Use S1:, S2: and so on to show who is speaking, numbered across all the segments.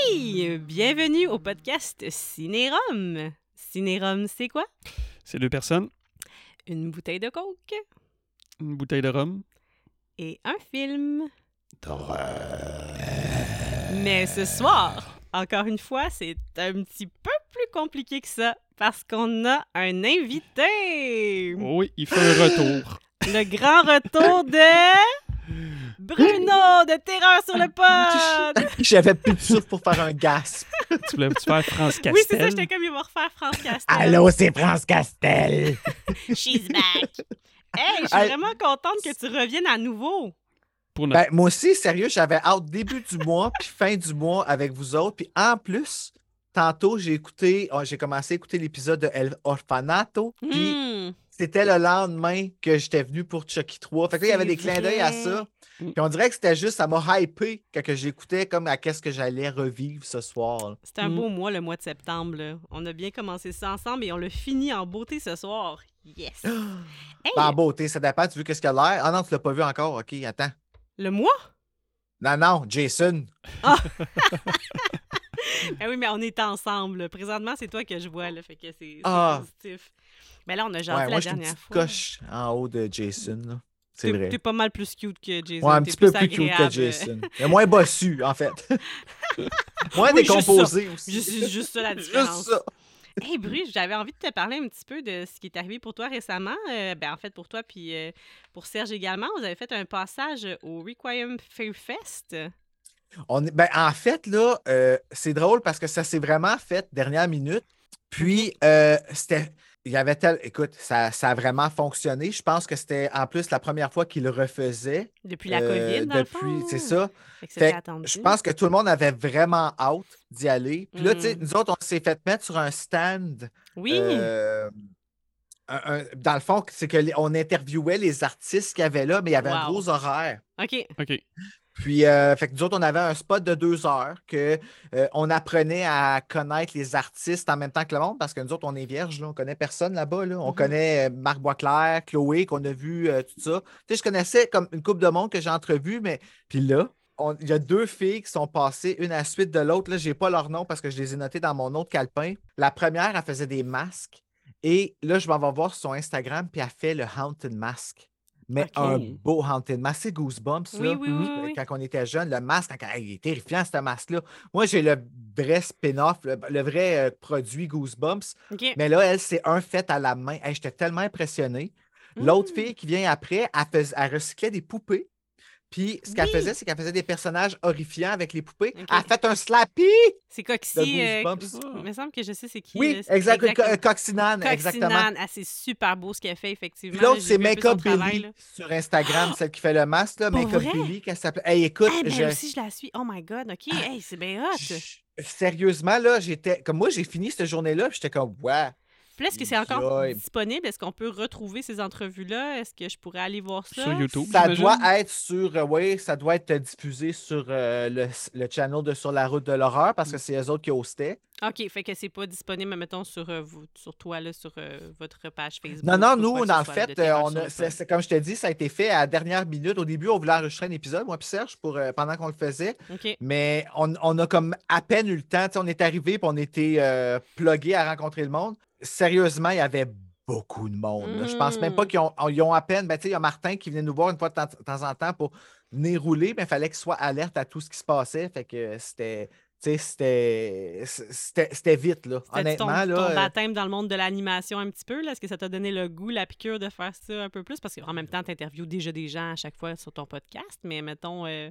S1: euh, bienvenue au podcast Cinérum. Cinérum, c'est quoi?
S2: C'est deux personnes,
S1: Une bouteille de coke
S2: une bouteille de rhum.
S1: et un film. Mais
S3: Euh.
S1: ce soir, encore une fois, c'est un petit peu plus compliqué que ça parce qu'on a un invité.
S2: Oh oui, il fait un retour.
S1: Le grand retour de Bruno de Terreur sur le pod.
S3: J'avais plus de souffle pour faire un gasp.
S2: tu voulais tu faire France Castel?
S1: Oui, c'est ça, j'étais comme il va refaire France Castel.
S3: Allô, c'est France Castel.
S1: She's back. Hey, je suis
S3: Hey.
S1: vraiment contente que tu reviennes à nouveau.
S2: Pour notre-
S3: Ben, moi aussi, sérieux, j'avais hâte début du mois puis fin du mois avec vous autres. Puis en plus, tantôt, j'ai écouté, oh, j'ai commencé à écouter l'épisode de El Orfanato. Puis
S1: Hmm.
S3: c'était le lendemain que j'étais venu pour Chucky 3. Fait que là, il y avait des
S1: C'est
S3: clins d'œil à
S1: vrai.
S3: ça.
S2: Mm.
S3: Puis on dirait que c'était juste, ça m'a hypé quand que j'écoutais comme à qu'est-ce que j'allais revivre ce soir.
S1: C'était un
S2: Mm.
S1: beau mois, le mois de septembre. là. On a bien commencé ça ensemble et on le finit en beauté ce soir. Yes! Hey,
S3: Ben, en beauté, ça dépend. Tu veux qu'est-ce qu'il a l'air? Ah non, tu l'as pas vu encore. OK, attends.
S1: le mois?
S3: Non, non, Jason.
S1: Ah oui, mais on est ensemble. là. Présentement, c'est toi que je vois, là, fait que c'est c'est
S3: Ah.
S1: positif. Mais là, on a
S3: Ouais,
S1: jasé la
S3: moi, je suis une
S1: dernière
S3: petite
S1: fois.
S3: coche en haut de Jason. là. C'est
S1: T'es-
S3: vrai.
S1: T'es pas mal plus cute que Jason.
S3: Ouais, un
S1: T'es
S3: petit peu plus cute que
S1: agréable.
S3: Jason. Mais moins bossu, en fait. moins
S1: Oui,
S3: décomposé aussi.
S1: Juste, c'est juste ça la
S3: Juste
S1: différence.
S3: ça.
S1: Hey Bruce, j'avais envie de te parler un petit peu de ce qui est arrivé pour toi récemment. Euh, ben, en fait, pour toi puis euh, pour Serge également. Vous avez fait un passage au Requiem Fair Fest.
S3: On est- ben, en fait, là, euh, c'est drôle parce que ça s'est vraiment fait dernière minute. Puis,
S1: Mhm.
S3: euh, c'était. Il y avait tel. Écoute, ça, ça a vraiment fonctionné. Je pense que c'était en plus la première fois qu'il le refaisait.
S1: Depuis la
S3: euh,
S1: COVID, dans le
S3: depuis,
S1: fond,
S3: c'est
S1: hein?
S3: ça.
S1: Fait que c'était
S3: Fait-
S1: attendu.
S3: Je pense que tout le monde avait vraiment hâte d'y aller. Puis là, tu sais,
S1: Mm.
S3: nous autres, on s'est fait mettre sur un stand
S1: Oui,
S3: Euh, un- un- dans le fond, c'est que les- on interviewait les artistes qu'il y avait là, mais il y avait un
S1: Wow.
S3: gros horaire.
S1: OK.
S2: OK.
S3: Puis, euh, fait que nous autres, on avait un spot de deux heures que euh, on apprenait à connaître les artistes en même temps que le monde, parce que nous autres, on est vierges, là, on connaît personne là-bas. Là. On
S1: Mhm.
S3: connaît euh, Marc Boisclair, Chloé, qu'on a vu, euh, tout ça. Tu sais, je connaissais comme une coupe de monde que j'ai entrevue, mais puis là, on- il y a deux filles qui sont passées, une à la suite de l'autre. Là, j'ai pas leur nom parce que je les ai notées dans mon autre calepin. La première, elle faisait des masques. Et là, je m'en vais voir sur son Instagram, puis elle fait le Haunted Mask. Mais
S1: Ok.
S3: un beau Haunted Mask. C'est Goosebumps, là.
S1: Oui, oui, oui,
S2: Mhm.
S1: Ah oui, oui.
S3: euh, Quand on était jeune, le masque, quand- il est terrifiant, ce masque-là. Moi, j'ai le vrai spin-off, le, le vrai euh, produit Goosebumps.
S1: OK.
S3: Mais là, elle, c'est un fait à la main. Hey, J'étais tellement impressionné. L'autre
S1: Mmh.
S3: fille qui vient après, elle, fais- elle recyclait des poupées. Puis, ce qu'elle
S1: Oui.
S3: faisait, c'est qu'elle faisait des personnages horrifiants avec les poupées.
S1: Ok.
S3: Elle a fait un slappy!
S1: C'est Coxy.
S3: Le
S1: euh,
S3: Goosebumps.
S1: il me semble que je sais c'est qui.
S3: Oui,
S1: là, c'est-
S3: exact.
S1: exactement.
S3: Co- Coccinane, exactement.
S1: Coccinane. Ah, c'est super beau ce qu'elle fait, effectivement.
S3: Puis
S1: là,
S3: l'autre,
S1: j'ai
S3: c'est
S1: vu un peu
S3: Makeup
S1: son travail,
S3: Billy
S1: là. Ah!
S3: sur Instagram, celle qui fait le masque, là,
S1: Pour
S3: Makeup
S1: vrai?
S3: Billy, qu'elle s'appelle. Hey, écoute,
S1: Eh ben,
S3: je- Ah,
S1: aussi, je la suis. Oh my God, OK. Hey, c'est bien hot.
S3: je- sérieusement, là, j'étais. Comme moi, j'ai fini cette journée-là, puis j'étais comme, ouais.
S1: Puis là, est-ce que c'est encore
S3: Joy.
S1: disponible? Est-ce qu'on peut retrouver ces entrevues-là? Est-ce que je pourrais aller voir ça?
S2: Sur YouTube,
S3: Ça
S2: j'imagine?
S3: doit être sur. euh, oui, ça doit être diffusé sur euh, le, le channel de Sur la route de l'horreur,
S1: Mm.
S3: parce que c'est eux autres qui hostaient.
S1: OK, fait que c'est pas disponible, mettons, sur, euh, vous- sur toi, là, sur euh, votre page Facebook.
S3: Non, non,
S1: ou quoi
S3: nous,
S1: que
S3: dans
S1: ce
S3: le
S1: soit, là, de
S3: fait, euh,
S1: Terreur
S3: on
S1: sur
S3: a-
S1: le
S3: c'est-
S1: pod.
S3: c'est- comme je te dis, ça a été fait à la dernière minute. Au début, on voulait enregistrer un épisode, moi puis Serge, pour, euh, pendant qu'on le faisait.
S1: OK.
S3: Mais on, on a comme à peine eu le temps. Tu sais, on est arrivé puis on était euh, plugués à rencontrer le monde. Sérieusement, il y avait beaucoup de monde. là. Je pense même pas
S1: Mhm.
S3: qu'ils ont, on- ils ont à peine. Ben, tu sais, il y a Martin qui venait nous voir une fois de temps, de temps en temps pour venir rouler, mais il fallait qu'il soit alerte à tout ce qui se passait. Fait que euh, c'était. tu sais, C'était c- c'était- c'était vite, là.
S1: C'était ton,
S3: Honnêtement, là.
S1: ton
S3: euh,
S1: baptême dans le monde de l'animation un petit peu. là? Est-ce que ça t'a donné le goût, la piqûre de faire ça un peu plus? Parce qu'en même temps, tu interviews déjà des gens à chaque fois sur ton podcast, mais mettons euh,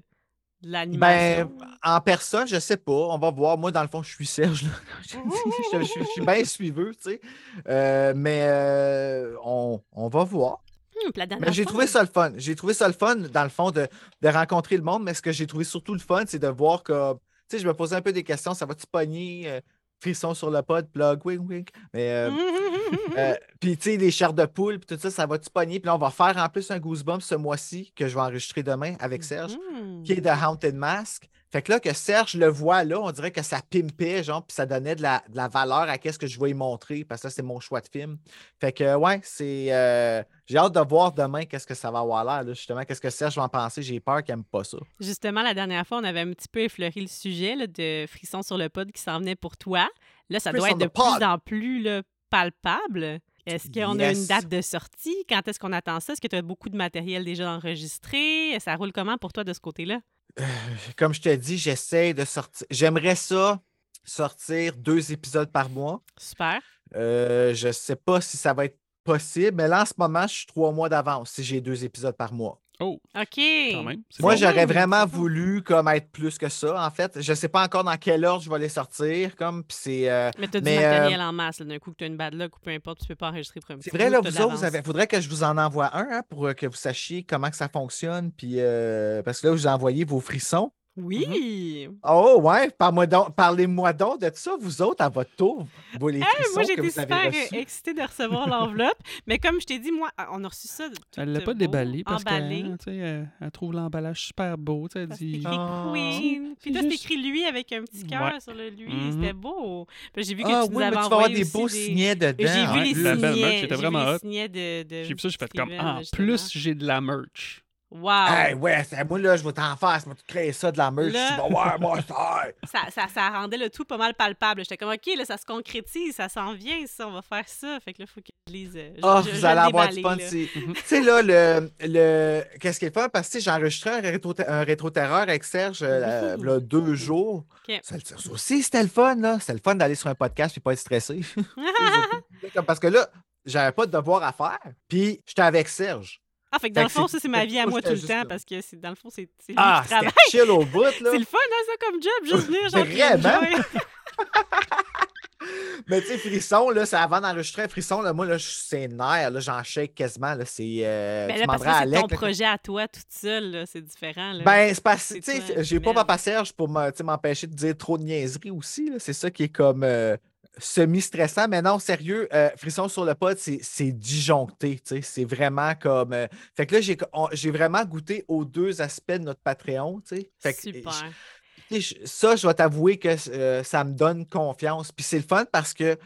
S1: de l'animation.
S3: en personne, je sais pas. On va voir. Moi, dans le fond, je suis Serge. là. je, je- je- je suis bien suiveux, tu sais. Euh, mais euh, on, on va voir.
S1: Hum, puis la dernière
S3: Mais ben, j'ai
S1: fois,
S3: trouvé ça le fun. J'ai trouvé ça le fun, dans le fond, de, de rencontrer le monde. Mais ce que j'ai trouvé surtout le fun, c'est de voir que, tu sais, je me posais un peu des questions. Ça va-tu pogner? Euh, frisson sur le pod, plug, wink, wink. Mais, euh,
S1: Hum, hum, hum, hum.
S3: euh, puis, tu sais, les chars de poule, puis tout ça, ça va-tu pogner? Puis là, on va faire en plus un goosebump ce mois-ci que je vais enregistrer demain avec Serge
S1: Hum.
S3: qui est The Haunted Mask. Fait que là, que Serge le voit là, on dirait que ça pimpait, genre, puis ça donnait de la, de la valeur à qu'est-ce que je vais y montrer, parce que là, c'est mon choix de film. Fait que, ouais, c'est. euh, j'ai hâte de voir demain qu'est-ce que ça va avoir l'air, là, justement. Qu'est-ce que Serge va en penser. J'ai peur qu'il n'aime pas ça.
S1: Justement, la dernière fois, on avait un petit peu effleuré le sujet là, de Frisson sur le pod qui s'en venait pour toi. Là, ça doit
S3: Frisson
S1: être de
S3: de pod.
S1: plus en plus là, palpable. Est-ce qu'on a une
S3: Yes.
S1: date de sortie? Quand est-ce qu'on attend ça? Est-ce que tu as beaucoup de matériel déjà enregistré? Ça roule comment pour toi de ce côté-là?
S3: Comme je te dis, j'essaie de sortir. J'aimerais ça sortir deux épisodes par mois.
S1: Super.
S3: Euh, je sais pas si ça va être possible, mais là, en ce moment, je suis trois mois d'avance si j'ai deux épisodes par mois.
S2: Oh,
S1: OK.
S2: quand même. c'est
S3: Moi,
S2: bon.
S1: j'ai-
S3: j'aurais
S1: même,
S3: vraiment
S1: c'est bon.
S3: voulu comme être plus que ça. En fait, je sais pas encore dans quel ordre je vais les sortir. Comme, puis c'est. euh,
S1: Mais tu as du
S3: Mais, euh,
S1: matériel en masse. là. D'un coup, que tu as une bad luck ou peu importe, tu peux pas enregistrer premier.
S3: C'est vrai, là, vous autres, vous avez... faudrait que je vous en envoie un hein, pour euh, que vous sachiez comment que ça fonctionne. Puis, euh, parce que là, vous envoyez vos frissons.
S1: Oui!
S3: Oh, ouais, parle-moi donc- parlez-moi donc, de ça, vous autres, à votre tour. Vous, les
S1: Hey,
S3: frissons
S1: moi,
S3: que
S1: j'étais
S3: vous avez
S1: super euh,
S3: reçus.
S1: excitée de recevoir l'enveloppe. Mais comme je t'ai dit, moi, ah, on a reçu ça.
S2: Elle l'a
S1: tout
S2: pas
S1: beau,
S2: déballé parce
S1: emballé.
S2: qu'elle hein, tu sais, elle- elle trouve l'emballage super beau. tu sais, Elle
S1: Ça, c'est
S2: dit
S1: écrit
S3: Ah.
S1: Queen. Puis
S2: C'est
S1: là, c'est
S2: juste-
S1: écrit lui avec un petit cœur
S2: Ouais.
S1: sur le lui.
S2: Mhm.
S1: C'était beau. Puis j'ai vu que
S3: Ah
S1: tu nous
S3: oui, mais
S1: avais
S3: tu vas
S1: envoyé
S3: avoir des
S1: aussi
S3: beaux signets dedans.
S1: J'ai vu
S3: hein.
S1: les
S2: la belle merch
S1: signets.
S2: était
S1: J'ai vu
S2: vraiment
S1: les
S2: hot.
S1: signets de. de
S2: J'ai vu ça, j'ai fait comme ah,
S1: Steven,
S2: En
S1: justement.
S2: plus, j'ai de la merch.
S1: Wow!
S3: Hey, ouais, c'est- moi, là, je vais t'en faire. Je vais te créer ça de la merch.
S1: Là-
S3: Tu vas voir, moi, ça.
S1: Ça, ça, ça rendait le tout pas mal palpable. J'étais comme, OK, là, ça se concrétise, ça s'en vient, ça, on va faire ça. Fait que là, il faut que je lise. euh, je-
S3: Ah,
S1: je- je
S3: vous
S1: le
S3: allez avoir du fun.
S1: déballer, là.
S3: c'est- Tu sais, là, le, le... qu'est-ce qu'il est fun? Parce que tu sais, j'ai enregistré un rétro- un rétro-terreur avec Serge euh,
S1: Oui.
S3: là, deux jours.
S1: Ok.
S3: Ça, ça aussi, c'était le fun. là. C'était le fun d'aller sur un podcast et pas être stressé. Comme Parce que là, j'avais pas de devoir à faire. Puis, j'étais avec Serge.
S1: Ah, fait que dans
S3: Fait
S1: le
S3: que
S1: fond,
S3: c'est-
S1: ça, c'est ma vie à
S3: moi,
S1: moi tout
S3: j'étais
S1: le
S3: juste
S1: temps
S3: là.
S1: parce que c'est dans le fond, c'est c'est lui
S3: Ah,
S1: qui
S3: c'était
S1: travaille.
S3: chill au bout. Là.
S1: C'est le fun, hein, ça, comme job, juste venir, genre, puis
S3: Vraiment?
S1: enjoy.
S3: Mais tu sais, Frisson, là, c'est avant d'enregistrer Frisson. Là, moi, là, je suis ses nerfs, là, J'en shake quasiment. Là, c'est, euh,
S1: Mais
S3: tu
S1: là, parce que là,
S3: demanderais à
S1: c'est ton
S3: Alec, là,
S1: projet à toi, toute seule, là, c'est différent, là.
S3: Ben, c'est parce
S1: C'est
S3: que, tu sais,
S1: toi,
S3: j'ai pas
S1: merde.
S3: Papa Serge pour me- tu sais, m'empêcher de dire trop de niaiseries aussi. là. C'est ça qui est comme euh, semi-stressant. Mais non, sérieux, euh, Frisson sur le pod, c'est c'est disjoncté. tu sais. C'est vraiment comme. euh, Fait que là, j'ai co- on- j'ai vraiment goûté aux deux aspects de notre Patreon. tu sais. Fait que, euh,
S1: Super.
S3: je- tu sais, je- ça, je vais t'avouer que euh, ça me donne confiance. Puis c'est le fun parce que.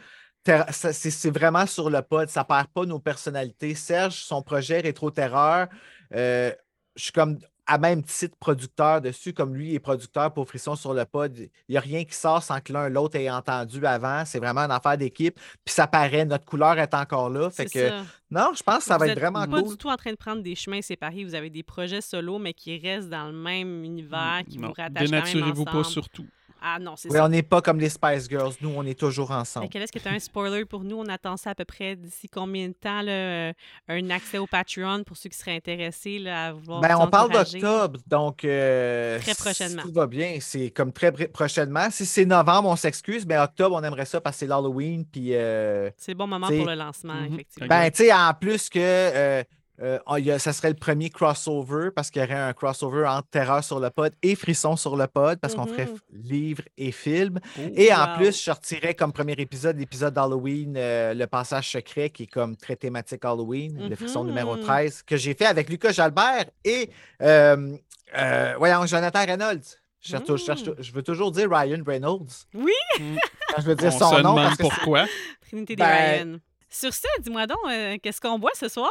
S3: ter- ça- C'est c'est vraiment sur le pod, ça perd pas nos personnalités. Serge, son projet Rétro-Terreur, euh, je suis comme à même titre producteur dessus, comme lui il est producteur pour Frisson sur le pod. Il n'y a rien qui sort sans que l'un l'autre ait entendu avant. C'est vraiment une affaire d'équipe. Puis ça paraît, notre couleur est encore là. Fait
S1: C'est
S3: que
S1: ça.
S3: non, je pense que ça
S1: Vous
S3: va être
S1: êtes
S3: vraiment
S1: pas
S3: cool.
S1: du tout en train de prendre des chemins séparés. Vous avez des projets solo, mais qui restent dans le même univers, qui
S2: Non,
S1: vous rattachent quand même
S2: Dénaturez-vous pas
S1: ensemble.
S2: surtout.
S1: Ah non, c'est
S3: Oui,
S1: ça.
S3: on n'est pas comme les Spice Girls. Nous, on est toujours
S1: Fait
S3: ensemble.
S1: que là, Est-ce que tu as un spoiler pour nous? On attend ça à peu près d'ici combien de temps, là, euh, un accès au Patreon pour ceux qui seraient intéressés là, à vouloir
S3: Ben,
S1: vous
S3: on parle
S1: encourager?
S3: d'octobre, donc euh,
S1: Très prochainement.
S3: Si tout va bien, c'est comme très br- prochainement. Si c'est novembre, on s'excuse, mais octobre, on aimerait ça parce que c'est l'Halloween. Puis euh,
S1: C'est le bon moment
S3: C'est-
S1: pour le lancement,
S2: Mhm.
S1: effectivement.
S3: Ben, tu sais, en plus que euh, euh, on- il y a- ça serait le premier crossover parce qu'il y aurait un crossover entre Terreur sur le pod et Frisson sur le pod parce qu'on ferait
S1: Mhm.
S3: f- livre et film. Et en
S1: Wow.
S3: plus, je sortirais comme premier épisode l'épisode d'Halloween, euh, Le Passage secret, qui est comme très thématique Halloween, le Frisson numéro
S1: Mhm.
S3: 13, que j'ai fait avec Lucas Jalbert et, euh, euh, voyons, Jonathan Reynolds. Je, cherche tou- je cherche tou- je veux toujours dire Ryan Reynolds.
S1: Oui!
S2: Mm.
S3: Quand je veux
S2: On
S3: dire son
S2: se
S3: nom,
S2: demande
S3: parce que
S2: pourquoi.
S1: Trinité des
S3: ben-
S1: Ryan. Sur ça, dis-moi donc, euh, qu'est-ce qu'on boit ce soir?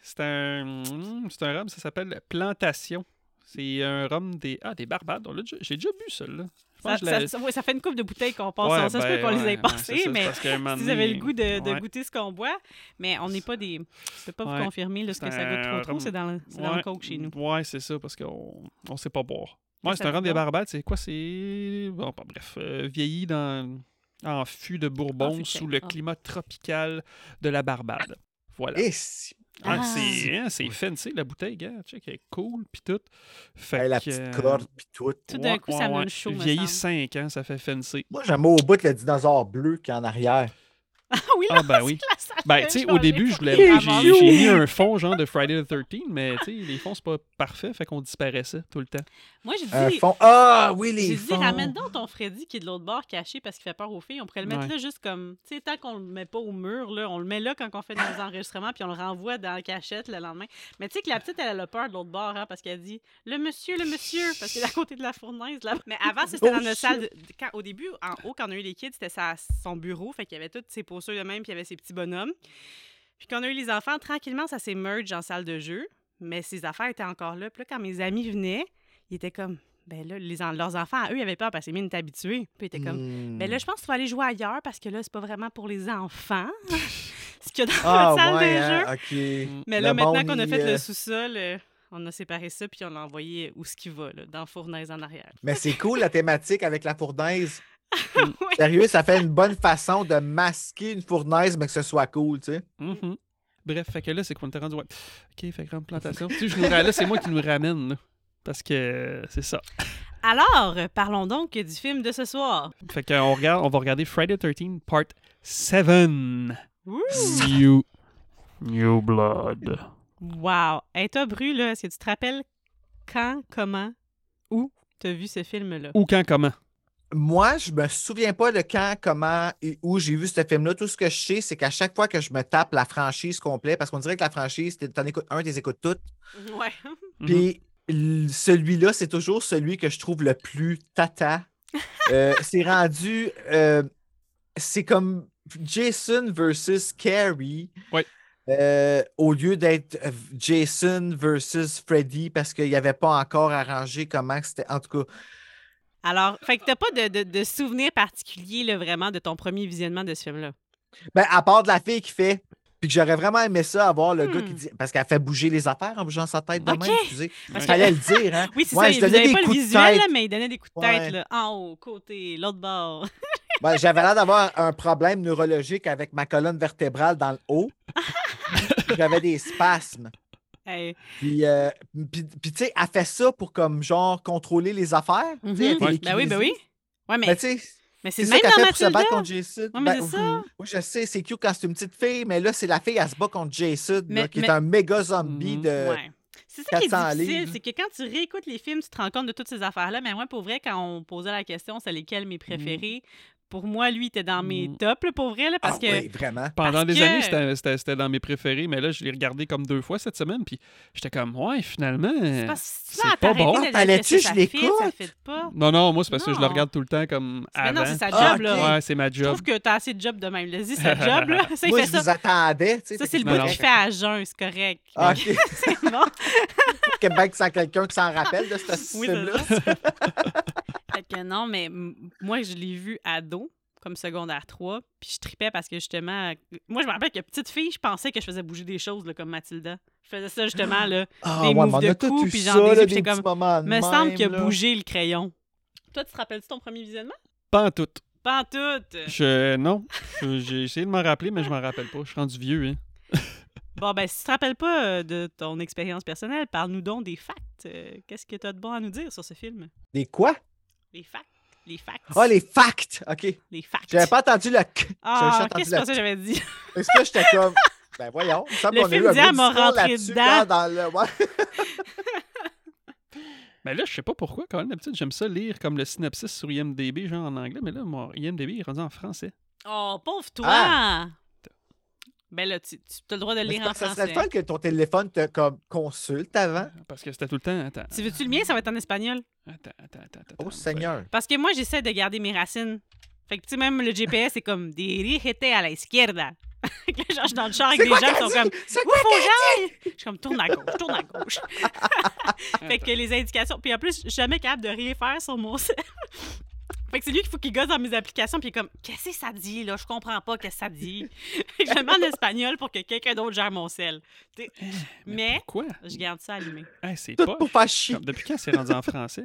S2: C'est un, mm, c'est un rhum, ça s'appelle Plantation. C'est un rhum des. Ah, des Barbades. On l'a déjà- J'ai déjà bu celui-là. Je
S1: Ça,
S2: pense que je l'ai-
S1: ça- ça- ouais, ça fait une coupe de bouteilles qu'on passe.
S2: Ouais,
S1: on- ça se peut
S2: ben,
S1: qu'on les
S2: ouais,
S1: ait
S2: ouais,
S1: passées,
S2: c'est ça, c'est
S1: mais
S2: parce qu'à un moment
S1: si vous avez le
S2: donné,
S1: goût de, de
S2: ouais.
S1: goûter ce qu'on boit. Mais on n'est pas des. Je peux pas vous
S2: Ouais.
S1: confirmer là, ce que
S2: C'est
S1: ça goûte
S2: un
S1: trop trop.
S2: rhum.
S1: C'est dans, le- c'est dans
S2: Ouais.
S1: le coke chez nous.
S2: Ouais, c'est ça, parce qu'on on sait pas boire.
S1: Ça
S2: Ouais, c'est un
S1: dit
S2: rhum des
S1: bon.
S2: Barbades. C'est quoi C'est. Bon, bah, bref, euh, vieilli dans, en fût de
S1: En fût
S2: Bourbon
S1: de
S2: sous
S1: chêne.
S2: le
S1: Ah.
S2: climat tropical de la Barbade. Voilà.
S3: Eh, si-
S2: Ah,
S1: Ah.
S2: c'est hein, c'est fancy, la bouteille, gars. Check, elle est cool, puis tout. Fait
S3: hey, la
S2: que,
S3: petite
S2: euh,
S3: corde, puis tout.
S1: Tout d'un coup, ça me donne chaud, me
S2: Vieilli
S1: semble.
S2: 5 ans, ça fait fancy.
S3: Moi, j'aime au bout le dinosaure bleu qui est en arrière.
S1: Ah oui, là,
S2: Ah, ben oui.
S1: la salle
S2: Ben,
S1: de
S2: tu sais, au
S1: changer.
S2: début, je voulais.
S1: Il est
S2: J'ai
S1: cute.
S2: j'ai mis un fond, genre, de Friday the 13, mais, tu sais, les fonds, c'est pas parfait, fait qu'on disparaissait tout le temps.
S1: Moi, je
S3: Un
S1: dis,
S3: fond. Ah, oui,
S1: j'ai
S3: les
S1: dit,
S3: fonds.
S1: ramène donc ton Freddy qui est de l'autre bord caché parce qu'il fait peur aux filles. On pourrait le mettre
S2: Ouais.
S1: là juste comme, tu sais, tant qu'on le met pas au mur, là, on le met là quand on fait nos enregistrements puis on le renvoie dans la cachette le lendemain. Mais tu sais que la petite, elle, a peur de l'autre bord hein, parce qu'elle dit, le monsieur, le monsieur, parce qu'il est à côté de la fournaise. Là. Mais avant, ça, c'était
S3: Oh,
S1: dans notre
S3: shit.
S1: salle. de- de- quand- au début, en haut, quand on a eu les kids, c'était sa- son bureau. Fait qu'il y avait toutes ses postures de même puis il y avait ses petits bonhommes. Puis quand on a eu les enfants, tranquillement, ça s'est merge en salle de jeu. Mais ses affaires étaient encore là. Puis là, quand mes amis venaient, ils étaient comme, ben là, les en- leurs enfants, à eux, ils avaient peur parce que Mine est habituée. Puis ils étaient comme,
S3: Hmm.
S1: ben là, je pense qu'il faut aller jouer ailleurs parce que là, c'est pas vraiment pour les enfants. Ce qu'il y a dans
S3: Ah,
S1: notre salle
S3: ouais,
S1: de jeu.
S3: hein, OK.
S1: Mais
S3: Le
S1: là, maintenant
S3: monde,
S1: qu'on a
S3: il,
S1: fait
S3: euh,
S1: le sous-sol, euh, on a séparé ça puis on l'a envoyé où ce qu'il va, là, dans fournaise en arrière.
S3: Mais c'est cool la thématique avec la fournaise.
S1: Ouais.
S3: Sérieux, ça fait une bonne façon de masquer une fournaise, mais que ce soit cool, tu sais.
S2: Mhm. Bref, fait que là, c'est qu'on était rendu. Ouais. Ok, fait grande plantation. tu sais, je nous ra- là, c'est moi qui nous ramène, là. Parce que euh, c'est ça.
S1: Alors, euh, parlons donc du film de ce soir.
S2: Fait qu'on regarde, on va regarder Friday the 13 Part 7.
S1: Ouh!
S2: New, new Blood.
S1: Wow! Hey, toi, Bru, là, est-ce que tu te rappelles quand, comment, où t'as vu ce film-là?
S2: Ou quand, comment?
S3: Moi, je me souviens pas de quand, comment et où j'ai vu ce film-là. Tout ce que je sais, c'est qu'à chaque fois que je me tape la franchise complète, parce qu'on dirait que la franchise, t'es- t'en écoutes un, t'es écoutes toutes.
S1: Ouais. Mhm.
S3: Puis l- celui-là, c'est toujours celui que je trouve le plus tata. Euh, c'est rendu. euh, c'est comme Jason versus Carrie.
S2: Ouais.
S3: Euh, au lieu d'être euh, Jason versus Freddy parce qu'il n'y avait pas encore arrangé comment que c'était. En tout cas,
S1: Alors, fait que t'as pas de, de, de souvenir particulier, là, vraiment, de ton premier visionnement de ce film-là.
S3: ben, à part de la fille qui fait. Puis que j'aurais vraiment aimé ça, avoir le gars qui
S1: Hmm.
S3: dit. Parce qu'elle fait bouger les affaires en bougeant sa tête de
S1: Ok.
S3: même. Excusez.
S1: Parce que-
S3: Fallait le dire, hein?
S1: Oui, c'est ça,
S3: Ouais, je
S1: il vous
S3: donnais
S1: avez
S3: des
S1: pas le
S3: coups de
S1: visuel,
S3: tête.
S1: là, mais il donnait des coups de
S3: Ouais.
S1: tête, là, en haut, côté, l'autre bord.
S3: Ben, j'avais l'air d'avoir un problème neurologique avec ma colonne vertébrale dans le haut. j'avais des spasmes.
S1: Hey.
S3: Puis, euh, puis, puis, tu sais, elle fait ça pour comme genre contrôler les affaires. Tu sais, elle
S1: Mhm.
S3: était
S1: Ben oui, ben oui. Ouais, mais,
S3: Ben, tu sais,
S1: mais c'est
S3: c'est
S1: le
S3: ça
S1: même
S3: qu'elle
S1: dans
S3: fait pour se
S1: Mathilda.
S3: battre contre Jason.
S1: Ouais, mais
S3: Ben,
S1: c'est ça.
S3: oui, je sais, c'est cute quand c'est une petite fille, mais là, c'est la fille, elle se bat contre Jason,
S1: Mais-
S3: là, qui
S1: mais- Mm,
S3: est un méga zombie
S2: Mhm.
S3: de.
S1: Ouais. C'est ça qui est
S3: 400
S1: difficile,
S3: livres.
S1: c'est que quand tu réécoutes les films, tu te rends compte de toutes ces affaires-là. Mais moi, pour vrai, quand on posait la question, c'est lesquels
S3: Mmh.
S1: mes préférés, pour moi, lui, il était dans mes
S2: Mm.
S1: tops, là, pour vrai, là, parce
S3: Ah
S1: que...
S3: oui, vraiment.
S2: Pendant
S1: Parce
S2: des
S1: que-
S2: années, c'était- c'était c'était dans mes préférés, mais là, je l'ai regardé comme deux fois cette semaine, puis j'étais comme, ouais, finalement.
S1: C'est
S3: Euh,
S1: pas,
S2: c'est pas bon.
S1: bon.
S3: Fallait-tu que je
S1: Ça
S3: l'écoute?
S1: fait pas.
S2: Non, non, moi, c'est parce que je le
S1: Non.
S2: regarde tout le temps comme
S1: Mais
S2: avant.
S1: non, c'est sa job,
S3: Ah, ok.
S1: là.
S2: Ouais, c'est ma
S1: Je
S2: job.
S1: trouve que t'as assez de job de même. Vas-y, sa job, là. Ça, il
S3: Moi,
S1: fait
S3: je
S1: ça.
S3: vous attendais. tu sais,
S1: Ça,
S3: fait
S1: c'est le
S3: que
S2: Non,
S1: bout
S2: non.
S1: qu'il fait à jeun, c'est correct.
S3: Ah, OK. ben,
S1: C'est bon.
S3: Québec sans quelqu'un qui s'en rappelle de ce
S1: Oui,
S3: système-là.
S1: c'est ça. Fait que non, mais m- moi, je l'ai vu ado, comme secondaire 3, puis je tripais parce que justement, euh, moi, je me rappelle que petite fille, je pensais que je faisais bouger des choses, là, comme Mathilda. Je faisais ça justement, là.
S3: Ah,
S1: Des
S3: ouais, mais
S1: moves
S3: on
S1: de
S3: a tout
S1: coups,
S3: eu
S1: puis
S3: ça,
S1: genre des
S3: là,
S1: yeux,
S3: des
S1: puis
S3: petits
S1: comme,
S3: moments de
S1: Me semble
S3: même,
S1: que
S3: là.
S1: bouger le crayon. Toi, tu te rappelles-tu ton premier visionnement?
S2: Pas en tout.
S3: Euh.
S1: Pas en tout.
S2: Je... Non. Je- J'ai essayé de m'en rappeler, mais je m'en rappelle pas. Je suis rendu vieux, hein.
S1: Bon, ben, si tu te rappelles pas euh, de ton expérience personnelle, parle-nous donc des facts. Euh, Qu'est-ce que tu as de bon à nous dire sur ce film?
S3: Des quoi?
S1: Les facts. Les facts.
S3: Ah, les facts! OK.
S1: Les facts.
S3: J'avais pas entendu le k.
S1: Ah, qu'est-ce
S3: entendu
S1: que c'est
S3: la-
S1: pour ça que j'avais dit?
S3: Est-ce que j'étais comme. Ben voyons, il me semble
S1: Le
S3: qu'on a
S1: film
S3: eu un
S1: dit, elle
S3: bon
S1: m'a
S3: discours
S1: rentré
S3: là-dessus
S1: dedans.
S3: quand dans le- ouais.
S2: Mais là, je sais pas pourquoi, quand même, d'habitude, j'aime ça lire comme le synopsis sur IMDB, genre en anglais, mais là, mon IMDB est rendu en français.
S1: Oh, pauvre toi! Ben là, tu, tu as le droit de le
S3: Ah! Mais c'est
S1: lire en
S3: parce que Ça serait
S1: français.
S3: le fun que ton téléphone te comme, consulte avant.
S2: Parce que c'était tout le temps. Attends.
S1: Tu veux-tu le mien? Ça va être en espagnol.
S2: Attends, attends, attends. attends,
S3: Oh
S2: attends.
S3: Seigneur.
S1: Parce que moi, j'essaie de garder mes racines. Fait que, tu sais, même le GPS, c'est comme « Dirígete à la izquierda ». Fait que là, genre, je suis dans le char avec
S3: C'est
S1: Ah, des gens
S3: quoi
S1: qui
S3: qu'elle
S1: sont comme
S3: dit? C'est
S1: Où
S3: quoi
S1: faut que j'aille? Je suis comme tourne à gauche, tourne à gauche. fait que les indications. Puis en plus, je suis jamais capable de rien faire sur mon sel. Fait que c'est lui qu'il faut qu'il gosse dans mes applications. Puis il est comme, qu'est-ce que ça dit, là? Je comprends pas qu'est-ce que ça dit. Fait que je le mets en espagnol pour que quelqu'un d'autre gère mon sel. Tu
S3: Eh,
S1: sais. Mais
S2: Quoi?
S1: je garde ça allumé.
S2: Hey, c'est
S3: Tout
S2: pas.
S1: oh.
S3: pour faire chier.
S2: Depuis quand c'est rendu en français?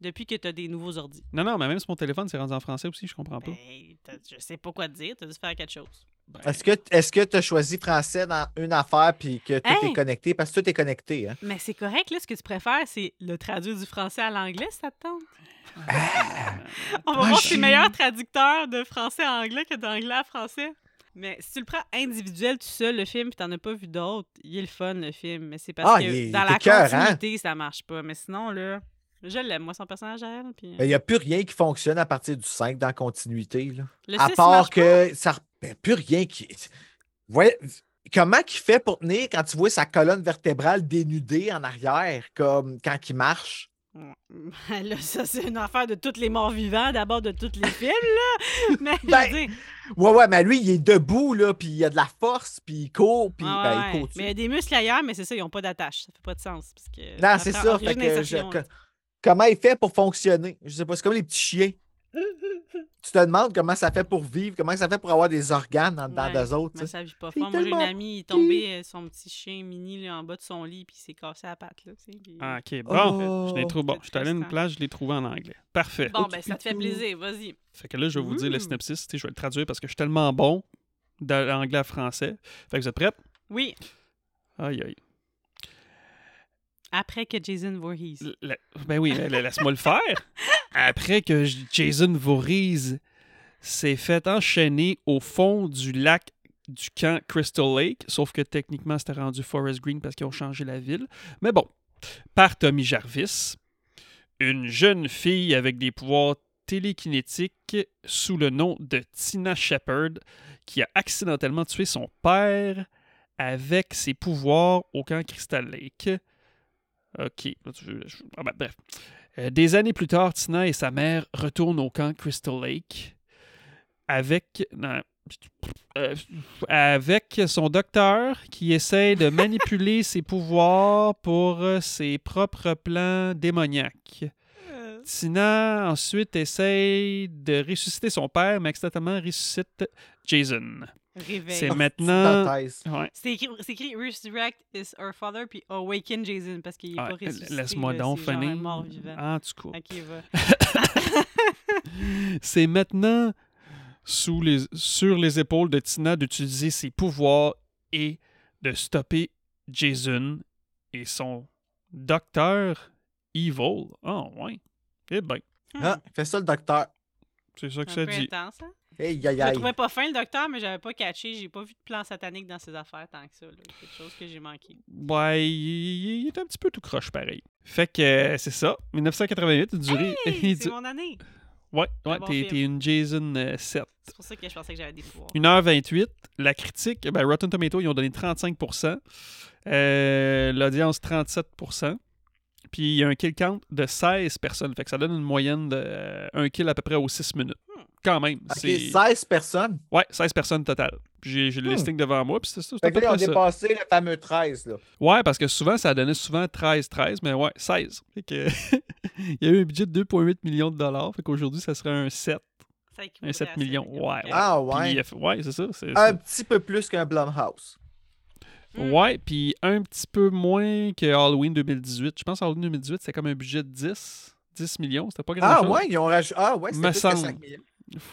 S1: Depuis que t'as des nouveaux ordi.
S2: Non, non, mais même sur mon téléphone, c'est rendu en français aussi, je comprends pas.
S1: Ben, t'as- je sais pas quoi te dire. T'as dû faire quelque chose.
S2: Ben,
S3: Est-ce que est-ce que tu as choisi français dans une affaire puis que tout
S1: Hey!
S3: est connecté? Parce que tout est connecté. Hein?
S1: Mais c'est correct, là. Ce que tu préfères, c'est le traduire du français à l'anglais, si ça te tente. On va
S3: Ah,
S1: voir
S3: je
S1: si c'est
S3: Ah, suis-
S1: meilleur traducteur de français à anglais que d'anglais à français. Mais si tu le prends individuel tout seul, le film, puis t'en as pas vu d'autres, il est le fun, le film. Mais c'est parce
S3: Ah,
S1: que
S3: il est-
S1: dans
S3: il
S1: la
S3: est cœur, hein?
S1: continuité, ça marche pas. Mais sinon, là, je l'aime, moi, son personnage à elle. Puis... euh,
S3: Ben, Il n'y a plus rien qui fonctionne à partir du 5 dans la continuité. là.
S1: le
S3: À
S1: 6, il
S3: part
S1: marche pas.
S3: que ça n'y a plus rien qui. Ouais, Comment qu'il fait pour tenir quand tu vois sa colonne vertébrale dénudée en arrière, comme quand il marche?
S1: Ouais. Là, ça, c'est une affaire de tous les morts vivants, d'abord de tous les films, là. Mais je veux
S3: Ben,
S1: dire,
S3: Ouais, ouais, mais lui, il est debout, là, puis il a de la force, puis il court, puis
S1: ouais,
S3: ben,
S1: ouais.
S3: il court. tu
S1: Mais il y a des muscles ailleurs, mais c'est ça, ils ont pas d'attache. Ça fait pas de sens. Parce que
S3: Non, c'est
S1: prend
S3: ça.
S1: origine
S3: fait que je-
S1: insertion,
S3: que-
S1: là.
S3: comment il fait pour fonctionner? Je sais pas, c'est comme les petits chiens. tu te demandes comment ça fait pour vivre, comment ça fait pour avoir des organes en dedans
S1: Ouais,
S3: d'eux autres.
S1: Mais
S3: tu sais.
S1: ça vit pas
S3: C'est
S1: fort. Moi, j'ai une
S3: tellement
S1: amie, il est tombé, euh, son petit chien mini, là, en bas de son lit, puis il s'est cassé la patte, là, tu sais, puis- euh.
S2: Ah, ok, bon.
S3: Oh.
S2: Je l'ai trouvé bon.
S1: C'est
S2: Je suis allé à une
S1: triste, hein.
S2: plage, je l'ai trouvé en anglais. Parfait.
S1: Bon,
S3: tu
S1: ben,
S3: peux
S1: ça te fait
S3: tout.
S1: plaisir, vas-y.
S2: Fait que là, je vais vous dire le
S1: Ouh.
S2: synopsis. tu sais, Je vais le traduire parce que je suis tellement bon de l'anglais à français. Fait que vous êtes prêts?
S1: Oui,
S2: Aïe, aïe.
S1: après que Jason Voorhees.
S2: L- la- Ben oui, la- la- laisse-moi le faire. Après que J- Jason Voorhees s'est fait enchaîner au fond du lac du camp Crystal Lake, sauf que techniquement c'était rendu Forest Green parce qu'ils ont changé la ville. Mais bon, par Tommy Jarvis, une jeune fille avec des pouvoirs télékinétiques sous le nom de Tina Shepard, qui a accidentellement tué son père avec ses pouvoirs au camp Crystal Lake. OK. Là, tu veux- je- ah ben, bref. Euh, des années plus tard, Tina et sa mère retournent au camp Crystal Lake avec, non, euh, avec son docteur qui essaie de manipuler ses pouvoirs pour euh, ses propres plans démoniaques.
S1: Euh.
S2: Tina ensuite essaie de ressusciter son père, mais accidentellement ressuscite Jason.
S1: Réveil.
S2: C'est
S3: Petite
S2: maintenant.
S3: parenthèse.
S2: Ouais.
S1: Oh, C'est écrit, c'est écrit Resurrect is her father, puis Awaken Jason, parce qu'il est
S2: Ah,
S1: pas ressuscité.
S2: Laisse-moi
S1: là,
S2: donc
S1: c'est genre un
S2: finir. Ah.
S1: mort vivant.
S2: En tout cas.
S1: Ok, va.
S2: C'est maintenant sous les- sur les épaules de Tina d'utiliser ses pouvoirs et de stopper Jason et son docteur Evil. Ah ouais. Eh ben,
S3: Ah, fais ça le docteur.
S2: c'est ça que
S1: Un
S2: ça
S1: peu
S2: dit.
S1: intense, hein?
S3: Hey, aïe,
S1: Je le
S3: aïe.
S1: trouvais pas fin, le docteur, mais j'avais pas catché. J'ai pas vu de plan satanique dans ses affaires tant que ça. là. C'est quelque chose que j'ai manqué.
S2: Ouais, il, il est un petit peu tout croche pareil. Fait que euh, c'est ça. 1988, il durait.
S1: Hey,
S2: il
S1: c'est
S2: du-
S1: mon année!
S2: Ouais, ouais,
S1: bon
S2: t'es
S1: film.
S2: t'es une Jason euh, 7.
S1: C'est pour ça que je pensais que j'avais des pouvoirs.
S2: 1h28, la critique, ben, Rotten Tomatoes, ils ont donné 35%, euh, l'audience 37%, puis il y a un kill count de 16 personnes, fait que ça donne une moyenne de euh, un kill à peu près aux 6 minutes. Quand même,
S3: Ok,
S2: c'est
S3: 16 personnes.
S2: ouais, 16 Ah, personnes total. Puis J'ai j'ai le
S3: Hmm.
S2: listing devant moi, puis c'est ça, c'est à
S3: Fait que
S2: peu
S3: là, on
S2: près ça.
S3: a dépassé le fameux 13. Là.
S2: Ouais, parce que souvent ça donnait souvent 13 13, mais ouais, 16. Fait que il y a eu un budget de 2.8 millions de dollars, fait qu'aujourd'hui ça serait un 7.
S1: Ça équivaudrait
S2: Un 7
S1: à ça,
S2: millions,
S1: ok.
S2: ouais,
S1: Ok.
S3: Ah
S2: Puis,
S3: ouais.
S2: euh, ouais, c'est ça, c'est
S3: Un
S2: c'est-
S3: petit peu plus qu'un Blumhouse.
S1: Mm.
S2: Ouais, puis un petit peu moins que Halloween 2018. Je pense que Halloween 2018, c'est comme un budget de 10, 10 millions. C'était pas grand
S3: Ah
S2: chose.
S3: ouais, ils ont rajouté. Ah ouais, c'est
S2: Me
S3: plus que
S2: semble.
S3: 5 millions.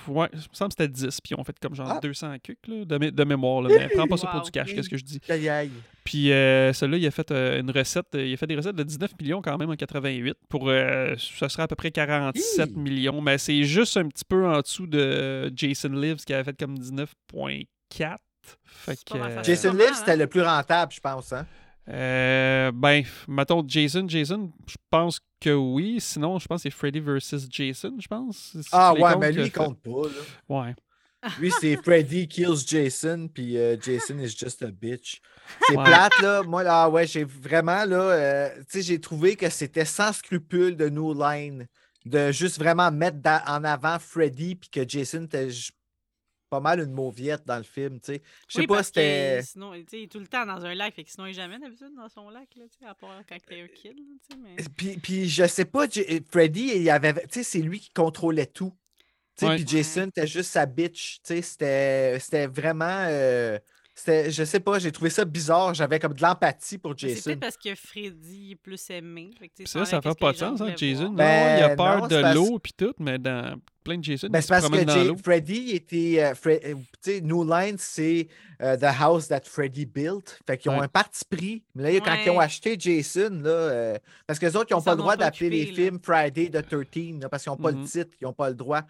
S2: Ouais, je me semble que c'était 10, puis on fait comme genre
S3: Ah.
S2: 200 à cuc, là, de, mé- de mémoire. Là, mais prends pas ça pour
S1: Wow.
S2: du cash, qu'est-ce que je dis.
S3: Aïe, aïe.
S2: Puis euh, celui-là, il a fait euh, une recette, euh, il a fait des recettes de 19 millions quand même en 88, pour, euh, ça serait à peu près 47
S3: Hi.
S2: millions, mais c'est juste un petit peu en dessous de Jason Lives, qui avait fait comme 19,4. Fait
S1: C'est pas mal,
S2: que,
S1: ça
S2: euh,
S1: se
S3: Jason
S1: Sûrement,
S3: Lives,
S1: hein.
S3: c'était le plus rentable, je pense. Hein?
S2: Euh, ben, mettons Jason, Jason, je pense que oui. Sinon, je pense que c'est Freddy versus Jason, je pense. Si
S3: Ah
S2: tu les
S3: ouais,
S2: comptes
S3: mais
S2: que
S3: lui, il
S2: fait-
S3: compte pas. Là.
S2: Ouais.
S3: Lui, c'est Freddy kills Jason, puis euh, Jason is just a bitch. C'est
S2: Ouais.
S3: plate, là. Moi, là, ah ouais, j'ai vraiment, là, euh, tu sais, j'ai trouvé que c'était sans scrupule de New Line de juste vraiment mettre dans- en avant Freddy, puis que Jason était ju- pas mal une mauviette dans le film, tu sais. Je sais
S1: Oui,
S3: pas,
S1: parce que
S3: c'était.
S1: Sinon, tu sais, il est tout le temps dans un lac, fait que sinon, il est jamais d'habitude dans son lac, là, tu sais, à part quand t'es un kid, là, tu sais, mais...
S3: Puis, puis je sais pas, J- Freddy, il avait, tu sais, c'est lui qui contrôlait tout. Tu sais,
S2: Ouais.
S3: Puis Jason, était juste sa bitch. Tu sais, C'était c'était vraiment. euh, c'était, je sais pas, j'ai trouvé ça bizarre. J'avais comme de l'empathie pour
S1: Mais C'est
S3: Jason.
S1: peut-être parce que Freddy est plus aimé. Fait que, tu sais,
S2: Ça, ça
S1: enlève
S2: fait
S1: qu'est-ce
S2: pas
S1: que les
S2: de
S1: gens
S2: sens, hein,
S1: voulaient
S2: Jason.
S1: voir.
S2: là, il a
S3: Ben,
S2: peur
S3: non,
S2: de
S3: c'est parce-
S2: l'eau puis tout, mais dans plein de Jason, il
S3: Mais Ben, c'est
S2: se
S3: parce que
S2: promène dans
S3: Jay-
S2: l'eau.
S3: Freddy il était. euh, Fre- euh, tu sais, New Line, c'est euh, The House That Freddy Built. Fait qu'ils ont
S2: Ouais.
S3: un parti pris. Mais là, quand ils ont
S1: Ouais.
S3: acheté Jason, là, euh, parce que les autres, ils
S1: Ils
S3: n'ont pas
S1: s'en
S3: le
S1: ont
S3: droit
S1: pas
S3: d'appeler les
S1: occupés, là.
S3: films Friday the 13 là, parce qu'ils n'ont pas
S2: Mhm.
S3: le titre, ils n'ont pas le droit.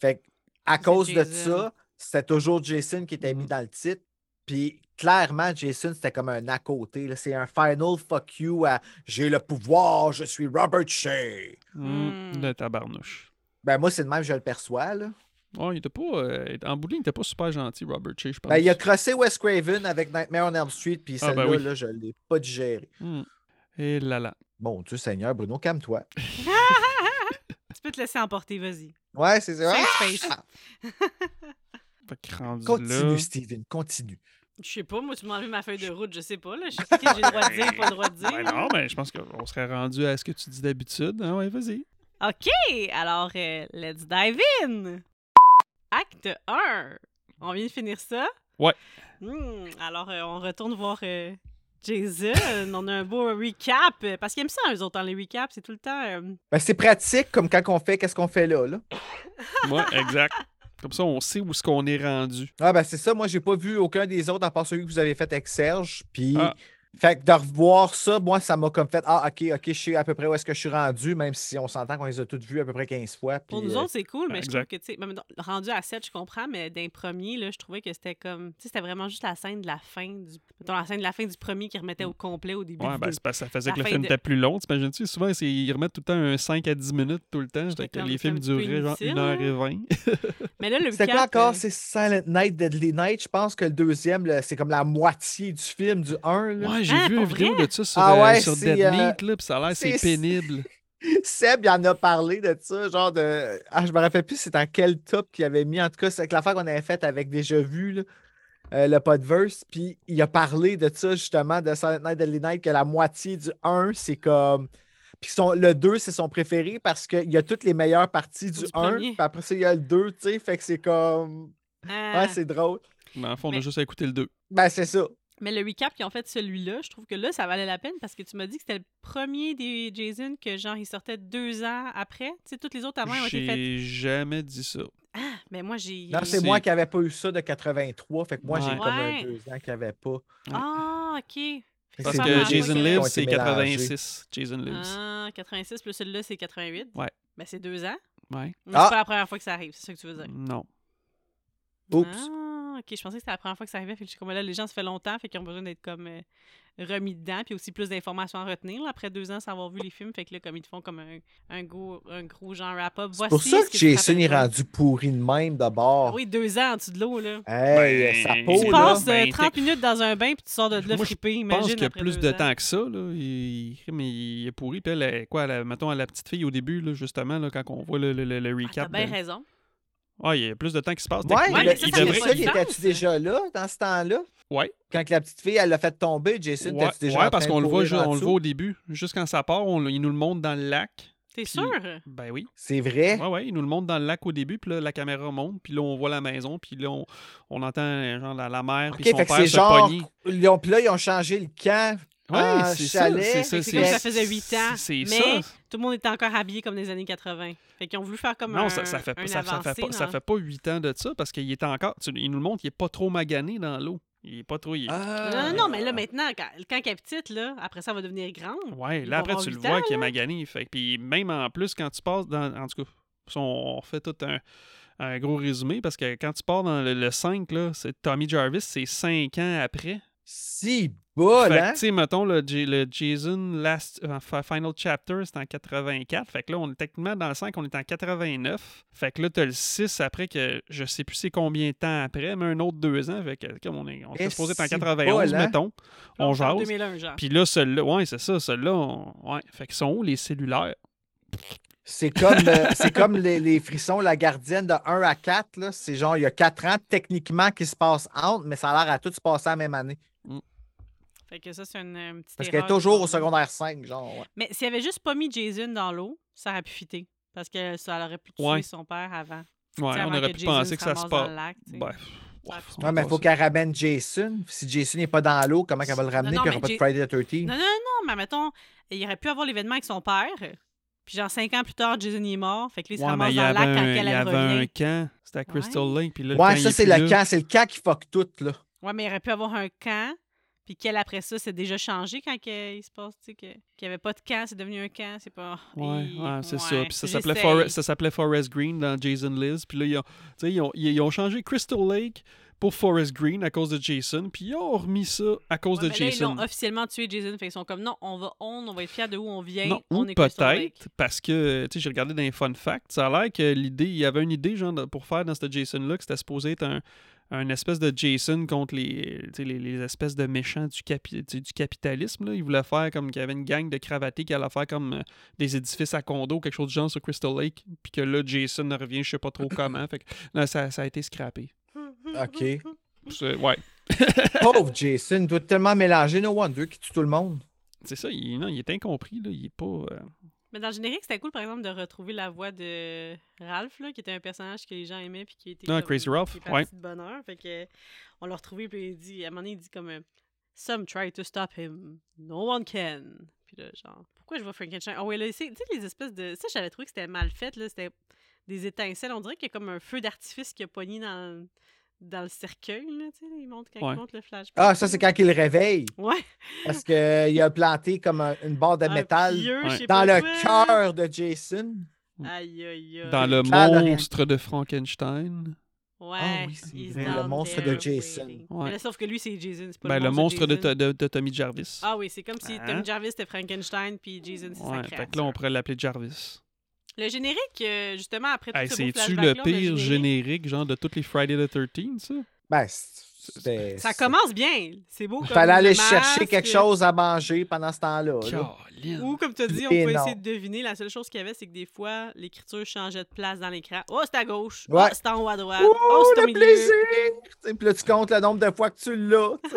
S3: Fait que, à
S1: C'est
S3: cause de
S1: Jason.
S3: ça, c'était toujours Jason qui était
S2: Mm-hmm.
S3: mis dans le titre. Puis clairement, Jason, c'était comme un à côté. là. C'est un final fuck you à j'ai le pouvoir, je suis Robert Shea.
S2: Mm,
S1: Mm.
S2: Le tabarnouche.
S3: Ben, moi, c'est de même, je le perçois. Là.
S2: Oh, il était pas. euh, en bout de ligne, il était pas super gentil, Robert Chase, je pense.
S3: Ben, il a crossé Wes Craven avec Nightmare on Elm Street, puis
S2: Ah, ben
S3: celle-là,
S2: oui.
S3: là, je ne l'ai pas digéré.
S2: Mm. Et là là.
S3: Bon Dieu Seigneur, Bruno, calme-toi.
S1: Tu peux te laisser emporter, vas-y.
S3: Ouais, c'est ça. Ah!
S1: Safe space.
S2: Fait que rendu là.
S3: Continue, Steven, continue.
S1: Je sais pas, moi, tu m'as enlevé ma feuille de route, je sais pas, là. Je sais pas ce que j'ai le droit de dire, pas le droit de dire.
S2: Ben non, mais je pense qu'on serait rendu à ce que tu dis d'habitude. Ah ouais, vas-y.
S1: OK, alors, euh, let's dive in! Acte 1. On vient de finir ça?
S2: Ouais.
S1: Hmm, alors, euh, on retourne voir euh, Jason. on a un beau recap. euh, Parce qu'ils aiment ça, eux autres, dans les recaps. C'est tout le temps... euh,
S3: Ben, c'est pratique, comme quand on fait, qu'est-ce qu'on fait là, là?
S2: Moi, exact. Comme ça, on sait où est-ce qu'on est rendu.
S3: Ah, ben, c'est ça. Moi, j'ai pas vu aucun des autres, à part celui que vous avez fait avec Serge. Puis,
S2: Ah.
S3: fait que de revoir ça, moi, ça m'a comme fait Ah, ok, ok, je sais à peu près où est-ce que je suis rendu, même si on s'entend qu'on les a toutes vues à peu près 15 fois.
S1: Pour
S3: puis,
S1: nous
S3: euh,
S1: autres, c'est cool, mais je trouve
S2: exact.
S1: que, tu sais, même dans- rendu à 7, je comprends, mais d'un premier, là, je trouvais que c'était comme... Tu sais, c'était vraiment juste la scène de la fin du... Mettons, la scène de la fin du premier qui remettait au complet au début
S2: Ouais,
S1: du
S2: ben,
S1: deux.
S2: c'est parce que ça faisait
S1: la
S2: que le
S1: fin
S2: film
S1: de-
S2: était plus long. T'imagines-tu? Souvent, c'est- ils remettent tout le temps un 5 à 10 minutes tout le temps.
S1: J'étais
S2: Fait que
S1: comme-
S2: les
S1: c'est un
S2: films
S1: petit peu
S2: duraient genre
S1: inutile,
S2: 1h20.
S1: Mais là, le
S3: C'était quoi
S1: recap, euh,
S3: encore? C'est Silent Night, Deadly Night. Je pense que le deuxième, là, c'est comme la moitié du film, du 1. là.
S2: Ouais, j'ai
S1: Ah,
S2: vu une
S1: pour
S2: vidéo
S1: vrai?
S2: de ça sur,
S3: Ah
S2: euh,
S3: ouais,
S2: sur
S3: c'est,
S2: Dead
S3: euh,
S2: Meat, là, pis ça a l'air c'est
S3: c'est-
S2: pénible.
S3: Seb, il en a parlé de ça, genre de. Ah, je me rappelle plus c'est dans quel top qu'il avait mis. En tout cas, c'est avec l'affaire qu'on avait faite avec Déjà Vu, là, euh, le podverse. Puis il a parlé de ça, justement, de Silent Night Deadly Night, que la moitié du 1, c'est comme. Puis son, le 2, c'est son préféré parce qu'il y a toutes les meilleures parties du,
S1: Du
S3: 1.
S1: premier.
S3: Puis après ça, il y a le 2, tu sais. Fait que c'est comme.
S1: ah.
S3: Ouais, c'est drôle.
S2: Mais en fond, on a
S1: Mais-
S2: juste à écouter le 2.
S3: Ben, c'est ça.
S1: Mais le recap qu'ils ont fait de celui-là, je trouve que là, ça valait la peine parce que tu m'as dit que c'était le premier des Jason que, genre, il sortait deux ans après. Tu sais, toutes les autres avant, ils ont été faites.
S2: J'ai jamais dit ça.
S1: Mais moi, j'ai.
S3: Non, c'est
S2: C'est-
S3: moi qui n'avais pas eu ça de 83. Fait que moi, j'ai
S2: Ouais.
S3: comme un
S1: Ouais.
S3: deux ans qui n'avait pas.
S1: Ah, OK.
S3: Fait
S2: Parce
S3: c'est
S1: pas
S2: que
S1: mal,
S3: deux
S1: ouais.
S2: Jason
S3: qui ont
S2: Lives,
S3: été
S2: c'est
S3: mélangés.
S2: 86. Jason Lives.
S1: Ah, 86 plus celui-là, c'est 88.
S2: Ouais.
S1: Ben, c'est deux ans.
S2: Ouais.
S1: Mais
S3: Ah.
S1: c'est pas la première fois que ça arrive, c'est ça que tu veux dire.
S2: Non.
S3: Oups.
S1: Ah, OK. Je pensais que c'était la première fois que ça arrivait. Fait que je suis comme là, les gens, ça fait longtemps. Fait qu'ils ont besoin d'être comme euh, remis dedans. Puis aussi plus d'informations à retenir. là, après deux ans sans avoir vu les films. Fait que là, comme ils te font comme un, un gros, un gros genre wrap-up.
S3: C'est pour
S1: Voici
S3: ça
S1: ce
S3: que
S1: tu te
S3: Jason est
S1: rappelleras.
S3: rendu pourri de même d'abord.
S1: Oui, deux ans en dessous de l'eau, là.
S2: Ben,
S3: Hey, sa
S2: Tu
S3: peau,
S1: Tu
S2: Oh,
S3: Ah. là.
S1: passes
S2: ben,
S1: euh, 30
S2: t'es-
S1: minutes dans un bain puis tu sors de là
S2: Moi, je
S1: frippé.
S2: Je pense
S1: Imagine
S2: qu'il y a
S1: après
S2: plus
S1: deux
S2: de
S1: ans. Ah,
S2: temps que ça. Là. Il... Mais il est pourri. Puis elle, elle- quoi, elle, a- mettons, à la petite fille au début, là, justement, là, quand on voit le, le- le- le
S1: Ah, T'as
S2: recap.
S1: bien
S2: de-
S1: raison.
S2: Ouais, il y a plus de temps qui se passe.
S3: Ouais,
S2: techniquement.
S1: mais
S3: le-
S1: ça,
S2: il
S1: ça fait
S2: devrait-
S1: pas de
S3: Jason, il
S1: sens.
S3: était-tu déjà là dans ce temps-là?
S2: Ouais.
S3: Quand la petite fille, elle l'a fait tomber, Jason,
S2: Ouais,
S3: t'as-tu déjà
S2: ouais,
S3: en
S2: parce
S3: train de
S2: qu'on le voit,
S3: courir
S2: ju-
S3: en
S2: on le
S3: dessous?
S2: voit au début. Juste quand ça part, on le- il nous le montre dans le lac.
S1: T'es
S2: Puis-
S1: sûr?
S2: Ben oui.
S3: C'est
S1: Eh.
S3: vrai.
S2: Ouais, ouais, il nous le montre dans le lac au début, puis là, la caméra monte, puis là, on voit la maison, puis là, on, on entend euh, genre la, la mère,
S3: Ok,
S2: puis son
S3: fait que
S2: père
S3: c'est
S2: se
S3: genre.
S2: pogner.
S3: Ils ont- Puis là, ils ont changé le camp.
S2: Ouais,
S3: en
S2: c'est ça,
S3: chalet.
S1: Fait
S2: c'est ça.
S1: que c'est comme
S3: c'est-
S1: ça faisait huit ans.
S2: C'est
S1: mais-
S2: ça.
S1: Tout le monde était encore habillé comme des années 80. Fait qu'ils ont voulu faire comme un.
S2: Non, ça, ça fait,
S1: un
S2: pas- ça, ça fait
S1: avancé
S2: pas, ça
S1: dans-
S2: fait pas 8 ans de ça, parce qu'il est encore. tu- il nous le montre, il est pas trop magané dans l'eau. Il est pas Euh. trop. il est-
S3: Ah.
S1: Non, non, non, mais là, maintenant, quand, quand elle est petite, là, après ça, elle va devenir grande.
S2: Ouais,
S1: il
S2: là,
S1: va
S2: après,
S1: avoir
S2: tu le
S1: huit ans,
S2: vois qu'il est magané. Fait que- puis même en plus, quand tu passes dans. En tout cas, si on, on fait tout un, un gros résumé, parce que quand tu pars dans le, le 5, là, c'est Tommy Jarvis, c'est 5 ans après.
S3: Si bol,
S2: Fait que,
S3: hein?
S2: tu sais, mettons, le, J- le Jason Last, euh, Fi- Final Chapter, c'est en 84. Fait que là, on est techniquement dans le 5, on est en 89. Fait que là, t'as le 6 après que je sais plus c'est combien de temps après, mais un autre deux ans. Fait que, comme on est, on était
S3: Eh,
S2: supposé être en
S3: c'est
S2: 91,
S3: bol, hein?
S2: mettons.
S1: Là,
S2: On
S1: parle de
S2: jase.
S1: 2001, genre.
S2: Puis là, celui-là, ouais, c'est ça, celui-là, on- ouais. Fait qu'ils sont où les cellulaires?
S3: C'est comme, euh, c'est comme les, les frissons, la gardienne de 1 à 4. là. C'est genre, il y a 4 ans techniquement qui se passe entre, mais ça a l'air à tout se passer la même année.
S1: Fait que ça, c'est une euh, petite.
S3: Parce qu'elle est
S1: erreur
S3: toujours
S1: qu'ils
S3: au
S1: ont-
S3: secondaire 5, genre. ouais.
S1: Mais s'il avait juste pas mis Jason dans l'eau, ça aurait pu fitter. Parce que ça elle aurait pu tuer
S2: Ouais.
S1: son père avant.
S2: Ouais,
S1: Tu sais,
S2: on
S1: avant
S2: aurait pu
S1: Jason
S2: penser que ça se Ben,
S1: ramasse dans
S2: passe.
S1: le lac, tu sais.
S2: Bref.
S1: Ouais,
S2: Ouf,
S3: Ouais, mais il faut
S2: on
S3: qu'elle ramène Jason. Si Jason n'est pas dans l'eau, comment elle va le ramener?
S1: non,
S3: Puis il n'y aura
S1: mais
S3: pas de
S1: J-
S3: Friday the 13
S1: Non, non, non, mais mettons, il aurait pu avoir l'événement avec son père. Puis genre, cinq ans plus tard, Jason il est mort. Fait que là, il se
S2: Ouais, mais
S1: ramasse
S2: il y
S1: dans le
S2: avait
S1: lac quand
S2: un, il
S1: elle
S2: y
S1: elle
S2: avait un
S1: revient.
S2: camp, c'était à Crystal Lake. Puis là,
S3: Ouais,
S2: quand il
S3: ça,
S2: est
S3: c'est
S2: plus
S3: le
S2: là-
S3: camp. C'est le camp qui fuck tout, là.
S1: Ouais, mais il aurait pu avoir un camp. Puis qu'elle, après ça, c'est déjà changé quand que- il se passe, tu sais, que- qu'il n'y avait pas de camp, c'est devenu un camp, c'est pas...
S2: Ouais,
S1: Hi,
S2: ouais, c'est ça.
S1: ouais,
S2: Puis ça
S1: j'essaye.
S2: s'appelait Forest, ça s'appelait Forest Green dans Jason Lives. Puis là, ils ont, tu sais, ils, ont, ils- ils ont changé Crystal Lake pour Forest Green à cause de Jason. Puis ils ont remis ça à cause
S1: Ouais,
S2: de
S1: mais là,
S2: Jason.
S1: Ils l'ont officiellement tué Jason. Fait ils sont comme non, on va on, on va être fiers de où on vient.
S2: non,
S1: on
S2: ou
S1: est Crystal Lake.
S2: peut-être parce que, tu sais, j'ai regardé dans les fun facts, ça a l'air que l'idée, il y avait une idée genre de- pour faire dans ce Jason-là que c'était supposé être un, un espèce de Jason contre les, tu sais, les, les espèces de méchants du, capi- tu sais, du capitalisme. Là. Ils voulaient faire comme qu'il y avait une gang de cravatés qui allait faire comme euh, des édifices à condos, quelque chose du genre sur Crystal Lake, puis que là, Jason revient, je sais pas trop comment. Fait que là, ça, ça a été scrappé.
S3: OK.
S2: C'est- Ouais,
S3: Pauvre Jason, il doit être tellement mélanger No Wonder qui tue tout le monde.
S2: c'est ça, il, non, il est incompris, là, il est pas... euh,
S1: Mais dans le générique, c'était cool, par exemple, de retrouver la voix de Ralph, là, qui était un personnage que les gens aimaient puis qui était.
S2: Ah,
S1: comme-
S2: Crazy Ralph,
S1: qui est parti
S2: ouais.
S1: de bonheur. Fait que, on l'a retrouvé puis il dit, à un moment donné, il dit comme euh, Some try to stop him, no one can. Puis là, genre, pourquoi je vois Frankenstein? Oh, ouais, là, c'est- tu sais, les espèces de. Ça, j'avais trouvé que c'était mal fait, là. C'était des étincelles. On dirait qu'il y a comme un feu d'artifice qui a pogné dans, dans le cercueil, là. Tu sais, il monte quand
S2: Ouais.
S1: il monte le flash.
S3: Ah, ça, c'est quand il le réveille.
S1: Ouais.
S3: Parce qu'il a planté comme un- une barre de
S1: un
S3: métal
S1: pieu, je
S2: Ouais.
S1: sais
S3: dans
S1: pas
S3: le
S1: quoi.
S3: cœur de Jason.
S1: Aïe, aïe, aïe.
S2: dans le
S3: Claire Lorraine.
S2: monstre de Frankenstein.
S1: Ouais,
S3: Ah oui, c'est
S1: he's
S3: vrai,
S1: down
S3: le monstre
S1: there
S3: de Jason.
S1: waiting.
S2: Ouais.
S1: Mais là, sauf que lui, c'est Jason, c'est pas
S2: Ben, le monstre de,
S1: Jason.
S2: de, de Tommy Jarvis.
S1: Ah oui, c'est comme si
S2: Hein?
S1: Tom Jarvis était Frankenstein, puis Jason, c'est sa
S2: ouais, fait que là,
S1: créature.
S2: on pourrait l'appeler Jarvis.
S1: Le générique, euh, justement, après tout
S2: Hey,
S1: ce beau
S2: C'est-tu le
S1: flashback-là,
S2: pire
S1: générique-
S2: générique, genre, de toutes les Friday the 13, ça?
S3: Ben, c'était.
S1: Ça commence bien, c'est beau. comme
S3: Fallait aller
S1: le
S3: chercher
S1: masque,
S3: quelque chose à manger pendant ce temps-là. là.
S2: Caroline.
S1: Ou, comme tu as dit, on
S3: Et
S1: peut
S3: non.
S1: essayer de deviner. La seule chose qu'il y avait, c'est que des fois, l'écriture changeait de place dans l'écran. Oh, c'est à gauche. Oh,
S3: Ouais.
S1: c'est en haut à droite. oh,
S3: Oh,
S1: c'est au
S3: le
S1: milieu.
S3: plaisir! Tu sais, Puis là, tu comptes le nombre de fois que tu l'as. tu sais.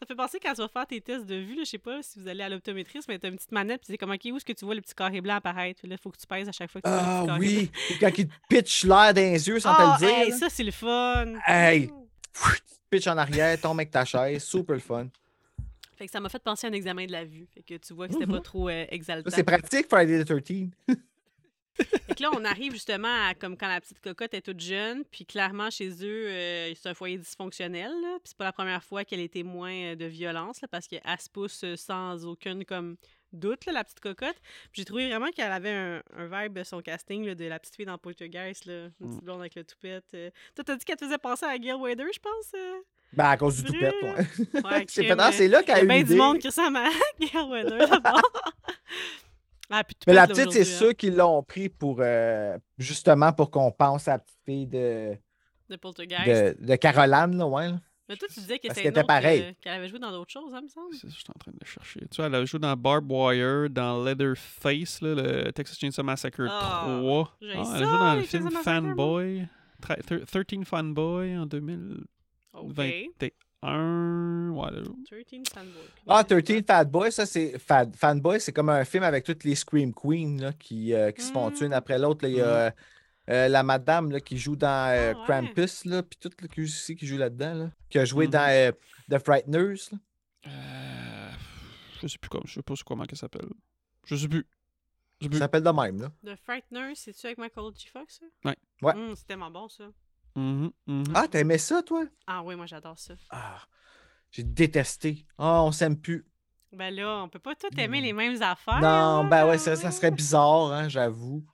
S1: Ça fait penser quand tu vas faire tes tests de vue, là, je sais pas si vous allez à l'optométriste, mais t'as une petite manette, puis c'est comme, OK, où est-ce que tu vois le petit carré blanc apparaître? Puis là, faut que tu pèses à chaque fois que tu vois le
S3: Ah
S1: petit carré blanc.
S3: oui! Puis quand il te pitch l'air dans les yeux sans
S1: Ah,
S3: te le dire.
S1: hey,
S3: là.
S1: ça, hmm. c'est le fun!
S3: Hey! Pfff, Pitch en arrière, tombe avec ta chaise, super le fun.
S1: Fait que ça m'a fait penser à un examen de la vue. Fait que tu vois que c'était
S3: Mhm.
S1: pas trop euh,
S3: Ça,
S1: exaltant.
S3: C'est pratique, Friday the 13.
S1: Fait que là, on arrive justement à comme quand la petite cocotte est toute jeune, puis clairement, chez eux, euh, c'est un foyer dysfonctionnel. là, Puis c'est pas la première fois qu'elle est témoin euh, de violence, là, parce qu'elle se pousse euh, sans aucune comme doute, là, la petite cocotte. Puis J'ai trouvé vraiment qu'elle avait un, un vibe, euh, son casting là, de la petite fille dans Poltergeist, là, une
S3: Mm.
S1: petite blonde avec le toupette. euh. Toi, t'as dit qu'elle te faisait penser à Gail Wader, je pense? euh?
S3: Ben, à cause du toupette,
S1: Brûle. Hmm,
S3: ouais.
S1: Ouais,
S3: C'est
S1: crime,
S3: peut-être- ah,
S1: euh,
S3: c'est là qu'elle
S1: Il
S3: a
S1: y a bien du
S3: eu l'idée.
S1: monde qui ressemble à Gail Weather là-bas. Ah, puis tout
S3: Mais la
S1: pète, là,
S3: petite, c'est
S1: aujourd'hui, hein,
S3: ceux qui l'ont pris pour euh, justement pour qu'on pense à la petite fille de,
S1: De Poltergeist.
S3: de, de Caroline, là, ouais. là.
S1: Mais toi, tu disais que
S3: Parce
S1: c'était une
S3: qu'elle était
S1: autre,
S3: pareille.
S1: euh, qu'elle avait joué dans d'autres choses, hein, me semble.
S2: C'est ça, je suis en train de le chercher. Tu vois, elle a joué dans Barb Wire, dans Leatherface, là, le Texas Chainsaw Massacre
S1: Ah,
S2: 3.
S1: j'ai
S2: Ah,
S1: ça,
S2: elle a joué dans le
S1: les
S2: film
S1: Chainsaw Massacre,
S2: Fanboy, tra- thir- 13 Fanboy en 2021.
S1: OK.
S2: Ouais, elle a joué-
S1: 13 Fanboy.
S3: Ah, 13 Fatboy, ça, c'est. Fat- Fanboy, c'est comme un film avec toutes les Scream Queens là, qui, euh, qui se font
S1: Mm.
S3: tuer une après l'autre. là. Il y a
S2: Mm.
S3: euh, euh, la madame là, qui joue dans euh,
S1: Ah, ouais.
S3: Krampus, là, puis toute la aussi qui joue là-dedans, là, qui a joué
S2: Mhm.
S3: dans euh, The Frighteners. là.
S2: Euh, je sais plus comment, je sais pas comment elle s'appelle. Je sais plus. Je sais
S3: Ça
S2: plus.
S3: s'appelle de même. Là.
S1: The Frightener, c'est-tu avec Michael G. Fox, ça?
S2: Ouais.
S3: Ouais.
S1: Hum, c'est tellement bon, ça.
S2: Mhm, mhm.
S3: Ah, t'aimais ça, toi?
S1: Ah oui, moi, j'adore ça.
S3: Ah, j'ai détesté. Ah, on s'aime plus.
S1: Ben là, on peut pas tout aimer les mêmes affaires.
S3: non,
S1: là,
S3: ben ouais, ça, ça serait bizarre, hein, j'avoue.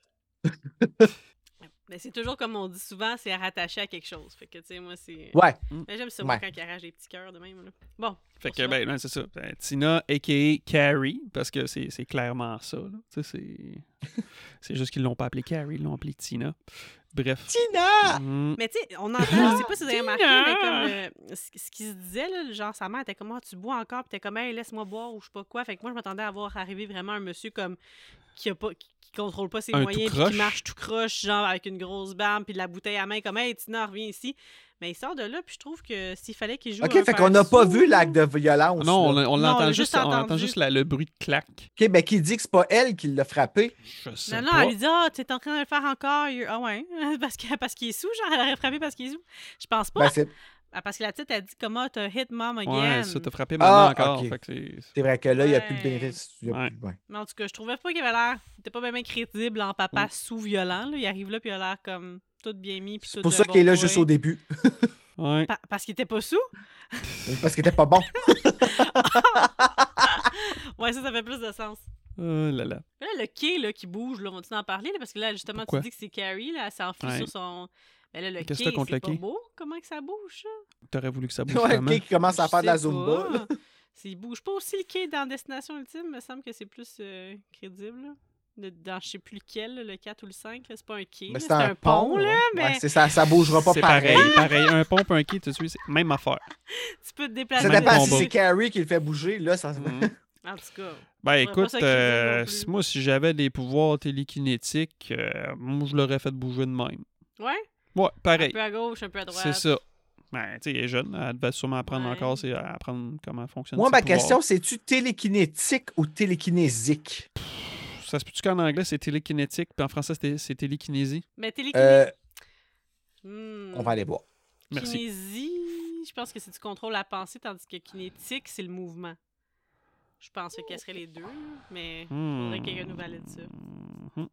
S1: Mais Ben, c'est toujours comme on dit souvent, c'est rattaché à quelque chose. Fait que, tu sais, moi, c'est...
S3: Ouais,
S1: Mais j'aime ça, moi,
S3: Ouais.
S1: quand il arrache des petits cœurs de même, là. Bon.
S2: Fait
S1: pour
S2: que,
S1: ça.
S2: ben, non, c'est ça. Ben, Tina, a.k.a. Carrie, parce que c'est c'est clairement ça. là. Tu sais, c'est c'est juste qu'ils l'ont pas appelé Carrie, ils l'ont appelé Tina. Bref.
S3: Tina!
S2: Mhm.
S1: Mais tu sais, on entend, je sais pas si vous avez remarqué,
S2: Tina!
S1: mais comme euh, ce ce qui se disait, là, genre sa mère était comme, Ah, tu bois encore, puis t'es comme, hey, laisse-moi boire ou je sais pas quoi. Fait que moi, je m'attendais à voir arriver vraiment un monsieur comme qui a pas, qui, qui contrôle pas ses
S2: Un
S1: moyens,
S2: tout
S1: puis qui
S2: croche.
S1: marche tout croche, genre avec une grosse barbe, puis de la bouteille à main, comme, hey, Tina, reviens ici. Mais il sort de là, puis je trouve que s'il fallait qu'il joue.
S3: Ok, fait qu'on n'a pas vu l'acte de violence.
S2: Ah Non, on,
S3: là.
S2: on
S1: Non, on
S2: l'entend
S1: l'a
S2: juste,
S1: juste
S2: on entend
S1: entendu.
S2: juste la- le bruit de claque.
S3: Ok, ben qui dit que c'est pas elle qui l'a frappé?
S2: Je sais
S1: Non, non,
S2: pas.
S1: elle lui dit, ah, t'es en train de le faire encore. Il- Ah ouais, parce que- parce qu'il est sous, genre, elle aurait frappé parce qu'il est sous. Je pense pas.
S3: Ben, c'est
S1: Ah, parce que la petite, elle dit, comment t'as hit mom again.
S2: Ouais, ça t'a frappé maman
S3: Ah,
S2: encore.
S3: ok.
S2: Fait que c'est-
S3: c'est vrai que là, il n'y a plus le
S1: Ouais.
S3: bénéfice. il y a
S2: Ouais.
S3: plus- ouais.
S1: Mais en tout cas, je trouvais pas qu'il avait l'air. Il était pas même crédible en papa
S2: Mm.
S1: sous-violent. là. Il arrive là, puis il a l'air comme tout bien mis. puis
S3: C'est
S1: tout
S3: pour
S1: de
S3: ça
S1: bon
S3: qu'il est là
S1: point.
S3: juste au début.
S2: ouais.
S1: Pa- parce qu'il était pas sous.
S3: Parce qu'il était pas bon.
S1: Ouais, ça, ça fait plus de sens.
S2: Oh là là.
S1: Là, le quai là, qui bouge, là, on continue d'en parler, là, parce que là, justement,
S2: Pourquoi?
S1: tu dis que c'est Carrie, là, elle s'enfuit
S2: Ouais.
S1: sur son. Mais là, le
S2: Qu'est-ce que
S1: quai,
S2: t'as contre
S1: c'est
S2: le
S1: pas
S2: quai?
S1: beau, comment que ça bouge, ça?
S2: T'aurais voulu que ça bouge
S3: ouais,
S2: vraiment.
S3: qui commence à
S1: Je
S3: faire de la
S1: sais
S3: Zumba. là.
S1: pas. S'il bouge pas aussi le quai dans Destination Ultime, me semble que c'est plus euh, crédible, là. Le- dans je sais plus lequel, là, le 4 ou le 5, là, c'est pas un quai, là,
S3: Mais c'était Ben, un,
S1: pont, là,
S3: ouais.
S1: mais-
S3: Ouais, c'est ça, ça bougera pas
S2: C'est
S3: pareil.
S2: pareil. Un pompe, un quai, tu sais, c'est même affaire.
S1: tu peux te
S3: Ça
S1: déplacer.
S2: Même
S3: dépend si
S2: combat.
S3: c'est Carrie qui le fait bouger, là, ça
S2: Mhm.
S1: En tout cas,
S2: Ben
S1: On pourrait pas
S2: écoute,
S1: s'accuser
S2: euh,
S1: non plus.
S2: si- moi, si j'avais des pouvoirs télékinétiques, euh, moi, je l'aurais fait bouger de même.
S1: ouais,
S2: Ouais,
S1: un
S2: pareil.
S1: peu à gauche, un peu à droite.
S2: C'est ça. Ben, tu sais, elle est jeune, elle devait sûrement apprendre
S1: Ouais.
S2: encore, c'est à apprendre comment fonctionne.
S3: Moi,
S2: ses
S3: ma
S2: pouvoirs.
S3: question, c'est-tu télékinétique ou télékinésique?
S2: Ça se peut-tu qu'en anglais, c'est télékinétique, puis en français, c'est c'est télékinésie?
S1: Mais télékinésie.
S3: Euh, on va aller voir.
S2: Merci.
S1: Kinésie, je pense que c'est du contrôle à penser, tandis que kinétique, c'est le mouvement. Je pense que qu'elle serait les deux, là, mais faudrait
S2: Hmm.
S1: que quelqu'un nous valide ça.
S2: Mhm.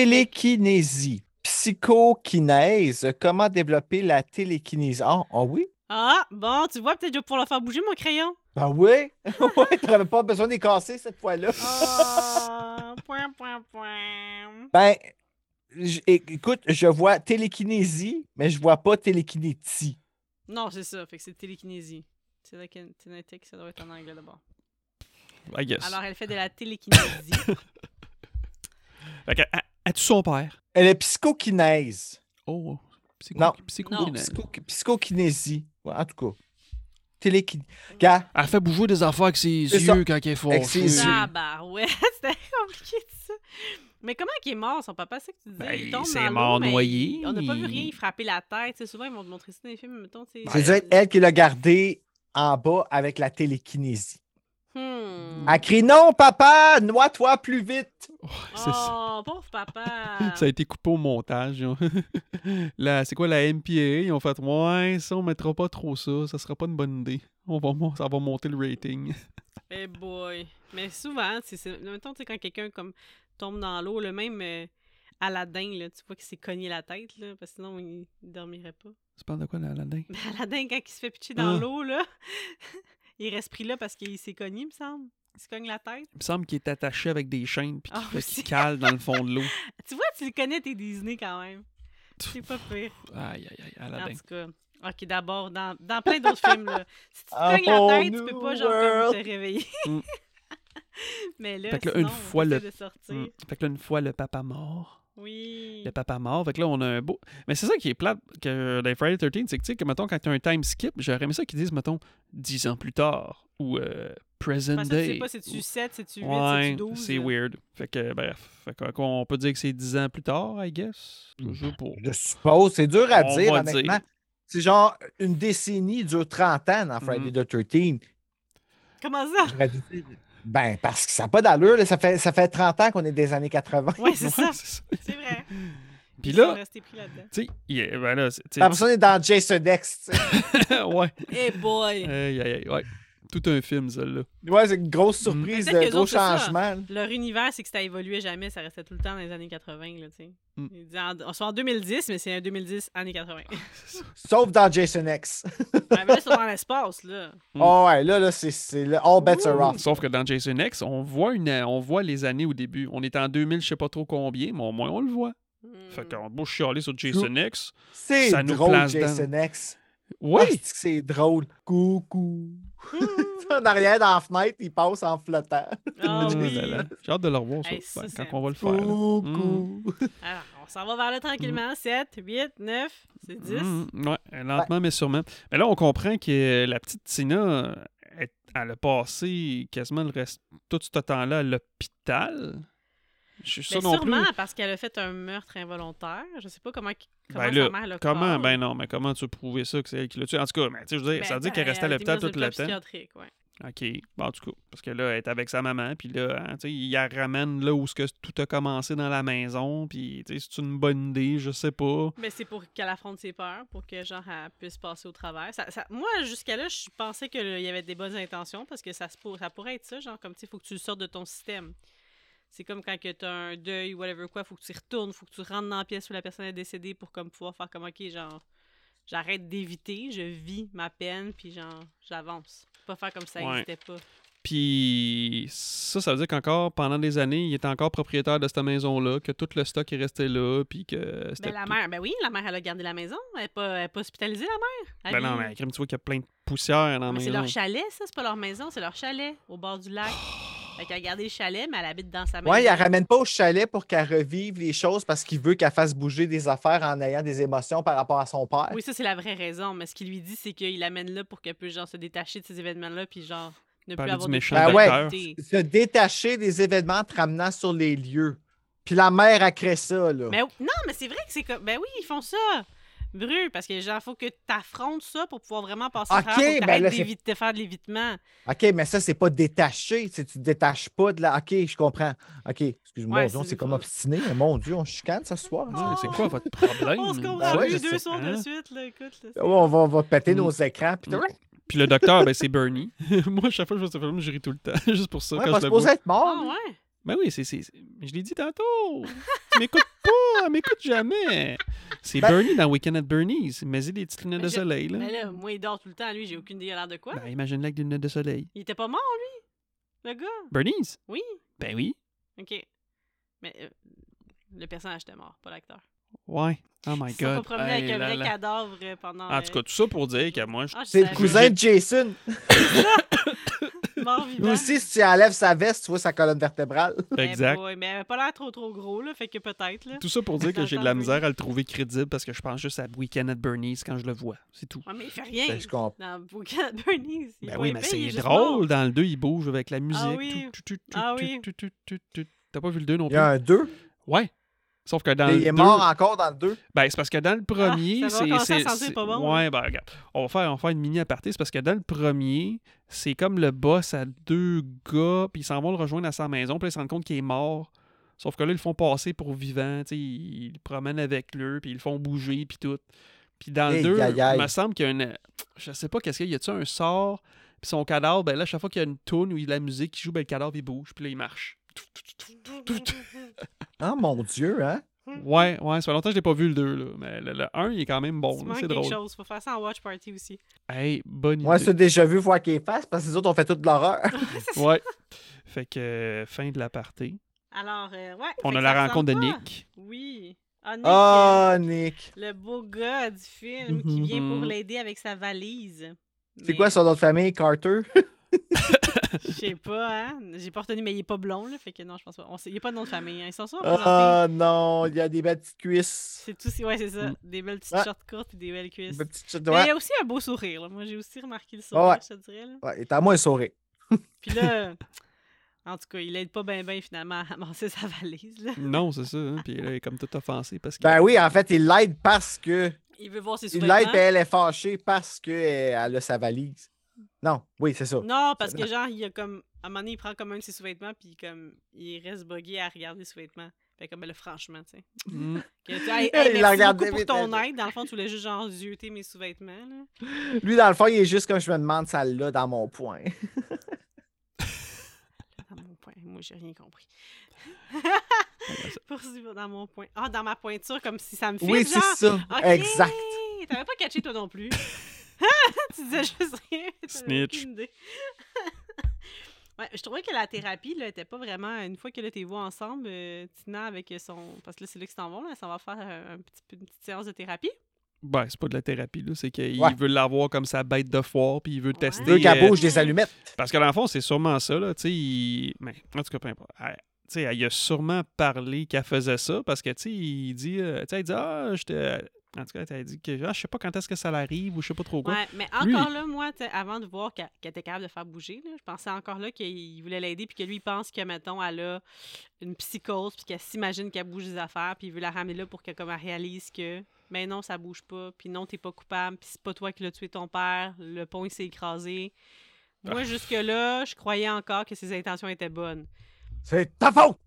S3: Télékinésie. Psychokinèse. Comment développer la télékinésie? Ah, ah oui?
S1: Ah, bon, tu vois, peut-être que je vais pouvoir le faire bouger, mon crayon.
S3: Ben oui! ouais, t'avais pas besoin d'y casser cette fois-là.
S1: Ah, point, point, point.
S3: Ben, j- é- écoute, je vois télékinésie, mais je vois pas télékinétie.
S1: Non, c'est ça, fait que c'est télékinésie. C'est la kin- kinétique, ça doit être en anglais d'abord.
S2: I guess.
S1: Alors, elle fait de la télékinésie.
S2: Fait que, a- as-tu son père?
S3: Elle est psychokinèse.
S2: Oh, c'est
S3: Non.
S1: Non.
S3: Psycho- psychokinésie. Ouais, en tout cas. Télékinésie. Gars,
S2: Elle fait bouger des affaires avec ses
S3: C'est ça.
S2: yeux quand elle est fort.
S3: Avec ses yeux.
S1: ah, bah ouais, c'était compliqué tout ça. Mais comment qu'il est mort, son papa, c'est que tu disais?
S2: Ben,
S1: il tombe
S2: c'est
S1: dans l'eau,
S2: mort
S1: mais
S2: noyé.
S1: On n'a pas vu rien frapper la tête. tu sais, souvent, ils vont te montrer ça dans les films, mettons. tu sais,
S3: c'est dû être elle qui l'a gardé en bas avec la télékinésie.
S1: Hmm.
S3: Elle crie non, papa, noie-toi plus vite.
S2: Oh, c'est ça.
S1: Oh, pauvre papa.
S2: Ça a été coupé au montage. ils ont- La- c'est quoi la MPA? Ils ont fait Ouais, ça, on mettra pas trop ça. Ça sera pas une bonne idée. On va, mon- ça va monter le rating.
S1: Eh boy. Mais souvent, c'est, c'est- mettons, tu sais, quand quelqu'un comme tombe dans l'eau, le même euh, Aladdin, là, tu vois qu'il s'est cogné la tête, là, parce que sinon, il il dormirait pas.
S2: Tu parles de quoi, la dingue?
S1: Mais Aladdin, quand il se fait pitcher dans
S2: Ah.
S1: l'eau, là, il reste pris là parce qu'il s'est cogné, il me semble. Il se cogne la tête.
S2: Il me semble qu'il est attaché avec des chaînes puis qu'il
S1: Ah,
S2: fait-
S1: aussi.
S2: qu'il cale dans le fond de l'eau.
S1: Tu vois, tu le connais, tes Disney, quand même. C'est pas pire.
S2: Aïe, aïe, aïe,
S1: En
S2: Aladdin.
S1: tout cas, ok, d'abord, dans, dans plein d'autres films, là. Si tu te
S3: A
S1: cognes la
S3: whole
S1: tête, tu peux
S3: new
S1: pas, genre,
S3: world.
S1: comme, te réveiller.
S2: Oh, Mm.
S1: Mais là,
S2: Fait que là,
S1: sinon,
S2: une fois,
S1: t'essaies
S2: le-
S1: de sortir.
S2: Hmm. Fait que là, une fois le papa mort,
S1: Oui.
S2: le papa mort, fait que là, on a un beau. Mais c'est ça qui est plate que dans Friday 13, c'est que, tu sais, que, mettons, quand t'as un time skip, j'aurais aimé ça qu'ils disent, mettons, 10 ans plus tard ou euh, present
S1: Parce que tu
S2: day.
S1: sais pas si tu 7, si tu 8, si
S2: Ouais,
S1: tu 12.
S2: c'est
S1: là.
S2: weird. Fait que, bref, fait que, on peut dire que c'est 10 ans plus tard, I guess. Je sais pas.
S3: Je suppose, c'est dur à
S2: On
S3: dire,
S2: va
S3: honnêtement.
S2: dire.
S3: C'est genre une décennie dure 30 ans dans Friday
S2: Mm.
S3: the 13
S1: Comment ça?
S3: Ben, parce que ça n'a pas d'allure. là. Ça, fait, ça fait 30 ans qu'on est des années 80.
S1: Ouais, c'est ça.
S2: Ouais, c'est ça.
S1: C'est vrai.
S2: Puis
S1: Ils sont
S2: là,
S1: restés pris là-dedans.
S2: tu sais, yeah, ben là, c'est- tu
S3: Après ça, on est dans Jason X. tu sais.
S2: sais, ouais,
S1: Hey boy!
S2: Aïe, aïe, aïe, ouais. Tout un film, celle-là.
S3: Ouais, c'est une grosse
S2: Mm.
S3: surprise,
S1: Mais peut-être
S3: de
S1: qu'eux
S3: gros
S1: autres, c'est ça.
S3: changement. là.
S1: Leur univers, c'est que ça évoluait jamais, ça restait tout le temps dans les années 80, là, tu sais.
S2: Mm.
S1: Ils disaient en- On soit en 2010, mais c'est un 2010, années 80.
S3: Sauf dans Jason X.
S1: Ah, mais là, ils sont dans l'espace, là.
S2: Mm.
S3: Oh, ouais, là, là c'est- c'est le all bets are off.
S2: Sauf que dans Jason X, on voit, une, on voit les années au début. On est en 2000, je sais pas trop combien, mais au moins on le voit. Fait
S1: Mm.
S2: qu'on va chialer sur Jason X.
S3: C'est
S2: Ça nous
S3: drôle,
S2: place dans-
S3: Jason X. Ah,
S2: Oui!
S3: c'est-tu que c'est drôle. Coucou. en arrière dans la fenêtre, il passe en flottant.
S1: Ah
S2: Oh
S1: oui.
S2: là là. J'ai hâte de le revoir, ça,
S1: Hey, ça,
S2: ben,
S1: c'est
S2: quand on va le faire. là.
S3: Coucou.
S1: Mm. Alors, on s'en va vers là
S2: Mmh.
S1: tranquillement. 7, 8, 9, c'est 10.
S2: Mhm, ouais, lentement mais sûrement. Mais là, on comprend que euh, la petite Tina, elle, elle a passé quasiment le reste, tout ce temps-là à l'hôpital. Je suis
S1: Mais
S2: sûr non plus.
S1: Ben, sûrement parce qu'elle a fait un meurtre involontaire. Je sais pas comment, comment
S2: Ben
S1: sa
S2: là,
S1: mère l'a
S2: Comment?
S1: cause.
S2: Ben non, mais comment tu as prouvé ça que c'est elle qui l'a tué? En tout cas, ben, tu sais, je veux dire, ça veut dire qu'elle restait à l'hôpital tout le temps.
S1: temps.
S2: OK. Bon, en tout cas, parce que là, elle est avec sa maman, puis là, hein, tu sais, il la ramène là où ce que tout a commencé dans la maison, puis tu sais, c'est une bonne idée, je sais pas.
S1: Mais c'est pour qu'elle affronte ses peurs, pour que genre elle puisse passer au travers. Ça- ça- moi, jusqu'à là, je pensais qu'il y avait des bonnes intentions parce que ça, se pour- ça pourrait être ça, genre comme tu sais, faut que tu le sortes de ton système. C'est comme quand tu as un deuil ou whatever quoi, faut que tu y retournes, faut que tu rentres dans la pièce où la personne est décédée pour comme pouvoir faire comme ok, genre J'arrête d'éviter, je vis ma peine, puis genre, j'avance. Pas faire comme si ça
S2: Ouais.
S1: n'existait pas.
S2: Puis ça, ça veut dire qu'encore pendant des années, il était encore propriétaire de cette maison-là, que tout le stock est resté là, puis que c'était.
S1: Ben, la
S2: tout-
S1: mère, ben oui, la mère, elle a gardé la maison. Elle n'est pas, elle est pas hospitalisée, la mère. Elle
S2: Ben non,
S1: vit-
S2: mais crème, tu vois qu'il y a plein de poussière dans la
S1: Mais c'est
S2: maison.
S1: leur chalet, ça, c'est pas leur maison, c'est leur chalet, au bord du lac. Fait qu'elle a gardé le chalet, mais elle habite dans sa maison.
S3: Ouais, il la ramène pas au chalet pour qu'elle revive les choses parce qu'il veut qu'elle fasse bouger des affaires en ayant des émotions par rapport à son père.
S1: Oui, ça, c'est la vraie raison. Mais ce qu'il lui dit, c'est qu'il l'amène là pour qu'elle puisse genre, se détacher de ces événements-là, puis genre, ne plus
S2: Parler
S1: avoir
S2: du
S1: de
S2: méchant
S3: Ben
S1: culpabilité.
S2: docteur.
S3: Se détacher des événements te ramenant sur les lieux. Puis la mère a créé ça, là.
S1: Mais, Ben non, mais c'est vrai que c'est comme. Ben oui, ils font ça. Bru, parce que genre, faut que t'affrontes ça pour pouvoir vraiment passer à
S3: Ok,
S1: travers, faut que
S3: ben
S1: t'arrêtes
S3: là, c'est-
S1: d'évi- de faire de l'évitement.
S3: OK, mais ça, c'est pas détaché. Tu sais, tu te détaches pas de la. OK, je comprends. OK, excuse-moi,
S1: Ouais,
S3: mon Dieu,
S1: c'est
S3: c'est
S1: des
S3: comme
S1: fois-
S3: obstiné. mais Mon Dieu, on chicane ce soir. hein?
S2: Ouais, C'est quoi votre problème?
S1: On se comprend
S3: Ah ouais,
S1: plus,
S3: je
S1: deux
S3: sais
S1: sons
S2: pas.
S1: de suite, là, écoute. là, c'est-
S3: Ouais, On va, on va péter
S2: Mm.
S3: nos écrans. Puis
S2: Mm. Puis le docteur, ben, c'est Bernie. Moi, chaque fois que je vois ce film, je ris tout le temps. Juste pour ça.
S3: Ouais,
S2: quand
S3: pas
S2: je le vois.
S3: supposé être mort.
S1: Ah
S3: lui.
S1: ouais?
S2: Ben oui, c'est. c'est- c'est- mais Je l'ai dit tantôt. tu m'écoutes pas, elle m'écoute jamais. C'est
S3: Ben-
S2: Bernie dans Weekend at Bernie's. Mais il des petites lunettes
S1: Mais Ben,
S2: de
S1: je-
S2: soleil, là.
S1: Mais là, moi, il dort tout le temps, lui, j'ai aucune idée, il a l'air de quoi.
S2: Ben, imagine-le avec des lunettes de soleil.
S1: Il était pas mort, lui, le gars.
S2: Bernie's?
S1: Oui.
S2: Ben oui.
S1: OK. Mais euh, le personnage était mort, pas l'acteur.
S2: Ouais. Oh my
S1: Ils se sont pas
S2: god.
S1: promenés
S2: Hey
S1: avec un
S2: là
S1: vrai Ah,
S2: là.
S1: cadavre euh, pendant.
S2: En tout cas, tout ça pour dire que moi, je...
S3: C'est le cousin de Jason.
S1: Mort
S3: Lui
S1: vivant.
S3: aussi, si tu enlèves sa veste, tu vois sa colonne vertébrale.
S1: Eh
S2: exact.
S1: boy, mais elle avait pas l'air trop trop gros, là, fait que peut-être, là.
S2: Tout ça pour dire que j'ai de la
S1: J'entends
S2: misère à le trouver crédible parce que je pense juste à Weekend at Bernie's quand je le vois. C'est tout.
S1: Ouais, mais il fait rien.
S3: Ben, je comprends.
S1: Dans Bouquin de Bernice. il est
S2: Ben
S1: pas
S2: oui, mais
S1: épais, il est
S2: c'est
S1: juste
S2: drôle.
S1: mort. Ah
S2: Dans le 2, il bouge avec la musique.
S1: oui.
S2: Tout, tout, tout,
S1: Ah
S2: tout,
S1: oui.
S2: tout, tout, tout, tout, tout. T'as pas vu le 2 non
S3: Il
S2: plus?
S3: y a un 2.
S2: Ouais. Sauf que dans le
S3: Il est
S2: deux-
S3: mort encore dans le 2.
S2: Ben, c'est parce que dans le premier,
S1: Ah, ça va
S2: c'est.
S1: commencer
S2: c'est-
S1: à sentir
S2: c'est-
S1: pas bon, hein.
S2: Ouais, ben regarde. On va faire, on va faire une mini aparté. C'est parce que dans le premier, c'est comme le boss à deux gars, puis ils s'en vont le rejoindre à sa maison, puis là, ils se rendent compte qu'il est mort. Sauf que là, ils le font passer pour vivant. tu sais, Ils ils le promènent avec eux, puis ils le font bouger, puis tout. Puis dans le
S3: Hey,
S2: 2,
S3: aïe, aïe.
S2: il me semble qu'il y a une. Je sais pas, qu'est-ce qu'il y a. Y a-tu un sort, puis son cadavre, ben là, chaque fois qu'il y a une toune où il y a de la musique qui joue, ben le cadavre, il bouge, puis là, il marche.
S3: Ah, mon Dieu, hein?
S2: Ouais, ouais, ça fait longtemps que je l'ai pas vu le 2, là. Mais le, 1, il est quand même bon,
S1: Il
S2: là,
S1: manque
S2: c'est
S1: quelque
S2: drôle.
S1: chose. Faut faire ça en watch party aussi.
S2: Hey, bonne
S3: Moi,
S2: idée.
S3: c'est déjà vu voir qu'il fasse parce que les autres ont fait toute l'horreur.
S2: Ouais. Fait que euh, fin de la partie.
S1: Alors, euh, ouais.
S2: On
S1: fait
S2: a
S1: que
S2: la
S1: ça
S2: rencontre de
S1: ressemble pas.
S2: Nick.
S1: Oui. Ah, Nick, euh,
S3: Ah, Nick.
S1: le beau gars du film qui vient pour
S2: Mhm.
S1: l'aider avec sa valise.
S3: C'est quoi son nom de famille, Carter?
S1: Je sais pas, hein. J'ai pas retenu, mais il est pas blond, là. Fait que non, je pense pas. On sait- Il est pas de nom de famille. hein. Ils sont sûrs.
S3: Ah non, il y a des belles petites cuisses.
S1: C'est tout. Ouais, c'est ça.
S2: Mm.
S1: Des belles petites
S3: Ouais.
S1: shorts courtes et des belles
S3: Des
S1: cuisses.
S3: belles petites chutes-
S1: Mais il y
S3: Ouais,
S1: a aussi un beau sourire. là. Moi, j'ai aussi remarqué le
S3: Ouais.
S1: sourire, je te dirais. là.
S3: ouais, et t'as moins un sourire.
S1: Puis là, euh, en tout cas, il aide pas bien, bien finalement à amasser sa valise. Là.
S2: Non, c'est ça. hein. Puis là, il est comme tout offensé parce que.
S3: Ben oui, en fait, il l'aide parce que.
S1: Il veut voir ses
S3: Il l'aide et
S1: sous-vêtements.
S3: elle est fâchée parce qu'elle a sa valise. Non, oui, c'est ça.
S1: Non, parce que genre, il a comme. À un moment donné, il prend comme un de ses sous-vêtements, puis comme, il reste buggé à regarder ses sous-vêtements. Fait comme, ben là, franchement, tu sais.
S2: Mm.
S1: Que, tu- hey, hey,
S3: Il
S1: merci
S3: la regarde
S1: beaucoup pour
S3: vite,
S1: ton
S3: elle-
S1: aide. Dans le fond, tu voulais juste genre zioter mes sous-vêtements. là.
S3: Lui, dans le fond, il est juste comme je me demande ça là dans mon point.
S1: Dans mon point. Moi, j'ai rien compris.
S2: ben ça-
S1: Poursuivre dans mon point. Ah, dans ma pointure, comme si ça me fait
S3: Oui, c'est
S1: genre.
S3: ça.
S1: Ok,
S3: Exact.
S1: T'avais pas catché toi non plus. tu disais juste rien. t'avais
S2: Snitch.
S1: aucune idée. ouais, je trouvais que la thérapie, là, était pas vraiment. Une fois que là, t'es vous ensemble, euh, Tina avec son. Parce que là, c'est là qu'ils s'en vont, là. Ça va faire un, un petit peu- une petite séance de thérapie.
S2: Ben, c'est pas de la thérapie, là. C'est qu'il
S3: Ouais.
S2: veut l'avoir comme sa bête de foire, puis il veut
S1: Ouais.
S2: tester.
S3: Il veut qu'elle
S2: euh,
S3: bouge des allumettes.
S2: Parce que dans le fond, c'est sûrement ça, là. Tu sais, il- ben, en tout cas, peu importe. Elle- Tu sais, elle y a sûrement parlé qu'elle faisait ça parce que, tu sais, il dit. euh, Tu sais, elle dit, ah, j'étais. En tout cas, elle dit que ah, je sais pas quand est-ce que ça l'arrive ou je sais pas trop quoi.
S1: Ouais, mais
S2: Lui-
S1: encore là, moi, t'sais, avant de voir qu'elle qu'elle était capable de faire bouger, là, je pensais encore là qu'il voulait l'aider, puis que lui, il pense que, mettons, elle a une psychose, puis qu'elle s'imagine qu'elle bouge des affaires, puis il veut la ramener là pour qu'elle comme, elle réalise que, mais non, ça bouge pas, puis non, t'es pas coupable, puis c'est pas toi qui l'as tué ton père, le pont, il s'est écrasé. Moi,
S2: Ah.
S1: jusque-là, je croyais encore que ses intentions étaient bonnes.
S3: C'est ta faute!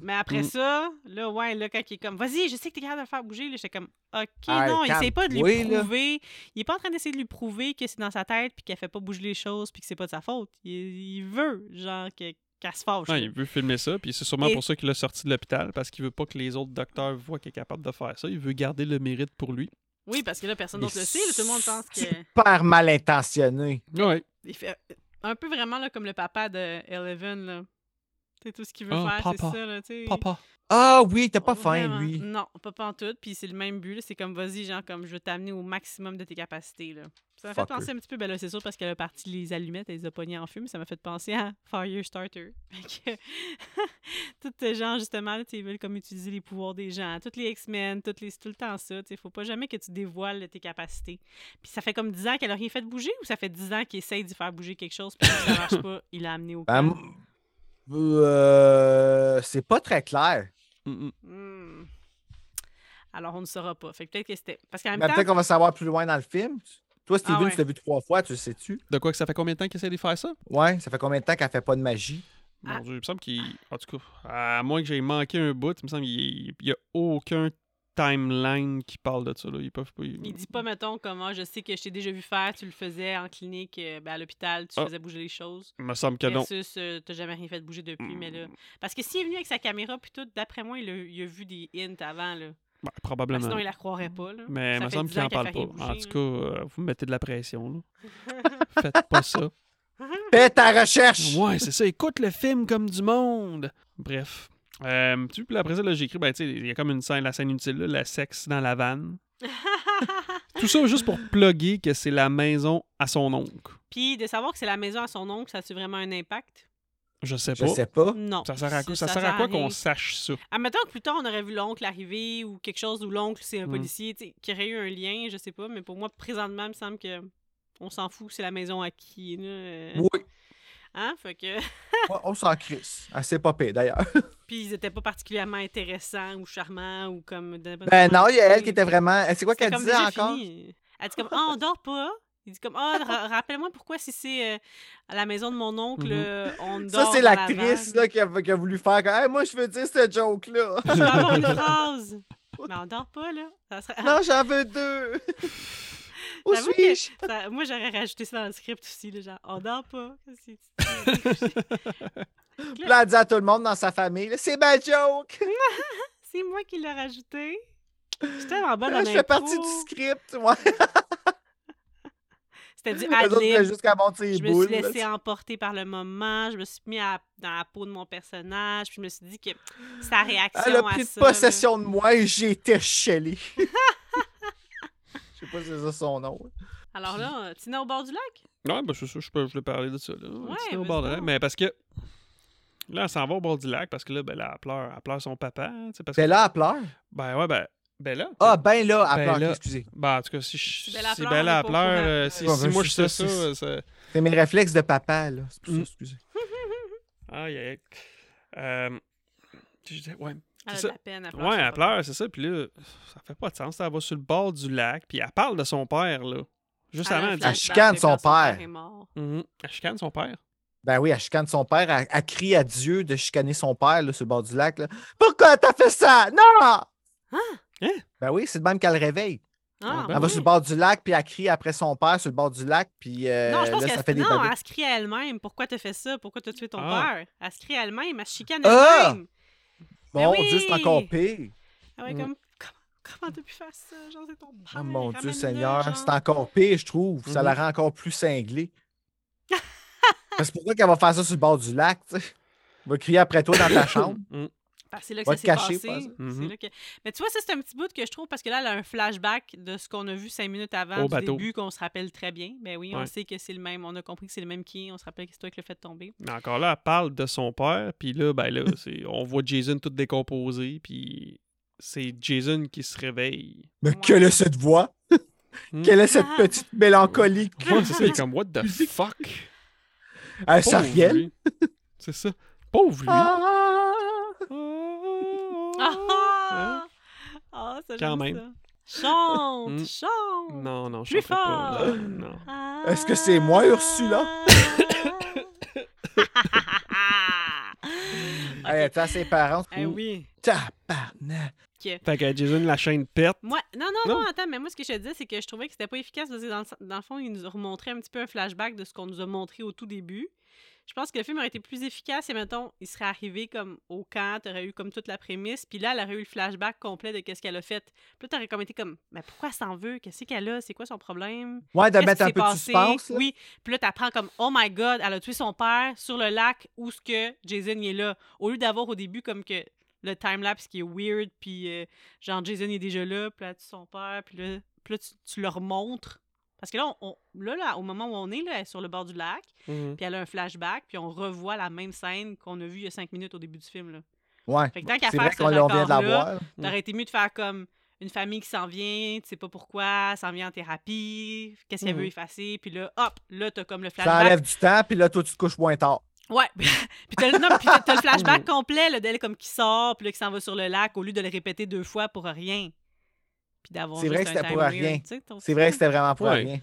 S1: Mais après
S2: Mm.
S1: ça, là, ouais, là, quand il est comme, vas-y, je sais que t'es capable de le faire bouger, là, j'étais comme, OK,
S2: Ah,
S3: Arrête,
S1: non, il essaie pas de lui
S3: calme-toi, là.
S1: prouver. Il est pas en train d'essayer de lui prouver que c'est dans sa tête, puis qu'elle fait pas bouger les choses, puis que c'est pas de sa faute. Il, il veut, genre, que- qu'elle se fâche.
S2: Ouais, il veut filmer ça, puis c'est sûrement
S1: Et-
S2: pour ça qu'il a sorti de l'hôpital, parce qu'il veut pas que les autres docteurs voient qu'il est capable de faire ça. Il veut garder le mérite pour lui.
S1: Oui, parce que là, personne
S3: Il
S1: d'autre le sait. là, tout le monde pense que.
S3: Super mal intentionné.
S2: Ouais.
S1: il fait euh, un peu vraiment là, comme le papa de Eleven. Là. C'est tout ce qu'il veut
S2: Ah,
S1: faire, c'est
S2: papa.
S1: ça. Là, tu sais.
S2: Papa.
S3: Ah oui, t'as pas
S1: Vraiment. Mm.
S3: faim, lui.
S1: Non, pas pantoute. Puis c'est le même but. là. C'est comme, vas-y, genre, comme je veux t'amener au maximum de tes capacités. Là. Ça m'a fait
S3: Fucker.
S1: penser un petit peu, ben là, c'est sûr, parce qu'elle a parti les allumettes, elle les a pognées en feu, mais ça m'a fait penser à Firestarter. Fait que, tout ce genre, justement, là, tu sais, ils veulent comme utiliser les pouvoirs des gens. Toutes les X-Men, toutes les, c'est tout le temps ça. Tu sais, faut pas jamais que tu dévoiles tes capacités. Puis ça fait comme 10 ans qu'elle a rien fait bouger ou ça fait 10 ans qu'il essaye d'y faire bouger quelque chose, puis ça marche pas, il l'a amené au
S3: Ben,
S1: camp.
S3: m- euh, c'est pas très clair.
S2: Mm, mm.
S1: Hmm. Alors, on ne saura pas. Fait que peut-être que c'était. Parce qu'en même
S3: Mais
S1: temps.
S3: Ben, peut-être qu'on va savoir plus loin dans le film. Toi, Steven,
S1: Ah ouais.
S3: tu l'as vu trois fois, tu le sais-tu?
S2: De quoi que ça fait combien de temps qu'il essaie de faire ça?
S3: Ouais, ça fait combien de temps qu'elle fait pas de magie?
S2: Mon
S1: Ah.
S2: Dieu, il me semble qu'il. En tout cas, à moins que j'ai manqué un bout, il me semble qu'il n'y a aucun timeline qui parle de ça. Là. Ils peuvent pas.
S1: Il dit pas, mettons, comment je sais que je t'ai déjà vu faire, tu le faisais en clinique, euh, ben, à l'hôpital, tu
S2: Ah.
S1: faisais bouger les choses.
S2: Il me semble que non.
S1: Versus, euh, t'as jamais rien fait bouger depuis, mais
S2: Mm.
S1: là. Parce que s'il est venu avec sa caméra, puis tout, d'après moi, il a, il a vu des hints avant, là.
S2: Ouais,
S1: Ben,
S2: probablement.
S1: sinon, il la croirait pas, là.
S2: Mais
S1: Ça
S2: il me
S1: fait
S2: semble
S1: 10
S2: qu'il
S1: ans
S2: en
S1: qu'elle
S2: parle
S1: fait
S2: pas.
S1: rien
S2: En
S1: bouger,
S2: tout cas, euh, vous mettez de la pression. Là. Faites pas ça.
S3: Fais ta recherche!
S2: Ouais, c'est ça. Écoute le film comme du monde. Bref. Euh, tu vois, après ça, là, j'ai écrit, ben, tu sais, il y a comme une scène, la scène utile, là, la sexe dans la vanne. Tout ça juste pour
S3: Ah.
S2: plugger que c'est la maison à son oncle.
S1: Puis de savoir que c'est la maison à son oncle, ça a-tu vraiment un impact?
S2: Je sais
S3: Je
S2: pas.
S3: sais pas.
S1: Non.
S2: Ça sert à quoi,
S1: C'est-
S2: ça sert à quoi qu'on
S1: rien.
S2: sache ça?
S1: Admettons que plus tard, on aurait vu l'oncle arriver ou quelque chose où l'oncle, c'est un
S2: Mm.
S1: policier, tu sais, qui aurait eu un lien, je sais pas, mais pour moi, présentement, il me semble que on s'en fout, c'est la maison à qui, là. euh,
S3: Oui,
S1: Hein? Fait que...
S3: ouais, on s'en crisse. Ah, Elle s'est popée, d'ailleurs.
S1: Puis ils étaient pas particulièrement intéressants ou charmants ou comme...
S3: Ben non, il y a elle qui était vraiment. C'est quoi
S1: C'était
S3: qu'elle
S1: comme
S3: disait
S1: déjà
S3: encore?
S1: fini. Elle dit comme, ah, on dort pas. Il dit comme, ah, ra- rappelle-moi pourquoi si c'est euh, à la maison de mon oncle,
S2: Mhm.
S1: euh, on dort
S3: Mm-hmm. Ça, c'est
S1: dans la
S3: l'actrice
S1: vanne.
S3: là, qui, a, qui a voulu faire. comme, Hey, moi, je veux dire cette joke-là.
S1: Je veux avoir une phrase. Mais on dort pas, là. Ça serait...
S3: Ah, non, j'en veux deux. Où
S1: J'avoue que-
S3: suis-je?
S1: Ça- moi, j'aurais rajouté ça dans le script aussi, là, genre, on dort pas. C'est-
S3: Puis là, elle dit à tout le monde dans sa famille là, C'est ma joke.
S1: C'est moi qui l'ai rajouté. J'étais tellement bonne en
S3: Ah, je fais
S1: impro.
S3: partie du script. Moi,
S1: C'était du
S3: les autres,
S1: ad-lib.
S3: juste qu'elle monte ses
S1: Je me
S3: boules.
S1: suis laissée
S3: là.
S1: emporter par le moment, je me suis mis à- dans la peau de mon personnage, puis je me suis dit que sa réaction
S3: Elle a
S1: à
S3: pris de
S1: ça, là.
S3: possession de moi et j'ai été chelée. Je sais pas si c'est ça son nom.
S1: Alors là, Tina au bord du lac?
S2: Ouais, ben, c'est ça, je peux- je voulais parler de ça. Là.
S1: Ouais,
S2: Petit au
S1: vas-y
S2: bord du
S1: donc.
S2: lac. Mais parce que. Là, elle s'en va au bord du lac parce que là, ben, là, elle pleure. Elle pleure son papa. hein, tu sais, Parce que,
S3: Ben là, elle pleure.
S2: Ben ouais, ben. Ben là.
S3: Ah, ben là, elle
S2: Ben
S3: pleure.
S2: là.
S3: Excusez.
S2: Ben, en tout cas, si, je-
S1: Si Bella
S2: si
S1: pleure,
S2: Bella
S1: on est pas au
S2: pleure,
S1: courant.
S2: euh, si,
S3: Ouais,
S2: si
S3: ben,
S2: moi
S3: c'est
S2: je sais ça,
S3: ça, c'est-
S2: euh, ça-
S3: C'est mes réflexes de papa. là. C'est pour ça,
S2: Mm.
S3: excusez.
S2: Aïe, aïe, aïe. Euh, je disais, ouais.
S1: Elle a
S2: C'est
S1: de
S2: ça.
S1: la peine, elle pleure. son
S2: Ouais, elle
S1: papa.
S2: pleure, c'est ça. Puis là, ça fait pas de sens. Elle va sur le bord du lac, puis elle parle de son père, là. Juste
S1: Elle a un
S2: avant, elle dit.
S1: flashback
S3: Elle chicane
S1: de
S3: son
S1: quand
S3: père.
S1: est mort.
S2: Mhm. Elle chicane son père.
S3: Ben oui, elle chicane son père, elle, elle crie à Dieu de chicaner son père là, sur le bord du lac. là. Pourquoi t'as fait ça? Non!
S2: Hein?
S3: Ben oui, c'est de même qu'elle le réveille.
S1: Ah,
S2: ben
S3: elle va
S1: oui.
S3: sur le bord du lac, puis elle crie après son père sur le bord du lac, puis euh,
S1: Non, je pense
S3: là, ça fait
S1: qu'elle
S3: des
S1: non, ah,
S3: babés.
S1: elle se crie à elle-même. Pourquoi t'as fait ça? Pourquoi t'as tué ton
S2: Ah.
S1: père? Elle se crie à elle-même, elle se chicane
S3: Ah!
S1: elle-même. Mais
S3: Mon
S1: ben oui!
S3: Dieu, c'est encore pire.
S1: Ah ouais,
S2: Mm.
S1: comme, comment, comment t'as pu faire ça? Genre, c'est ton père.
S3: Oh, mon Dieu
S1: ramène-le,
S3: Seigneur,
S1: genre.
S3: c'est encore pire, je trouve. Ça la
S2: Mhm.
S3: rend encore plus cinglée. Parce que pourquoi qu'elle va faire ça sur le bord du lac, tu sais? Elle va crier après toi dans ta chambre.
S2: Mhm.
S1: Parce que Bah, c'est là que
S3: Va
S1: ça
S3: te
S1: s'est
S3: cacher, Mm-hmm.
S1: passé.
S3: pas ça.
S1: C'est
S2: Mhm.
S1: là que- Mais tu vois, ça, c'est un petit bout que je trouve parce que là, elle a un flashback de ce qu'on a vu cinq minutes avant
S2: Au
S1: du
S2: bateau.
S1: début qu'on se rappelle très bien. Ben oui, on
S2: Ouais.
S1: sait que c'est le même. On a compris que c'est le même qui. est, On se rappelle que c'est toi qui l'as fait tomber.
S2: Mais encore là, elle parle de son père, puis là, ben là, c'est- on voit Jason tout décomposé, puis c'est Jason qui se réveille.
S3: Mais quelle est cette voix?
S1: Hmm.
S2: Mhm.
S3: Quelle est cette petite mélancolie?
S2: Ouais, c'est ça, il est comme, what the fuck? Pauvre
S3: Elle s'arrielle.
S2: lui. C'est ça. Pauvre lui.
S3: Ah!
S1: Ah
S2: Hein?
S1: ah! Ah, ça, j'aime
S2: Quand même.
S1: ça. Chante,
S2: Mm.
S1: chante.
S2: Non, non, je
S1: Plus
S2: chanterai pas.
S1: fort.
S2: Non, non.
S3: Mm. Est-ce que c'est
S1: Ah!
S3: moi, Ursula? Hey, attends, ses parents.
S1: Eh oui.
S3: Tabarnak.
S2: Fait que Jason, la chaîne pète.
S1: Moi, non, non, non,
S2: Non.
S1: attends, mais moi, ce que je te disais, c'est que je trouvais que c'était pas efficace parce que dans le, dans le fond, ils nous remontraient un petit peu un flashback de ce qu'on nous a montré au tout début. Je pense que le film aurait été plus efficace et, mettons, il serait arrivé comme au camp, t'aurais eu comme toute la prémisse, puis là, elle aurait eu le flashback complet de qu'est-ce qu'elle a fait. Puis là, t'aurais comme été comme, mais pourquoi elle s'en veut? Qu'est-ce qu'elle a? C'est quoi son problème?
S3: Ouais, de
S1: Qu'est-ce
S3: mettre
S1: qui
S3: un
S1: s'est
S3: peu de
S1: passé?
S3: suspense. là.
S1: Oui. Puis là, t'apprends comme, oh my god, elle a tué son père sur le lac où ce que Jason il est là. Au lieu d'avoir au début comme que le timelapse qui est weird, puis euh, genre Jason est déjà là, puis là, tu son père, puis là, puis là, tu, tu leur montres. Parce que là, on, on- là, là, au moment où on est, là, elle est sur le bord du lac,
S2: Mhm.
S1: puis elle a un flashback, puis on revoit la même scène qu'on a vue il y a cinq minutes au début du film. Là.
S3: Ouais.
S1: Fait que tant qu'à
S3: C'est
S1: faire
S3: vrai
S1: ce
S3: qu'on on vient de la
S1: raccord-là,
S3: voir. là.
S1: T'aurais été mieux de faire comme une famille qui s'en vient, tu sais pas pourquoi, s'en vient en thérapie, qu'est-ce qu'elle
S2: Mhm.
S1: veut effacer, puis là, hop, là, t'as comme le
S3: Mm. Ça
S1: flashback.
S3: enlève du temps, puis là, toi, tu te couches moins tard.
S1: Ouais, puis t'as le, non, puis t'as- t'as le
S3: Mm.
S1: flashback complet, là, d'elle comme qui sort, puis là, qui s'en va sur le lac, au lieu de le répéter deux fois pour rien. Puis d'avoir
S3: C'est vrai
S1: juste
S3: que
S1: un
S3: c'était
S1: time
S3: pour
S1: weird,
S3: rien.
S1: tu sais, ton
S3: C'est vrai
S1: film.
S3: que c'était vraiment pour
S2: Ouais.
S3: rien.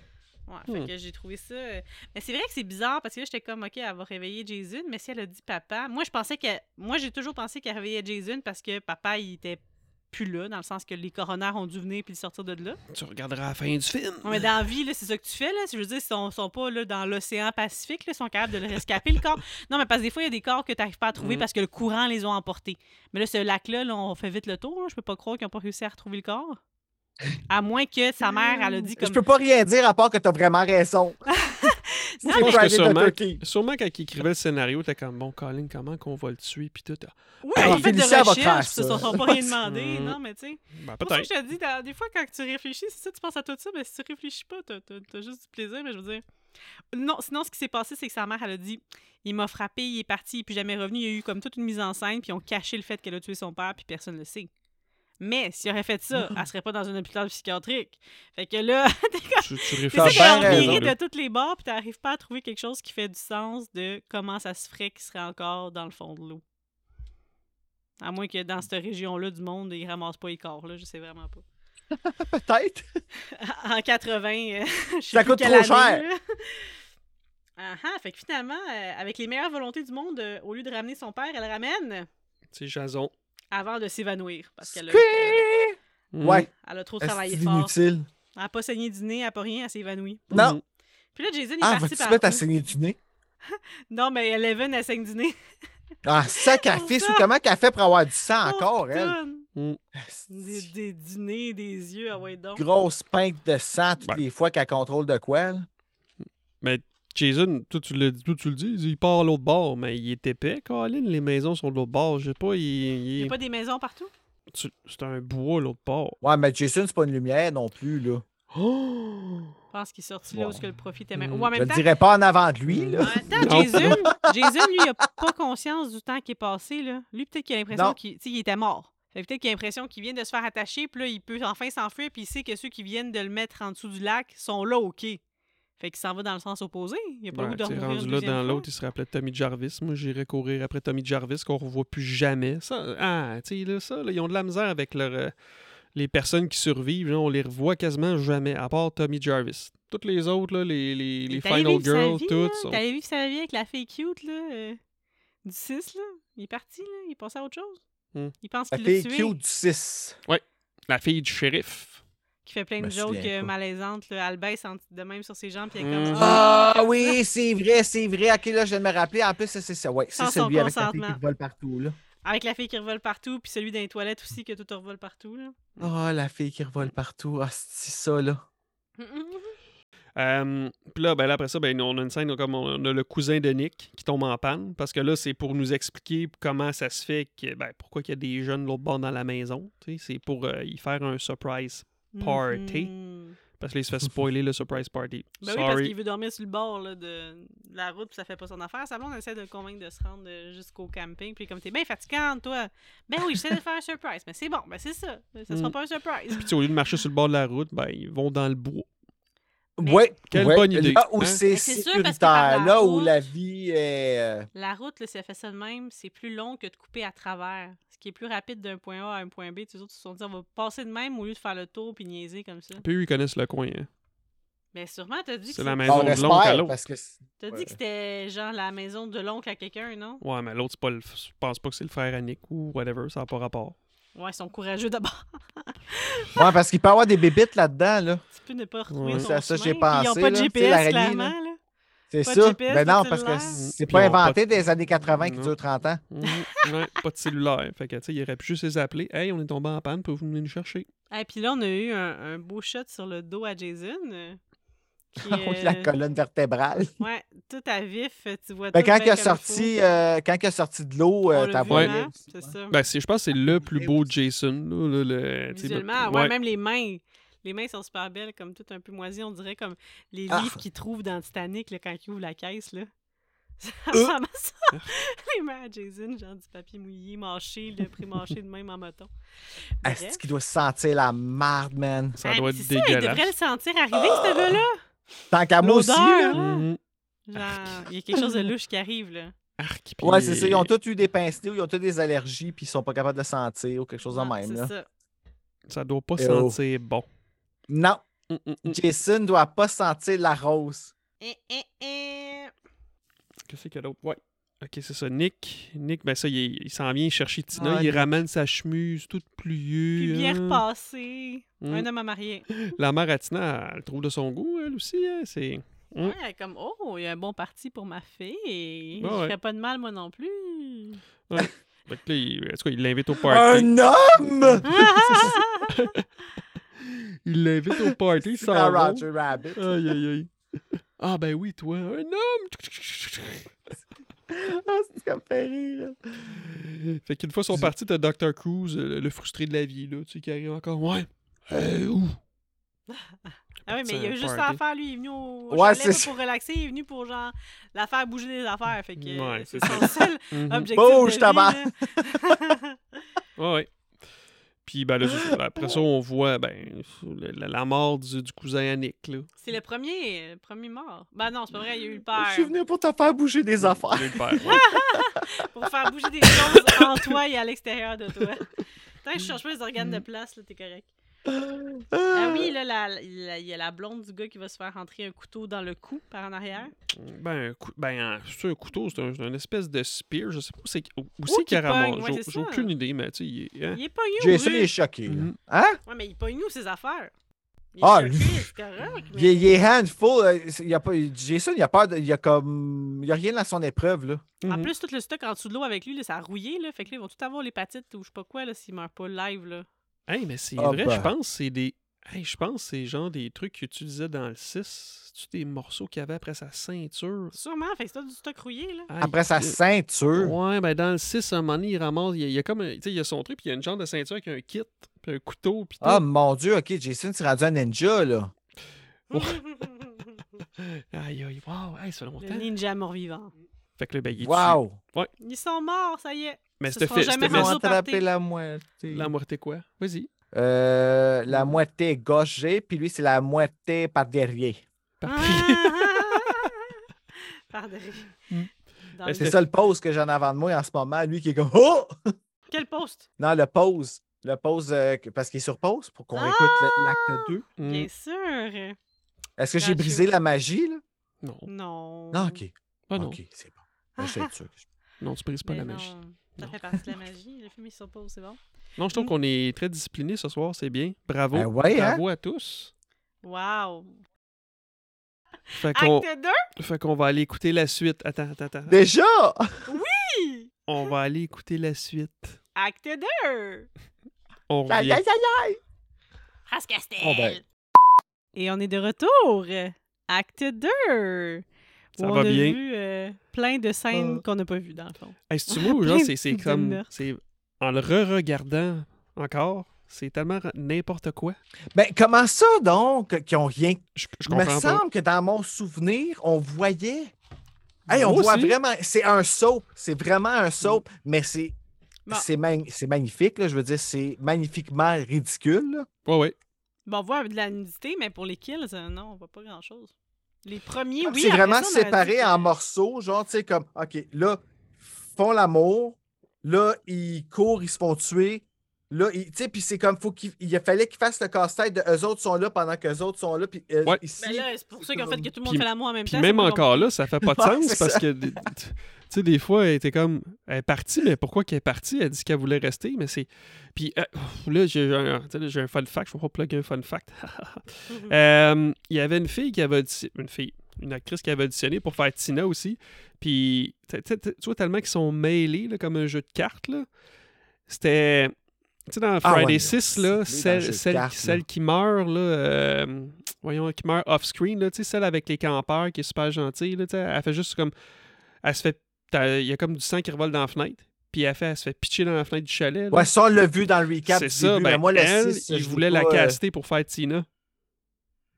S1: Ouais,
S2: Hmm.
S1: fait que j'ai trouvé ça. euh, Mais c'est vrai que c'est bizarre parce que là, j'étais comme, OK, elle va réveiller Jason, mais si elle a dit papa, moi, je pensais que. Moi, j'ai toujours pensé qu'elle réveillait Jason parce que papa, il était plus là, dans le sens que les coroners ont dû venir puis le sortir de là.
S2: Tu regarderas la fin du film.
S1: Ouais, mais dans la vie, là, c'est ça que tu fais, là. Je veux dire, ils sont, sont pas là, dans l'océan Pacifique, là, ils sont capables de le rescaper, le corps. Non, mais parce que des fois, il y a des corps que tu n'arrives pas à trouver
S3: Mm.
S2: Mhm.
S1: parce que le courant les a emportés. Mais là, ce lac-là, là, on fait vite le tour. là. Je peux pas croire qu'ils n'ont pas réussi à retrouver le corps. À moins que sa mère, elle a dit comme.
S3: Je peux pas rien dire à part que t'as vraiment raison.
S1: Non,
S2: Je
S3: mais-
S2: pense que
S3: Private
S2: sûrement,
S3: Kentucky.
S2: sûrement quand il écrivait le scénario, t'es comme bon, Colin, comment qu'on va le tuer, puis tout. Ah,
S1: Oui,
S2: Hey,
S1: en fait, de
S3: finissez à votre
S1: recherche,
S3: place,
S1: ça, ils
S3: ça.
S1: sont pas rien demandé.
S2: Mm.
S1: Non, mais tu sais.
S2: Ben,
S1: C'est pour ça que je
S2: peut-être.
S1: te dis, dans- des fois, quand tu réfléchis, c'est ça, tu penses à tout ça, mais si tu réfléchis pas, t'as t'as- t'as juste du plaisir, mais je veux dire. Non, sinon, ce qui s'est passé, c'est que sa mère, elle a dit il m'a frappé, il est parti, il est plus jamais revenu. Il y a eu comme toute une mise en scène, puis ils ont caché le fait qu'elle a tué son père, puis personne le sait. Mais s'il aurait fait ça, elle serait pas dans un hôpital psychiatrique. Fait que là, t'es comme.
S2: Tu, tu
S1: C'est ça
S2: réfléchis.
S3: bien
S1: qu'elle a
S3: raison,
S1: viré de toutes les bords, puis t'arrives pas à trouver quelque chose qui fait du sens de comment ça se ferait qu'il serait encore dans le fond de l'eau. À moins que dans cette région-là du monde, ils ramassent pas les corps, là, je sais vraiment pas.
S3: Peut-être.
S1: en 80, euh, je sais
S3: Ça
S1: plus
S3: coûte
S1: quelle
S3: trop
S1: année,
S3: cher.
S1: là. Ah ah, fait que finalement, euh, avec les meilleures volontés du monde, euh, au lieu de ramener son père, elle le ramène
S2: C'est Jason.
S1: avant de s'évanouir. Parce qu'elle a, euh,
S3: Squeak!
S2: Mm.
S3: Ouais,
S1: elle a trop travaillé
S3: c'est
S1: fort.
S3: inutile.
S1: Elle a pas saigné du nez, elle a pas rien, elle s'évanouit.
S2: Mm.
S3: Non.
S1: Puis là, Jason, il est
S3: Ah,
S1: parti
S3: vas-tu te
S1: par.
S3: mettre à saigner du nez?
S1: Non, mais Eleven, elle saigne du nez.
S3: Ah, sacrifice
S1: Pour
S3: ou
S1: ça.
S3: comment qu'elle fait pour avoir du sang
S1: Oh,
S3: encore, elle?
S1: putain. Des, des dîners, des yeux, ah ouais donc.
S3: Grosse pinte de sang toutes
S2: Ben.
S3: les fois qu'elle contrôle de quoi, elle?
S2: Jason, toi tu le, toi, tu le dis, il part à l'autre bord, mais il est épais, Colin. Les maisons sont de l'autre bord. Je sais pas, il.
S1: Il
S2: il-
S1: n'y a pas des maisons partout?
S2: tu- C'est un bois, l'autre bord.
S3: Ouais, mais Jason, c'est pas une lumière non plus, là.
S2: Oh!
S1: Je pense qu'il est sorti là où
S3: Ouais.
S1: est-ce que le profit était même.
S2: Mm.
S1: Ou en
S3: Hmm, Je
S1: même
S3: le
S1: temps,
S3: dirais pas en avant de lui, là.
S1: en même temps,
S2: Non.
S1: Ben, Jason, Jason, lui, il n'a pas conscience du temps qui est passé. Là. Lui, peut-être qu'il a l'impression
S3: Non.
S1: qu'il tu sais, il était mort. Fait que peut-être qu'il a l'impression qu'il vient de se faire attacher, puis là, il peut enfin s'enfuir, puis il sait que ceux qui viennent de le mettre en dessous du lac sont là, OK. Fait qu'il s'en va dans le sens opposé. Il a pas le
S2: Ouais,
S1: goût de
S2: t'sais,
S1: remourir
S2: Ben, rendu
S1: une
S2: là
S1: deuxième
S2: dans
S1: fois.
S2: l'autre, il se rappelait de Tommy Jarvis. Moi, j'irais courir après Tommy Jarvis qu'on revoit plus jamais. Ça, ah, tu sais, là, ça, là, ils ont de la misère avec leur, euh, les personnes qui survivent. là, on les revoit quasiment jamais, à part Tommy Jarvis. Toutes les autres, là, les, les,
S1: Il
S2: les
S1: est allé
S2: Final
S1: vivre sa
S2: Girls,
S1: vie, là.
S2: toutes. sont-
S1: T'allais vivre sa vie avec la fille cute, là, euh, du 6, là. Il est parti, là. Il est passé à autre chose.
S2: Hmm.
S1: Il pense
S3: La
S1: qu'il l'a
S3: fille
S1: tué,
S3: cute du 6.
S2: La fille du shérif.
S1: qui fait plein
S3: Je
S1: de
S3: me
S1: jokes
S3: souviens
S1: euh,
S3: pas.
S1: malaisantes, là. Elle baisse en- de même sur ses jambes, puis elle est
S2: Hmm.
S1: comme...
S3: Ah oui, c'est vrai, c'est vrai. Ok, là, je viens de me rappeler. En plus, ça, c'est ça. Ouais, c'est
S1: Sans son
S3: celui avec la fille
S1: consentement. Mm.
S3: qui vole partout, là.
S1: Avec la fille qui revole partout, puis celui dans les toilettes aussi, que tout revole partout, là.
S3: Ah, la fille qui revole partout. Ah, c'est ça, là.
S2: Euh, Puis là, ben, là, après ça, ben, on a une scène comme on a le cousin de Nick qui tombe en panne parce que là, c'est pour nous expliquer comment ça se fait que ben, pourquoi qu'il y a des jeunes de l'autre bord dans la maison. tu sais, C'est pour euh, y faire un surprise Party.
S1: Mhm.
S2: Parce qu'il se fait spoiler le surprise party.
S1: Ben oui, parce
S2: Sorry.
S1: qu'il veut dormir sur le bord là, de de la route, puis ça fait pas son affaire. Ça, on essaie de le convaincre de se rendre euh, jusqu'au camping, puis comme t'es bien fatigante, toi. Ben oui, j'essaie de faire un surprise, mais c'est bon, ben c'est ça. Ça sera
S2: Mm.
S1: pas un surprise.
S2: Puis, tu sais, au lieu de marcher sur le bord de la route, ben, ils vont dans le bois.
S1: Mais-
S3: Ouais,
S2: Quelle
S3: ouais,
S2: bonne idée,
S3: Là où
S2: hein?
S3: c'est
S1: Mais c'est sûr, parce que
S3: sécuritaire,
S1: par la
S3: là où
S1: route-
S3: la vie est. euh,
S1: La route, là, si elle fait ça de même, c'est plus long que de couper à travers. Ce qui est plus rapide d'un point A à un point B. Les autres se sont dit, on va passer de même au lieu de faire le tour puis niaiser comme ça.
S2: Puis, eux, ils connaissent le coin. hein.
S1: Mais sûrement, t'as dit que
S2: C'est la
S1: c'est-
S2: maison Ah,
S3: On
S2: de l'oncle à
S3: espère,
S2: l'autre.
S3: parce que. c'est-
S1: t'as dit
S3: ouais.
S1: que c'était genre la maison de l'oncle à quelqu'un, non?
S2: Ouais, mais l'autre, c'est pas le... je pense pas que c'est le frère à Nick ou whatever, ça n'a pas rapport.
S1: Ouais, ils sont courageux d'abord.
S3: Ouais, parce qu'il peut y avoir des bébites là-dedans, là.
S1: tu peux ne pas retrouver
S2: Ouais.
S1: ton
S3: C'est à ça que j'ai
S1: chemin, puis Ils
S3: pensé,
S1: n'ont pas de
S3: là. Tu sais,
S1: GPS,
S3: l'araignée,
S1: clairement. Là.
S3: C'est
S1: Pas
S3: ça.
S1: de GPS,
S3: ben
S1: pas de
S3: non, parce que
S1: cellulaire.
S3: c'est
S2: Puis
S3: pas
S2: on va
S3: inventé
S2: pas-
S3: des années 80 qui
S2: Non.
S3: dure 30 ans.
S2: Mhm. Ouais, pas de cellulaire. Fait que, tu sais, il aurait pu juste les appeler. Hey, on est tombé en panne, pouvez-vous venir nous chercher?
S1: Et puis là, on a eu un, un beau shot sur le dos à Jason. euh, qui,
S3: La
S1: euh,
S3: colonne vertébrale.
S1: ouais, tout à vif, tu vois
S3: Ben,
S1: tout
S3: quand,
S1: bien
S3: il a
S1: comme
S3: sorti,
S1: faut.
S3: euh, quand il a sorti de l'eau,
S1: On
S3: euh,
S1: l'a
S3: t'as
S1: vu,
S3: pas-
S1: hein, c'est ça.
S2: Ben, c'est- je pense que c'est le plus beau Jason. Là, là, le, tu sais, ben,
S1: Visuellement, ouais, même les mains. Les mains sont super belles, comme tout un peu moisies. On dirait comme les
S3: Ah.
S1: livres qu'ils trouvent dans Titanic là, quand ils ouvrent la caisse. Là. Ça
S3: Euh.
S1: ressemble à ça. les mains à Jason, genre du papier mouillé, mâché, le pré-mâché de même en moton.
S3: Est-ce qu'il doit sentir la marde, man?
S2: Ça
S1: Ah,
S2: doit
S1: c'est
S2: être
S1: Ça, il devrait le
S2: dégueulasse.
S1: sentir arriver, ce gars-là.
S3: Tant qu'à moi aussi. là.
S1: L'odeur, là.
S2: Mhm.
S1: Genre, il y a quelque chose de louche qui arrive, là.
S2: Arc, puis-
S3: Ouais, c'est ça. Ils ont tous eu des pincettes ou ils ont tous des allergies puis ils sont pas capables de le sentir ou quelque chose de
S1: Ah,
S3: même.
S1: c'est
S3: là.
S1: ça.
S2: Ça doit pas
S3: Eh oh.
S2: sentir bon.
S3: Non,
S2: Mm, mm, mm.
S3: Jason doit pas sentir la rose.
S1: Eh, eh, eh.
S2: Qu'est-ce qu'il y a d'autre? Ouais. Ok, c'est ça. Nick, Nick ben ça, il, est- il s'en vient chercher Tina.
S3: Ah,
S2: il
S3: Nick.
S2: ramène sa chemise toute
S1: Puis
S2: pluieuse.
S1: bien
S2: hein.
S1: repassé.
S2: Mm.
S1: Un homme à marier.
S2: La mère à Tina, elle le trouve de son goût, elle aussi. hein, C'est... Mm.
S1: Ouais, elle est comme Oh, il y a un bon parti pour ma fille.
S2: Ouais,
S1: Je
S2: ouais.
S1: ferais pas de mal, moi non plus.
S2: Fait que là, il, en tout cas, il l'invite
S3: Ah,
S2: au party.
S3: Un homme!
S1: Hein?
S2: Il l'invite au party, il
S3: C'est
S2: s'en
S3: dans
S2: va.
S3: Roger Rabbit.
S2: Aïe, aïe, aïe. Ah ben oui, toi, un homme!
S3: Ah, c'est comme fait rire. là.
S2: Fait qu'une fois sont partis, t'as Dr. Cruz, euh, le frustré de la vie, là, tu sais, qui arrive encore. Ouais! Hey, où?
S1: ah oui, mais il y a eu juste ça à
S2: party.
S1: faire, lui. Il est venu au
S3: Ouais,
S1: chalet
S3: c'est
S1: là,
S3: ça.
S1: pour relaxer. Il est venu pour, genre, la faire bouger les affaires. Fait que euh,
S2: Ouais,
S1: c'est
S2: c'est
S1: son seul
S3: Ah,
S2: Mhm.
S1: objectif.
S3: Bouge,
S1: de
S3: tabac.
S1: vie, là.
S2: Ouais, ouais. Puis ben, là, c'est ça. après ça, on voit ben, le- la, la mort du, du cousin Yannick. Là.
S1: c'est le premier, le premier mort. Ben non, c'est pas vrai, il y a eu le
S3: Je suis
S1: père.
S3: venu pour te faire bouger des affaires.
S2: Le père, ouais.
S1: Pour faire bouger des choses en toi et à l'extérieur de toi. Tant que je change pas les organes de
S3: Mm.
S1: place, là, t'es correct. Ah oui, là, la- la- il y a la blonde du gars qui va se faire rentrer un couteau dans le cou par en arrière.
S2: ben, un cou- ben, c'est un couteau, c'est un, c'est une espèce de spear, je sais pas où c'est où, où
S1: Où
S2: c'est qu'il
S1: qu'il
S2: ramasse.
S1: pogne, ouais,
S2: J'ai-
S1: c'est
S2: J'ai
S1: ça.
S2: aucune idée, mais tu sais, il est- hein?
S1: Il est pas nu
S3: Jason il est choqué. là.
S2: Mhm.
S3: Hein?
S1: Ouais, mais il est pas nous ses affaires. Il est
S3: Ah,
S1: choqué,
S3: lui-
S1: c'est correct.
S3: Il, est-
S1: Mais...
S3: il est handful. euh, c'est- il y a pas, Jason, il a peur. de- il y a comme. Il y a rien dans son épreuve, là.
S1: En
S2: Mhm.
S1: plus, tout le stock en dessous de l'eau avec lui, là, ça a rouillé. Là, fait que là, ils vont tout avoir l'hépatite ou je sais pas quoi là, s'il meurt pas live. Là.
S2: Hey, mais c'est
S3: Ah
S2: vrai,
S3: ben.
S2: je pense que c'est des. Hey, je pense que c'est genre des trucs qu'ils utilisaient dans le 6. cest des morceaux qu'il y avait après sa ceinture?
S1: Sûrement, fait que c'est tout du stock rouillé. Là.
S2: Aïe,
S3: Après sa
S2: euh,
S3: ceinture.
S2: Ouais, ben dans le 6, à un moment donné, il ramasse. Il y a, il y a comme. un- Tu sais, il y a son truc, puis il y a une genre de ceinture avec un kit, puis un couteau, puis tout.
S3: Ah mon dieu, ok, Jason s'est rendu un ninja, là.
S2: Oh. Aïe, aïe, wow, hey, ça fait
S1: le
S2: longtemps.
S1: ninja mort-vivant.
S2: Fait que là, ben, il est dessus.
S3: Wow!
S1: Ils sont morts, ça y est.
S2: Mais
S1: se
S2: c'était
S1: seront
S2: fait.
S1: jamais Mais
S2: c'était-
S3: Ils
S2: mais
S3: ont
S1: rendus.
S2: c'était-
S1: Renzo partait.
S3: attrapé la moitié.
S2: La moitié quoi? Vas-y.
S3: Euh, la moitié gauche, j'ai, puis lui, c'est la moitié par derrière.
S1: Ah! Pardon.
S2: Hmm.
S1: Dans
S2: Ben,
S1: le-
S3: C'est ça le pose que j'ai en avant de moi en ce moment. Lui qui est comme Oh!
S1: Quel poste?
S3: Non, le pose. Le pose, euh, que- parce qu'il est sur pause pour qu'on
S1: Ah!
S3: écoute le- l'acte 2.
S2: Mm.
S1: Bien sûr.
S3: Est-ce que
S1: Gotcha.
S3: j'ai brisé la magie, là?
S2: Non.
S1: Non.
S3: Non, ok.
S2: Ah non.
S3: Ok, c'est bon. Là, je vais être sûr que je-
S2: Non, tu brises pas
S1: Mais
S2: la
S1: non,
S2: magie.
S1: Ça
S2: Non.
S1: fait partie de la magie. Le film, ils sont pas c'est bon.
S2: Non, je trouve qu'on est très disciplinés ce soir, c'est bien. Bravo.
S3: Ben ouais, hein?
S2: Bravo à tous.
S1: Wow.
S2: Fait qu'on
S1: Acte
S2: fait qu'on va aller écouter la suite. Attends, attends, attends.
S3: Déjà!
S1: 2!
S2: On va aller écouter la suite.
S1: Acte 2!
S2: On revient.
S3: Aïe, aïe, aïe, aïe!
S1: France Castel!
S3: Oh ben.
S1: Et on est de retour! Acte 2!
S2: Ça
S1: Où on
S2: va
S1: a
S2: bien.
S1: vu euh, plein de scènes
S3: Euh.
S1: qu'on n'a pas vues, dans le fond.
S2: Hey, c'est-tu beau, genre, c'est- c'est
S1: Plein de
S2: comme...
S1: meurtres.
S2: c'est En le re-regardant encore, c'est tellement ra- n'importe quoi.
S3: Ben, comment ça, donc, qu'ils ont rien
S2: Je, je
S3: Il me
S2: comprends pas.
S3: semble que dans mon souvenir, on voyait. Hey, on
S2: Moi
S3: voit
S2: aussi. Mm.
S3: vraiment. C'est un soap. C'est vraiment un soap, mais c'est.
S1: Bon.
S3: C'est mag- c'est magnifique, là, je veux dire, c'est magnifiquement ridicule. là.
S2: Ouais, ouais.
S1: Bon, on voit de la nudité, mais pour les kills, euh, non, on voit pas grand-chose. Les
S2: Ah,
S1: premiers, oui.
S3: c'est
S1: après
S3: vraiment
S1: ça, on aurait dit
S3: séparé
S1: que-
S3: en morceaux, genre, tu sais, comme, OK, là, font l'amour, là, ils courent, ils se font tuer, là, ils- tu sais, puis c'est comme, faut qu'il il fallait qu'ils fassent le casse-tête de eux autres sont là pendant qu'eux autres sont là, puis euh,
S2: Ouais.
S3: ici.
S1: Ben là, c'est pour ça qu'en fait que tout le monde
S2: Puis-
S1: fait l'amour en même
S2: Puis
S1: temps.
S2: même
S1: c'est pas
S2: encore là, ça fait pas de
S3: Ouais,
S2: sens
S3: c'est
S2: parce
S3: ça.
S2: que, des- tu sais, des fois, elle était comme, elle est partie, mais pourquoi qu'elle est partie? Elle dit qu'elle voulait rester, mais c'est. Puis euh, là, j'ai un, tu sais, là, j'ai un fun fact, je vais pas plugger un fun fact.
S1: bon.
S2: Euh, Il y avait une fille qui avait dit, une fille, une actrice qui avait auditionné pour faire Tina aussi. Puis, tu sais- tu sais- tu vois, tellement qu'ils sont mêlés, là, comme un jeu de cartes, là. C'était. Tu sais, dans Friday
S3: Ah ouais,
S2: 6,
S3: c'est
S2: là,
S3: dans le
S2: celle,
S3: jeu de
S2: celle,
S3: cartes,
S2: qui,
S3: là.
S2: celle qui meurt, là, euh, voyons, qui meurt off-screen, là, tu sais, celle avec les campeurs qui est super gentille, là, tu sais, elle fait juste comme. Elle se fait. t'as- Il y a comme du sang qui revole dans la fenêtre, puis elle, fait, elle se fait pitcher dans la fenêtre du chalet. là.
S3: Ouais, ça, on l'a vu dans le recap.
S2: C'est
S3: du
S2: ça,
S3: début,
S2: ben,
S3: mais moi, le
S2: elle,
S3: 6,
S2: il
S3: je
S2: voulait la
S3: vois pas, euh,
S2: caster pour faire Tina.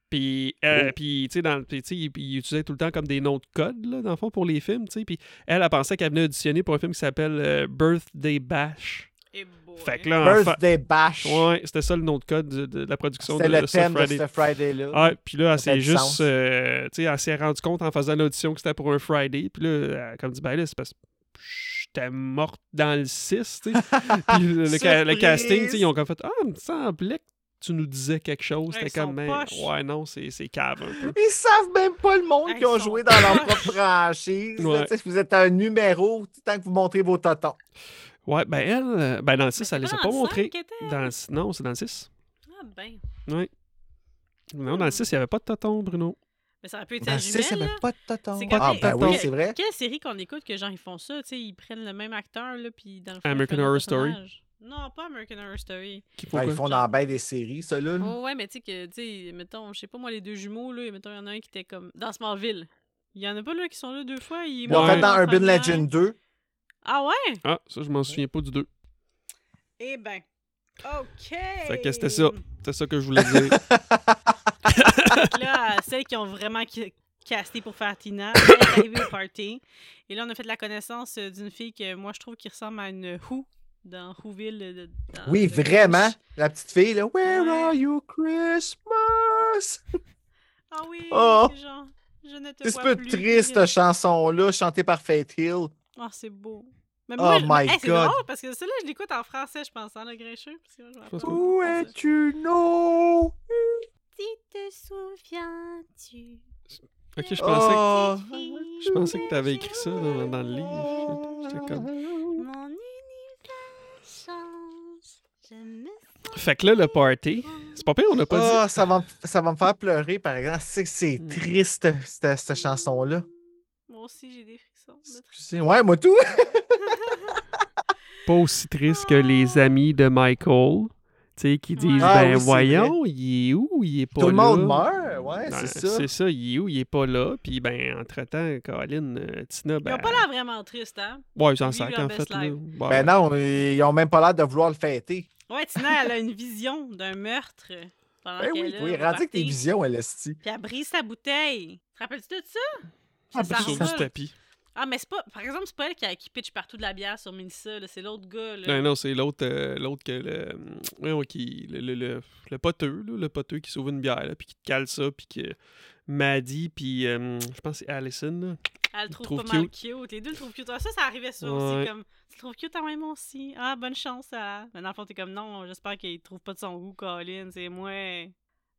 S2: Puis, euh, puis, tu sais, dans- puis, tu sais, il, il utilisait tout le temps comme des noms de code, là, dans le fond, pour les films, tu sais. Puis elle, elle pensait qu'elle venait auditionner pour un film qui s'appelle euh, Birthday Bash.
S1: Et Eh boy.
S2: Fait que là, en fa-
S3: Birthday Bash.
S2: ouais, c'était ça le nom de code de, de la production de,
S3: C'était le
S2: ce
S3: thème
S2: Friday.
S3: de ce Friday-là.
S2: Ah, puis là, elle
S3: Ça fait
S2: s'est
S3: du
S2: juste.
S3: sens.
S2: euh, tu sais, elle s'est rendue compte en faisant l'audition que c'était pour un Friday. Puis là, elle a comme dit, ben là, c'est parce que j'étais morte dans le 6. tu sais. puis le, le ca- le
S3: Surprise!
S2: casting, tu sais, ils ont comme fait, ah, il me semblait que tu nous disais quelque chose.
S1: Ouais,
S2: C'était
S1: ils
S2: comme,
S1: sont
S2: mais
S1: poches.
S2: ouais, non, c'est c'est cave un peu.
S3: Ils savent même pas le monde
S1: Hey,
S3: qui ont
S1: Ah, ils sont
S3: joué dans leur propre franchise. là.
S2: Ouais.
S3: Tu sais, Vous êtes un numéro tant que vous montrez vos tontons.
S2: Ouais, ben elle, euh, ben dans le 6, elle les a
S1: Ah,
S2: pas
S1: cinq
S2: montrés.
S1: étaient-
S2: Dans le six- non, c'est dans le 6.
S1: Ah ben.
S2: Non, dans le 6, il n'y avait pas de tonton, Bruno.
S1: Mais ça aurait pu être
S2: Ah,
S3: Dans
S2: Ben,
S1: la
S3: le 6, il
S1: jumelle,
S3: n'y
S1: là.
S3: avait pas de tontons.
S1: C'est
S3: Ah,
S1: comme-
S3: ben oui,
S1: que-
S3: c'est vrai.
S1: Quelle série qu'on écoute que genre ils font ça, tu sais, ils prennent le même acteur là puis dans le fond, ils
S2: American
S1: font le
S2: Horror Story.
S1: personnage. Non, pas American Horror Story.
S2: Qui-
S3: Ouais,
S2: pourquoi?
S3: ils font dans ben des séries, ça, là.
S2: Hum.
S1: Oh, ouais, mais tu sais que tu sais mettons, je sais pas moi les deux jumeaux là, et mettons il y en a un qui était comme dans Smallville. Il y en a pas là qui sont là deux fois, ils
S3: Ils l'ont
S1: meurent
S3: fait dans
S1: en
S3: Urban
S1: première.
S3: Legend 2.
S1: Ah ouais
S2: Ah, ça, je m'en souviens pas du 2.
S1: Eh ben. OK.
S2: Fait que c'était ça. C'est ça que je voulais dire.
S1: Fait que là, celles qui ont vraiment ca- casté pour faire Tina, elle est arrivée au party. Et là, on a fait la connaissance euh, d'une fille que moi, je trouve qui ressemble à une Who dans Whoville. euh, de- dans
S3: Oui,
S1: The
S3: vraiment.
S1: Grinch.
S3: La petite fille, là. Where
S1: Ah, Ouais.
S3: are you, Christmas?
S1: Ah oui,
S3: Oh.
S1: c'est genre, je ne te
S3: C'est
S1: vois
S3: un peu
S1: plus.
S3: triste, hein. cette chanson-là, chantée par Faith Hill.
S1: Oh, c'est beau. Mais
S3: Oh
S1: moi, je-
S3: my
S1: hey, c'est
S3: God.
S1: drôle parce que celle-là, je l'écoute en français, je pense, hein, le grincheux. Parce que moi, je me
S2: pense
S1: rappelle
S3: Où
S1: pas.
S3: es-tu, non?
S1: Si te souviens-tu?
S2: ok, je pensais que.
S3: Oh.
S1: petite fille
S2: Je pensais que t'avais écrit ça
S1: que
S2: dans, dans le livre. J'étais comme-
S1: Mon univers change. Je me
S2: Fait que là, le party, c'est pas pire, on n'a pas dit.
S3: Ah, ça, va, me- ça va me faire pleurer, par exemple. C'est, c'est
S2: Hmm.
S3: triste, cette, cette chanson-là.
S1: Moi aussi, j'ai des frissons.
S3: Excusez. Ouais, moi tout.
S2: Pas aussi triste que les amis de Michael, tu sais, qui disent
S1: Ah
S2: Ben
S3: oui, c'est
S2: voyons, il est où, il est pas
S3: Tout le
S2: là.
S3: monde meurt. Ouais,
S2: Ben,
S3: c'est ça.
S2: C'est ça, il est où, il est pas là. Puis, ben, entre-temps, Colin, euh, Tina,
S1: Ils
S2: ben.
S1: ont pas l'air vraiment tristes, hein?
S2: Ouais, ils s'en
S1: Vivre
S2: sacrent,
S1: leur
S2: en
S1: best
S2: fait. Là.
S1: life.
S2: Ouais.
S3: Ben non, ils ont même pas l'air de vouloir le fêter.
S1: Ouais, Tina, elle a une vision d'un meurtre pendant
S3: Ben
S1: qu'elle
S3: oui,
S1: est
S3: oui,
S1: au party.
S3: rendu avec tes visions, LST.
S1: Puis elle brise sa bouteille. Te rappelles-tu de ça? Ça
S3: Ah, ben,
S1: s'en
S2: sur
S1: va.
S2: du tapis.
S1: Ah, mais c'est pas... Par exemple, c'est pas elle qui, a- qui pitche partout de la bière sur Minissa, là, c'est l'autre gars, là.
S3: Ben,
S2: Non, non, c'est l'autre euh, l'autre que le, voyons, qui, le, le, le, le poteux, là, le poteux qui sauve une bière, là, puis qui te cale ça, puis que Maddie, puis euh, je pense que c'est Allison, là,
S1: Elle le
S2: Il
S1: trouve,
S2: trouve
S1: pas mal cute. Les deux le trouvent cute. Ah, ça, ça arrivait ça
S2: Ouais.
S1: aussi. Comme, tu le trouves cute à même aussi. Ah, bonne chance à. Mais dans le fond, t'es comme non, j'espère qu'il trouve pas de son goût, Colin. C'est moi.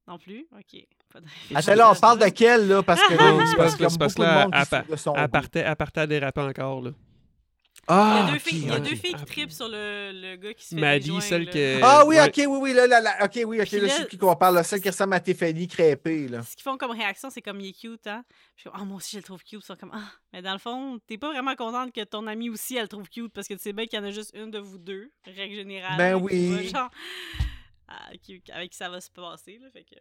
S1: Non plus? Ok. Pas de-
S3: Attends, là, Ah, on parle de quel, là? Parce que
S2: Non,
S3: là,
S2: Oh, c'est
S3: il y a
S2: parce que-
S3: comme
S2: c'est parce que
S3: beaucoup de
S2: là,
S3: monde qui
S2: à
S3: se
S2: pa-
S3: fout de son
S2: Elle
S3: goût.
S2: partait, elle partait à déraper encore, là.
S1: Il y
S3: Ah,
S1: a deux
S3: ok,
S1: filles, il y a
S3: ouais.
S1: deux filles
S2: Ah,
S1: qui tripent sur le, le gars qui se fait.
S2: Maddie,
S1: des joints,
S2: celle
S1: là.
S2: que-
S3: Ah oui,
S2: Ouais.
S3: ok, oui, oui, là, là, là, ok, oui, ok,
S1: Puis
S3: là,
S1: là-
S3: je sais de qui qu'on parle, là, celle qui ressemble à Tiffany crêpée, là.
S1: Ce qu'ils font comme réaction, c'est comme il est cute, hein. Puis, je fais, ah, moi aussi, je le trouve cute. Ils sont comme, ah. Mais dans le fond, t'es pas vraiment contente que ton amie aussi, elle le trouve cute parce que tu sais bien qu'il y en a juste une de vous deux, règle générale.
S3: Ben
S1: là, qui
S3: oui.
S1: va, genre, ah, qui- avec qui ça va se passer, là. Fait que.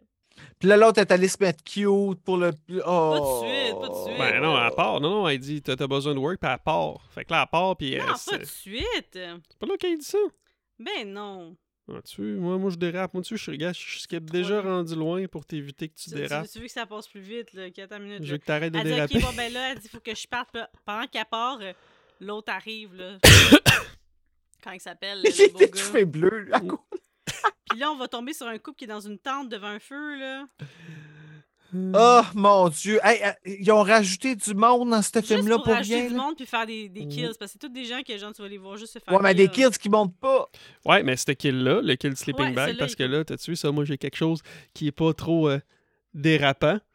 S3: Puis là, l'autre est allée se mettre cute pour le. Oh.
S1: suite, pas de suite.
S2: Ben non, elle part. Non, non, elle dit T'as t'as besoin de work, puis elle part. Fait que là, elle part, puis. euh,
S1: Non, pas
S2: c'est
S1: de suite.
S2: c'est pas là qu'elle dit ça.
S1: Ben non.
S2: Ah, tu vois, moi, moi, je dérape. Moi, tu vois, je, regarde, je skip déjà
S1: loin.
S2: rendu loin pour t'éviter que tu
S1: Tu, tu-
S2: dérapes.
S1: tu veux que ça passe plus vite, là, 4 minutes.
S2: Je veux
S1: là.
S2: que t'arrêtes de
S1: Elle dit,
S2: déraper.
S1: OK, bon, ben là, elle dit, faut que je parte. Puis là, Pendant qu'elle part, euh, l'autre arrive, là. Quand il s'appelle,
S3: Il
S1: le beau
S3: était tout
S1: gars.
S3: fait bleu, là.
S2: Mm.
S1: Puis là, on va tomber sur un couple qui est dans une tente devant un feu, là.
S3: Oh mon dieu. Hey, euh, ils ont rajouté du monde dans ce
S1: Juste
S3: film-là
S1: pour,
S3: pour
S1: rajouter
S3: rien.
S1: du
S3: là.
S1: monde puis faire des, des
S2: Mhm.
S1: kills. Parce que c'est tous des gens que, genre, tu vas les voir juste se faire
S3: Ouais, mais des
S1: kill.
S3: kids qui montent pas.
S2: Ouais, mais ce kill-là, le kill Sleeping
S1: Ouais,
S2: Bag,
S1: celui-là,
S2: parce
S1: il
S2: que
S1: faut-
S2: là, t'as-tu vu ça Moi, j'ai quelque chose qui est pas trop euh, dérapant.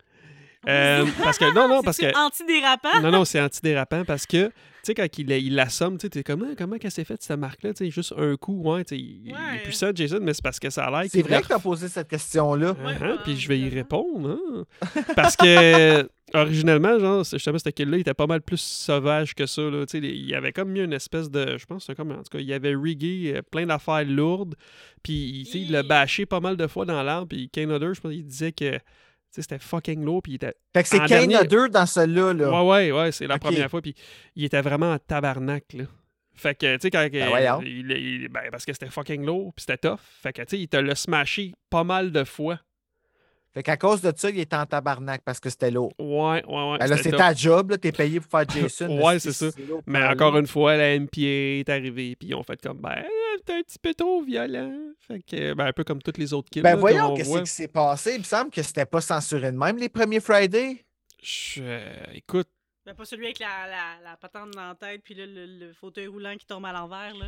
S2: Euh, parce que, non, non, parce
S1: C'est-tu
S2: que.
S1: antidérapant.
S2: Non, non, c'est antidérapant parce que, tu sais, quand il, il l'assomme, tu sais, t'es comme, Ah, comment qu'elle s'est faite cette marque-là? Tu sais, juste un coup, ouais, tu sais, il, il
S1: Ouais.
S2: est puissant, Jason, mais c'est parce que ça a l'air
S3: C'est
S2: qu'il
S3: vrai que tu as posé cette question-là.
S1: Ouais,
S2: Ah,
S1: ouais,
S2: puis je vais y
S1: exactement.
S2: répondre. hein. Parce que, originalement, genre, c'est- justement, ce kill-là, il était pas mal plus sauvage que ça. Là. Tu sais, Il y avait comme mis une espèce de. Je pense que c'est comme. En tout cas, il avait rigué plein d'affaires lourdes. Puis, tu sais, il l'a
S1: Hi.
S2: bâché pas mal de fois dans l'arbre. Puis, Kane Hodder, je pense, il disait que. tu sais, C'était fucking lourd, puis il était...
S3: Fait que c'est
S2: En
S3: Kane
S2: dernier-
S3: a deux dans celui-là. Là.
S2: Ouais, ouais, ouais, c'est la
S3: Ok.
S2: première fois, puis il était vraiment en tabarnak, là. Fait que, tu sais, quand...
S3: Ben voyons.
S2: il, il- ben, parce que c'était fucking lourd, puis c'était tough. Fait que, tu sais, il te l'a smashé pas mal de fois.
S3: Fait qu'à cause de ça, il est en tabarnak parce que c'était lourd.
S2: Ouais, ouais, ouais.
S3: Ben là,
S2: c'était
S3: c'est
S2: tough.
S3: ta job, là, t'es payé pour faire Jason.
S2: Ouais,
S3: là,
S2: c'est ça.
S3: lourd,
S2: Mais
S3: pas
S2: encore
S3: lourd.
S2: une fois, la MPA est arrivée, puis ils ont fait comme, ben, euh, t'es un petit peu trop violent. Fait que, ben, un peu comme toutes les autres kills. là,
S3: Ben
S2: comme
S3: voyons,
S2: on
S3: qu'est-ce
S2: voit.
S3: qui s'est passé? Il me semble que c'était pas censuré de même les premiers Friday.
S2: Je- euh, écoute,
S1: Ben, pas celui avec la, la, la patente dans la tête, puis là, le, le fauteuil roulant qui tombe à l'envers, là.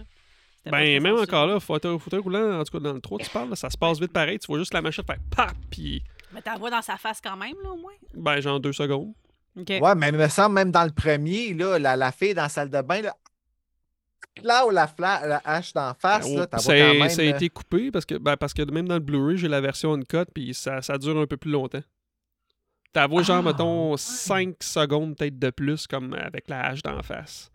S1: C'était pas très
S2: ben, même
S1: sensible.
S2: encore là, fauteuil, fauteuil roulant, en tout cas, dans le 3, tu parles, là, ça se passe vite pareil. Tu vois juste la machette faire pap, puis,
S1: Mais t'en vois dans sa face quand même, là, au moins.
S2: ben, genre deux secondes.
S1: OK.
S3: Ouais, mais il me semble même dans le premier, là, la, la fille dans la salle de bain, là, là où la, fla- la hache d'en face,
S2: Ben,
S3: là,
S2: oh,
S3: Ah, t'en
S2: ça,
S3: vois quand
S2: a-
S3: même.
S2: ça a
S3: euh,
S2: été coupé, parce que, ben, parce que même dans le Blu-ray, j'ai la version uncut, puis ça, ça dure un peu plus longtemps. T'as vu, genre,
S3: Ah,
S2: mettons, 5 secondes peut-être de plus, comme avec la hache d'en face.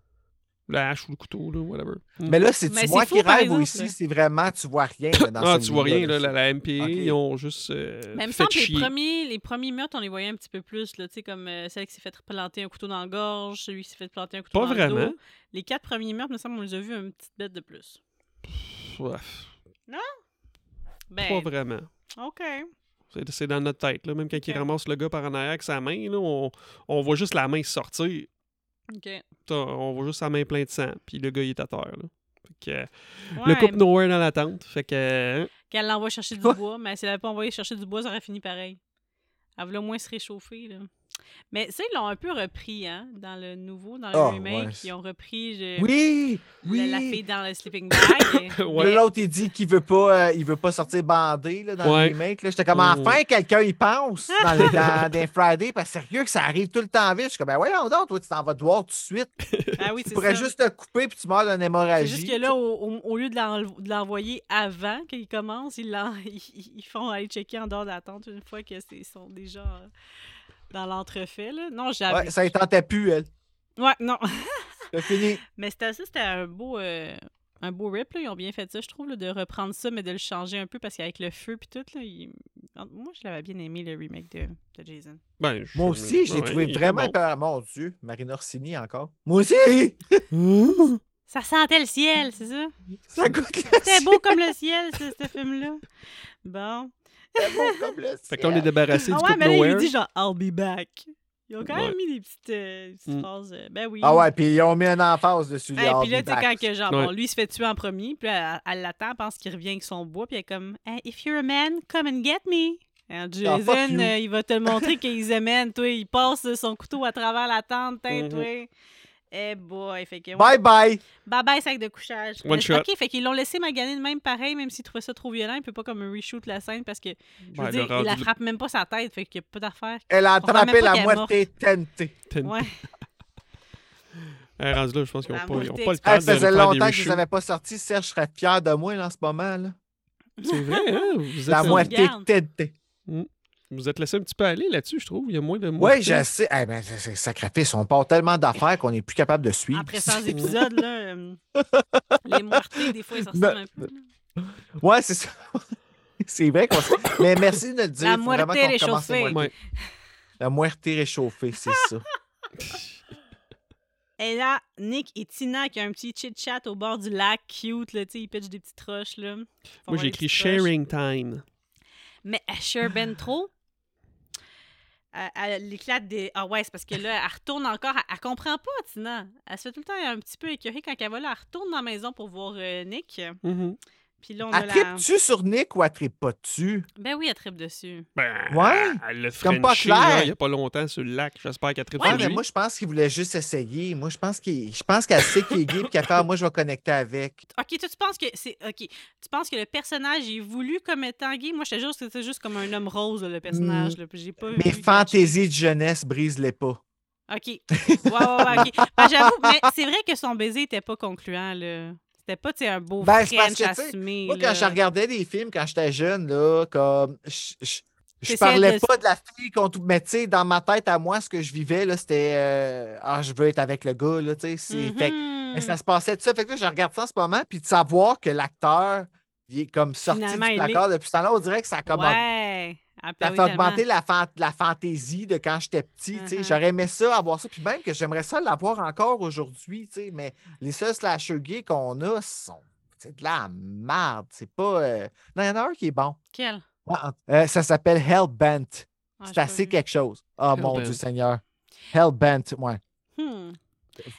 S2: La hache ou le couteau, là, whatever.
S3: Mais là, c'est
S1: Mais c'est
S3: moi qui
S1: fou, par
S3: rêve ou
S1: exemple,
S3: ici,
S1: là.
S3: c'est vraiment, tu vois rien. là, dans
S2: Ah,
S3: ce
S2: tu vois rien,
S3: milieu-là,
S2: là, la, la MPA,
S3: Ok.
S2: ils ont juste euh,
S1: Même
S2: fait
S1: semble les
S2: chier.
S1: premiers, les premiers meurtres, on les voyait un petit peu plus, là, tu sais, comme euh, celle qui s'est fait planter un couteau dans la gorge, celui qui s'est fait planter un couteau
S2: Pas
S1: dans le
S2: vraiment.
S1: dos. Les quatre premiers meurtres, me semble, on les a vus une petite bête de plus.
S2: Ouais,
S1: Ben,
S2: Pas vraiment.
S1: OK.
S2: C'est- C'est dans notre tête, là. Même quand il
S1: Ok.
S2: ramasse le gars par en arrière avec sa main, là, on, on voit juste la main sortir.
S1: OK. Ouais,
S2: T'as- On voit juste sa main pleine de sang, puis le gars, il est à terre, là. Fait que, euh, Le couple nowhere dans la tente, fait que... euh,
S1: Qu'elle l'envoie chercher du
S3: Quoi?
S1: bois, mais si elle l'avait pas envoyé chercher du bois, ça aurait fini pareil. Elle voulait au moins se réchauffer, là. Mais ça, ils l'ont un peu repris, hein, dans le nouveau, dans le
S3: Ah,
S1: remake.
S3: ouais.
S1: Ils ont repris je-
S3: Oui,
S1: la-
S3: oui.
S1: la, fille dans le sleeping bag. et-
S2: Ouais.
S1: mais-
S3: L'autre, il dit qu'il veut pas, euh, il veut pas sortir bandé là, dans
S2: Ouais.
S3: le remake. là. J'étais comme,
S2: Mm.
S3: enfin, quelqu'un y pense dans, le, dans, dans Friday. Parce que sérieux, que ça arrive tout le temps vite. Je suis comme, ben voyons donc, toi, tu t'en vas te voir tout de suite.
S1: Ah oui,
S3: Tu
S1: c'est
S3: pourrais
S1: ça.
S3: juste te couper puis tu meurs d'une
S1: C'est
S3: hémorragie.
S1: juste que là, au, au- au lieu de l'enl- de l'envoyer avant qu'il commence, ils, l'en- ils- ils font aller checker en dehors de la tente une fois que c'est- ils sont déjà euh, dans l'entrefait. là. Non, j'avais.
S3: Ouais, ça ne tentait plus, elle.
S1: Ouais, non.
S3: C'est fini.
S1: Mais c'était ça, c'était un beau. euh, Un beau rip, là. ils ont bien fait ça, je trouve, là, de reprendre ça, mais de le changer un peu, parce qu'avec le feu puis tout, là, il- moi, je l'avais bien aimé, le remake de, de Jason.
S2: ben, je-
S3: Moi aussi, je l'ai
S2: ouais,
S3: trouvé
S2: il est
S3: vraiment
S2: bon.
S3: peur. Mon Dieu, Marina Orsini encore. Moi aussi!
S1: Ça sentait le ciel, c'est ça?
S3: Ça goûte le
S1: C'était
S3: ciel,
S1: beau comme le ciel, ce, ce film-là. Bon.
S3: c'est beau comme le
S2: Fait
S3: ciel.
S2: qu'on est débarrassé
S1: Ah
S2: du
S1: ouais,
S2: couple
S1: mais là, il
S2: nowhere.
S1: lui dit genre, I'll be back. Ils ont quand même
S2: Ouais.
S1: mis des petites, euh, des petites
S2: Mm.
S1: phrases. euh, ben oui.
S3: Ah ouais, puis ils ont mis un emphase dessus.
S1: Et puis là, tu sais, quand
S3: que...
S1: que, genre,
S2: Ouais.
S1: bon, lui, il se fait tuer en premier, puis là, elle, elle l'attend, elle pense qu'il revient avec son bois, puis elle est comme, Hey, If you're a man, come and get me.
S2: Ah,
S1: Alors, Jason,
S3: fuck you.
S1: euh, il va te le montrer qu'ils amènent, toi. Il passe euh, son couteau à travers la tente, t'es,
S2: Mhm.
S1: toi. Eh boy, fait que. ouais.
S3: Bye bye!
S1: Bye bye, sac de couchage.
S2: One
S1: Mais-
S2: shot.
S1: Ok, fait qu'ils l'ont laissé maganer de même pareil, même s'ils trouvaient ça trop violent. Il peut pas comme reshoot la scène parce que, je veux
S2: Ben,
S1: dire,
S2: le
S1: il la
S2: rendu-
S1: frappe même pas sa tête, fait qu'il y a pas d'affaire.
S3: Elle a
S1: On voit même
S3: attrapé
S1: pas
S3: la
S1: qu'elle est
S3: moitié TNT.
S2: Ten-
S1: Ouais.
S2: Eh, rendu là, je pense qu'ils
S1: La
S2: n'ont pas, ils ont
S1: moitié
S2: pas le temps
S1: Ah,
S3: Elle
S2: de faire
S3: faisait
S2: des
S3: longtemps que je
S2: reshoots.
S3: les avais pas sortis. Serge serait fier de moi là, en ce moment. Là.
S2: C'est vrai, hein? Vous
S3: La
S2: êtes,
S3: moitié
S1: regarde.
S3: TNT.
S2: vous êtes laissé un petit peu aller là-dessus, je trouve. Il y a moins de
S3: Oui,
S2: moitié.
S3: je sais. Eh ben, c'est- c'est sacrifice. On part tellement d'affaires qu'on n'est plus capable de suivre.
S1: Après 100 épisodes, là, euh, les moitiés, des fois, ils se
S3: Ben,
S1: ressemblent un peu. là.
S3: Ouais, c'est ça. C'est vrai qu'on sait. Mais merci de le dire.
S1: La
S3: Faut
S1: moitié
S3: vraiment qu'on recommence la
S1: réchauffée.
S3: moitié.
S2: Ouais.
S3: La moitié réchauffée, c'est ça.
S1: Et là, Nick et Tina qui ont un petit chit-chat au bord du lac, cute, là, tu sais, ils pitchent des petites roches, là. Ils font
S2: Moi,
S1: voir
S2: j'ai
S1: les
S2: écrit
S1: petites roches.
S2: sharing time.
S1: Mais elle share ben trop. Elle- Elle éclate des. Ah ouais, c'est parce que là, elle retourne encore. Elle, elle comprend pas,
S3: Mm-hmm.
S1: Tina. Elle se fait tout le temps un petit peu écœurée quand elle va là. Elle retourne dans la maison pour voir euh, Nick.
S2: Mhm.
S1: Puis là, on a
S3: Elle
S1: la...
S3: tripe-tu sur Nick ou elle tripe pas dessus?
S1: Ben oui, elle tripe dessus.
S2: Ben,
S3: Ouais.
S2: Elle le
S3: Comme pas
S2: Frenchie, là,
S3: clair.
S2: il n'y a pas longtemps sur le lac. J'espère qu'elle tripe
S3: Ouais,
S2: sur
S3: mais
S2: lui.
S3: moi, je pense qu'il voulait juste essayer. Moi, je pense qu'il, je pense qu'elle sait qu'il est gay et qu'elle fait Ah, Moi, je vais connecter avec.
S1: OK, toi, tu penses que c'est... OK. Tu penses que le personnage est voulu comme étant gay? Moi, je te jure que c'était juste comme un homme rose, là, le
S3: Mm.
S1: personnage. Là, puis j'ai pas
S3: Mes
S1: vu-
S3: fantaisies de jeunesse brisent-les pas.
S1: OK. Ouais, ouais, ouais, OK. Ben, j'avoue, mais c'est vrai que son baiser était pas concluant, là. C'était pas, tu sais, un beau
S3: Ben, c'est parce
S1: French
S3: que, tu sais,
S1: assumé,
S3: Moi,
S1: là.
S3: quand je regardais des films quand j'étais jeune, là, comme je, je- je
S1: T'essayais
S3: parlais
S1: de-
S3: pas de la fille qu'on tout. Mais tu sais, dans ma tête à moi, ce que je vivais, là, c'était euh, Ah, je veux être avec le gars, là, tu sais. c'est- fait que-
S1: Mhm.
S3: mais ça se passait de ça. Fait que là, je regarde ça en ce moment, puis de savoir que l'acteur il est comme sorti
S1: Finalement, il
S3: du
S1: est-
S3: placard depuis ce temps-là, on dirait que ça a comme
S1: Ouais. Ah,
S3: Ça
S1: ben oui,
S3: fait
S1: tellement.
S3: augmenter la, fan- la fantaisie de quand j'étais petit. tu sais.
S1: Mhm.
S3: J'aurais aimé ça, avoir ça. Puis même que j'aimerais ça l'avoir encore aujourd'hui. tu sais, Mais les seuls slashers gays qu'on a sont c'est de la merde. C'est pas. euh, Non, il y en a un qui est bon.
S1: Quel?
S3: Ah, ah. Euh, ça s'appelle Hellbent.
S1: Ah, j'ai
S3: c'est
S1: pas
S3: assez
S1: vu.
S3: quelque chose. Ah, mon
S2: Hellbent.
S3: Dieu Seigneur. Hellbent, ouais.
S1: Hmm.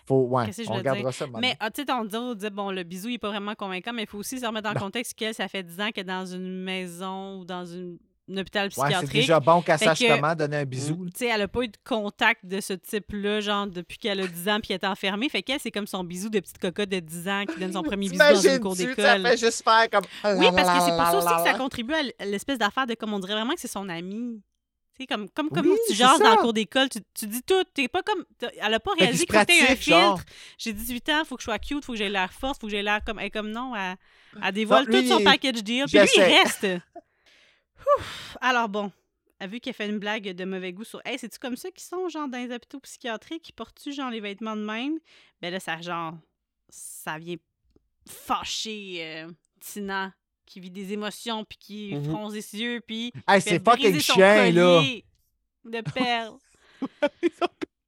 S3: Faut, ouais.
S1: Qu'est-ce que je
S3: On
S1: voulais
S3: regardera ça. un moment
S1: Mais
S3: donné.
S1: ah, tu sais, on dit, on dit, bon, le bisou, il est pas vraiment convaincant, mais il faut aussi se remettre en
S3: Non.
S1: contexte qu'elle, ça fait 10 ans qu'elle est dans une maison ou dans une, un hôpital
S3: Ouais, c'est
S1: psychiatrique.
S3: déjà bon qu'elle
S1: Fait
S3: sache
S1: que-
S3: comment donner un bisou.
S1: Tu sais, elle a pas eu de contact de ce type-là, genre, depuis qu'elle a 10 ans puis qu'elle est enfermée. Fait qu'elle, c'est comme son bisou de petite cocotte de 10 ans qui donne son premier bisou dans une cour
S3: T'imagines-tu, ça
S1: d'école.
S3: fait juste faire comme.
S1: Oui, parce que c'est pour ça aussi que ça contribue à l- à l'espèce d'affaire de comme on dirait vraiment que c'est son ami. Tu sais, comme, comme, comme
S3: Oui,
S1: tu
S3: c'est
S1: jases
S3: ça.
S1: dans le cours d'école, tu, tu dis tout. T'es pas comme. t'as- Elle a pas
S3: qu'il
S1: réalisé
S3: se
S1: que t'es un
S3: pratique, genre.
S1: filtre. J'ai 18 ans, faut que je sois cute, faut que j'ai l'air forte, faut que j'ai l'air comme. Elle est comme non, elle, elle dévoile
S3: lui,
S1: tout son
S3: il-
S1: package deal. Puis lui, il
S3: j'essaie.
S1: reste. Ouf. Alors bon. elle a Vu qu'elle fait une blague de mauvais goût sur Hey, c'est-tu comme ça qu'ils sont, genre, dans les hôpitaux psychiatriques, qui portent-tu, genre, les vêtements de même? Ben là, ça, genre, ça vient fâcher euh, Tina, qui vit des émotions, puis qui
S2: Mhm.
S1: fronce les yeux, puis
S3: Mmh Hey,
S1: fait
S3: c'est
S1: briser
S3: fucking
S1: son
S3: chien, là.
S1: collier de perles.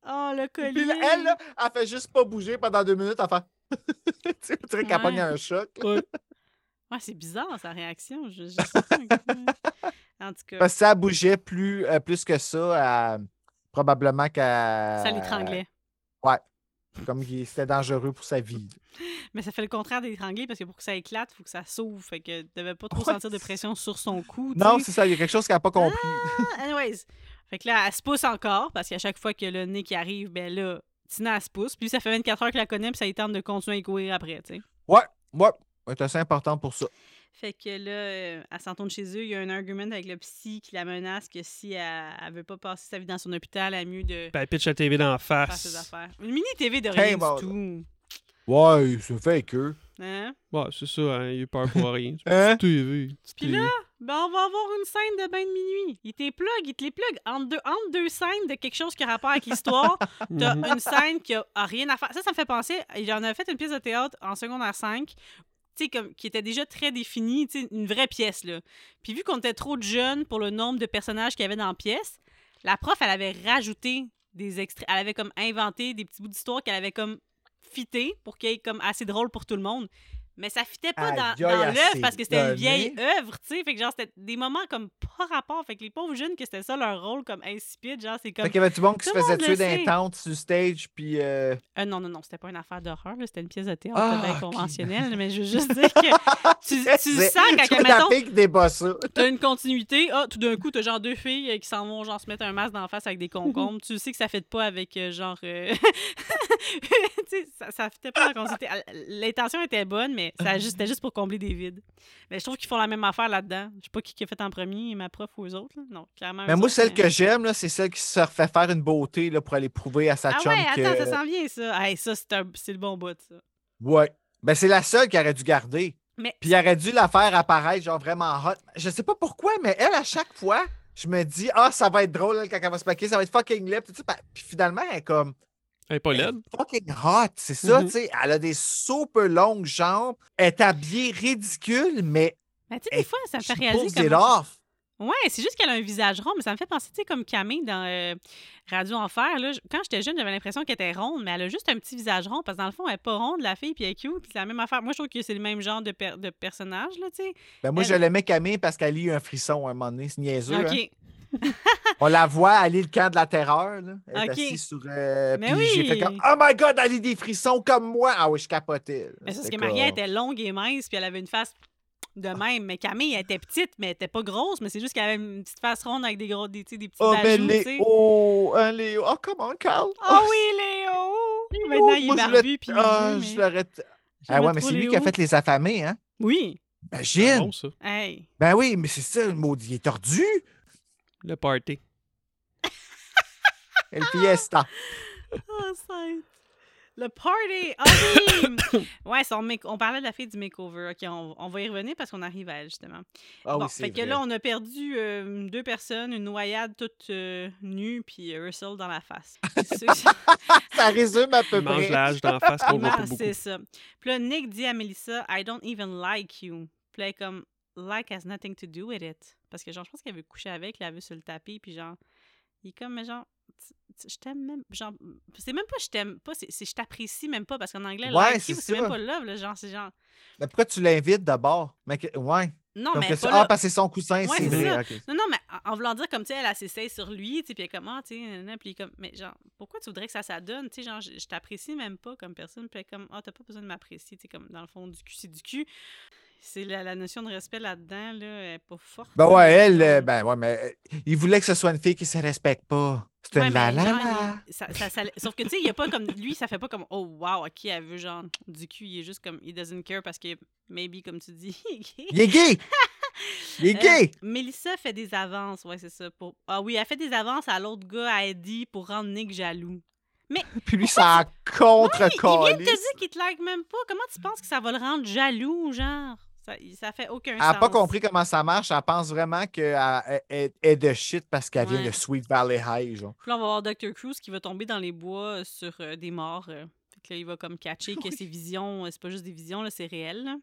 S1: oh, le
S3: Puis
S1: collier!
S3: là, elle, là, elle fait juste pas bouger pendant deux minutes, elle fait. tu sais, on dirait qu'elle
S1: Ouais. Euh.
S3: pogne un choc. là.
S1: Ouais, c'est bizarre, sa réaction. Je, je sais pas. en tout cas,
S3: Parce que si elle bougeait plus, euh, plus que ça, elle- probablement qu'elle.
S1: ça l'étranglait.
S3: Comme il- c'était dangereux pour sa vie.
S1: Mais ça fait le contraire d'étrangler, parce que pour que ça éclate, il faut que ça s'ouvre. Fait que devait pas trop
S3: Ouais,
S1: sentir de
S3: c'est-
S1: pression sur son cou. tu
S3: Non,
S1: sais.
S3: c'est ça, il y a quelque chose qu'elle n'a pas compris.
S1: Ah, Anyways. Fait que là, elle se pousse encore parce qu'à chaque fois que le nez qui arrive, ben là, Tina, elle se pousse. Puis ça fait 24 heures que la connaît, puis ça lui tente de continuer à y courir après, tu sais.
S3: Ouais, c'est assez important pour ça.
S1: Fait que là, euh, elle s'entourne chez eux. Il y a un argument avec le psy qui la menace que si elle, elle veut pas passer sa vie dans son hôpital, elle a mieux de
S2: Ben, elle pitch la TV d'en
S1: faire ses
S2: face.
S1: affaires. Une mini TV de
S3: Hey,
S1: rien
S3: bon,
S1: du tout.
S3: Ouais, c'est fait que.
S1: Hein?
S2: Ouais, c'est ça, hein, il a eu peur pour rien.
S3: Hein?
S2: TV.
S1: Puis là, ben on va avoir une scène de bain de minuit. Il te plug, il te les plug entre deux, entre deux scènes de quelque chose qui a rapport avec l'histoire.
S2: Mm-hmm.
S1: T'as
S3: Mm-hmm.
S1: une scène qui a, a rien à faire. Ça, ça me fait penser. J'en avais fait une pièce de théâtre en secondaire 5, tu sais, comme, qui était déjà très définie, tu sais, une vraie pièce, là. Puis vu qu'on était trop de jeunes pour le nombre de personnages qu'il y avait dans la pièce, la prof, elle avait rajouté des extraits. Elle avait comme inventé des petits bouts d'histoire qu'elle avait comme fité pour qu'il y ait comme assez drôle pour tout le monde. Mais ça fitait pas dans,
S3: Aïe,
S1: dans
S3: aïe,
S1: l'œuvre
S3: assez
S1: parce que c'était une
S3: donné.
S1: vieille œuvre, tu sais. Fait que genre, c'était des moments comme pas rapport. Fait que les pauvres jeunes, que c'était ça leur rôle comme insipide, genre, c'est comme.
S3: Fait qu'il y avait du monde qui
S1: Tout
S3: se
S1: le
S3: faisait
S1: monde le
S3: tuer
S1: sait.
S3: d'un tente sur stage, puis. euh,
S1: Euh, non, non, non, c'était pas une affaire d'horreur, là, c'était une pièce de théâtre
S3: Ah,
S1: bien
S3: ok.
S1: conventionnelle, mais je veux juste dire que tu, tu
S3: c'est-
S1: sens quand,
S3: tu vois,
S1: quand,
S3: la
S1: mettons,
S3: pique des bosseux.
S1: t'as une continuité, ah, tout d'un coup, t'as genre deux filles euh, qui s'en vont genre se mettre un masque d'en face avec des concombres, tu sais que ça fait pas avec euh, genre... euh, tu sais, ça, ça fitait pas la continuité. Ah, L'intention était bonne, mais ça juste- c'était juste pour combler des vides. Mais je trouve qu'ils font la même affaire là-dedans. Je sais pas qui qui a fait en premier, ma prof ou eux autres, là. Non, clairement.
S3: Mais
S1: eux
S3: moi,
S1: autres,
S3: celle
S1: mais-
S3: que j'aime, là, c'est celle qui se refait faire une beauté là, pour aller prouver à sa
S1: Ah
S3: chum
S1: ouais, attends, ça
S3: que.
S1: s'en vient, ça. Hey, ça, c'est un- c'est le bon bout, ça.
S3: Ouais. Ben, c'est la seule qui aurait dû garder.
S1: Mais
S3: Puis il aurait dû la faire apparaître, genre vraiment hot. Je sais pas pourquoi, mais elle, à chaque fois, je me dis, ah, ça va être drôle, elle, quand elle va se maquiller, ça va être fucking laid. Puis, tu sais, pa- puis finalement, elle est comme
S2: Elle est pas laide.
S3: fucking hot. C'est ça,
S2: Mhm.
S3: tu sais. Elle a des super longues jambes. Elle est habillée ridicule, mais
S1: Mais tu sais, des
S3: Hey,
S1: fois, ça me fait
S3: je
S1: réaliser
S3: pose des
S1: comme...
S3: larves.
S1: Ouais, c'est juste qu'elle a un visage rond, mais ça me fait penser, tu sais, comme Camille dans euh, Radio Enfer. Là, J- quand j'étais jeune, j'avais l'impression qu'elle était ronde, mais elle a juste un petit visage rond, parce que dans le fond, elle est pas ronde, la fille, puis elle est cute, puis c'est la même affaire. Moi, je trouve que c'est le même genre de, per- de personnage, là, tu sais.
S3: Ben, moi,
S1: Elle-
S3: je l'aimais Camille parce qu'elle lit un frisson à un moment donné. C'est niaiseux. hein.
S1: OK.
S3: On la voit aller le camp de la terreur. Là. Elle est
S1: Ok.
S3: assise sur. euh,
S1: Mais
S3: puis j'ai fait
S1: oui.
S3: comme Oh my god, elle a des frissons comme moi. Ah oui, je capotais. là.
S1: Mais ça, c'est
S3: C'était
S1: que Maria
S3: comme-
S1: était longue et mince, puis elle avait une face de
S3: Ah.
S1: même. Mais Camille, elle était petite, mais elle était pas grosse, mais c'est juste qu'elle avait une petite face ronde avec des, gros, des, tu sais, des petits
S3: Oh, mais
S1: bajoux, tu sais.
S3: Léo, hein, Léo. Oh, comment, Carl? Oh,
S1: Ah oui, Léo! Maintenant, il est
S3: moi, je
S1: barbu, puis
S3: Ah,
S1: il
S3: je l'arrête. Ah ouais, mais c'est lui qui a fait les affamés, hein?
S1: Oui!
S2: C'est
S3: Imagine!
S2: bon, ça.
S1: Hey!
S3: Ben oui, mais c'est ça, le mot, il est tordu!
S2: Le party.
S1: Ah!
S3: El Fiesta.
S1: Enceinte. Oh, Le party! Ah oui! ouais, ça, on, make- on parlait de la fille du makeover. OK, on, on va y revenir parce qu'on arrive à elle, justement.
S3: Ah
S1: bon,
S3: oui, c'est
S1: fait que
S3: vrai.
S1: là, on a perdu euh, deux personnes, une noyade toute euh, nue, puis euh, Russell dans la face. C'est-
S3: Ça résume à peu
S2: Il mange
S3: près.
S2: l'âge d'en face qu'on voit
S1: Ah,
S2: pas beaucoup.
S1: c'est ça. Puis là, Nick dit à Melissa, I don't even like you. Puis là, elle est comme, like has nothing to do with it. Parce que, genre, je pense qu'elle veut coucher avec, elle veut sur le tapis, puis genre, il est comme, mais genre, tu- tu- je t'aime même. Genre, c'est même pas je t'aime pas, c'est c'est je t'apprécie même pas, parce qu'en anglais,
S3: Ouais,
S1: like you,
S3: c'est
S1: c'est même
S3: ça.
S1: pas love, là. Genre, c'est genre,
S3: Mais pourquoi tu l'invites d'abord? Mais que- Ouais.
S1: non,
S3: Comme
S1: mais. elle
S3: que
S1: est
S3: c'est-
S1: pas
S3: Ah,
S1: là.
S3: parce que c'est son cousin,
S1: Ouais,
S3: c'est
S1: c'est
S3: vrai.
S1: ça.
S3: ok.
S1: Non, non, mais en- en voulant dire comme, tu sais, elle a ses seins sur lui, tu sais, puis elle est comme, ah, tu sais, nanana, puis il est comme, mais genre, pourquoi tu voudrais que ça s'adonne, tu sais, genre, je, je t'apprécie même pas comme personne, puis elle est comme, ah, t'as pas besoin de m'apprécier, tu sais, comme, dans le fond, du cul, c'est du cul. C'est la, la notion de respect là-dedans, là, elle est pas forte.
S3: Ben ouais, elle, euh,
S1: Genre,
S3: ben ouais, mais euh, il voulait que ce soit une fille qui se respecte pas. C'est
S1: ouais,
S3: une la
S1: mais
S3: la
S1: genre,
S3: la.
S1: il- ça- ça- ça- sauf que, tu sais, il y a pas comme, lui, ça fait pas comme, oh, wow, ok, elle veut, genre, du cul, il est juste comme, he doesn't care parce que, maybe, comme tu dis,
S3: Il est gay! Il est
S1: Euh,
S3: gay!
S1: Mélissa fait des avances, ouais, c'est ça. Pour... Ah oui, elle fait des avances à l'autre gars, à Eddie, pour rendre Nick jaloux.
S3: Puis lui, ça contre
S1: Ouais, mais il vient de te
S3: colis
S1: dire qu'il te like même pas. Comment tu penses que ça va le rendre jaloux, genre? Ça, ça fait aucun
S3: Elle
S1: sens.
S3: n'a pas compris comment ça marche. Elle pense vraiment qu'elle est, est de shit parce qu'elle vient
S1: Ouais.
S3: de Sweet Valley High. Genre.
S1: Puis là, on va voir Dr. Cruz qui va tomber dans les bois euh, sur euh, des morts. euh. Fait que là, il va comme catcher que ses visions, euh, c'est pas juste des visions, là, c'est réel. là.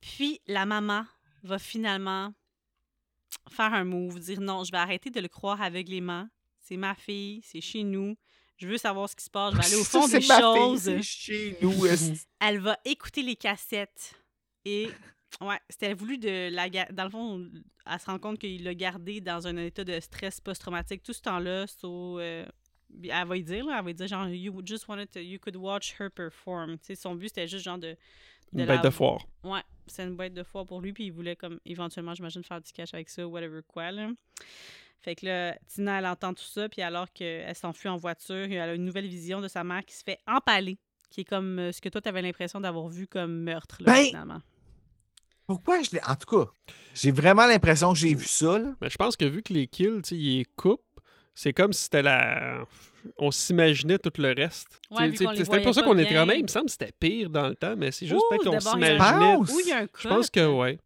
S1: Puis la maman va finalement faire un move, dire non, je vais arrêter de le croire aveuglément. C'est ma fille, c'est chez nous. Je veux savoir ce qui se passe, je vais aller Ben, au fond
S3: C'est
S1: des
S3: ma
S1: choses.
S3: fille, c'est chez nous. esti.
S1: Elle va écouter les cassettes et ouais, c'était voulu de la ga- dans le fond elle se rend compte qu'il l'a gardée dans un état de stress post-traumatique tout ce temps-là, so, euh, elle va y dire là, elle va y dire genre you just wanted to, you could watch her perform. Tu sais, son but c'était juste genre de
S2: Une
S1: la-
S2: bête de foire.
S1: Ouais, c'est une boîte de foie pour lui, puis il voulait comme éventuellement, j'imagine, faire du cash avec ça, whatever quoi, là. Fait que là, Tina, elle entend tout ça, puis alors qu'elle s'enfuit en voiture, elle a une nouvelle vision de sa mère qui se fait empaler, qui est comme euh, ce que toi, t'avais l'impression d'avoir vu comme meurtre, là,
S3: Ben-
S1: finalement.
S3: Pourquoi je l'ai. En tout cas, j'ai vraiment l'impression que j'ai vu ça. là.
S2: Mais je pense que vu que les kills, tu sais, ils les coupent, c'est comme si c'était la. On s'imaginait tout le reste.
S1: Ouais,
S2: Tu
S1: vu
S2: sais,
S1: qu'on les
S2: C'était
S1: voyait
S2: pour ça
S1: pas
S2: qu'on était
S1: bien.
S2: quand même. Il me semble que c'était pire dans le temps, mais c'est juste
S1: Ouh,
S2: peut-être
S1: d'abord,
S2: qu'on
S1: il y a un-
S2: s'imaginait.
S3: Pense.
S1: Ouh, il y a un code.
S2: Je pense que ouais.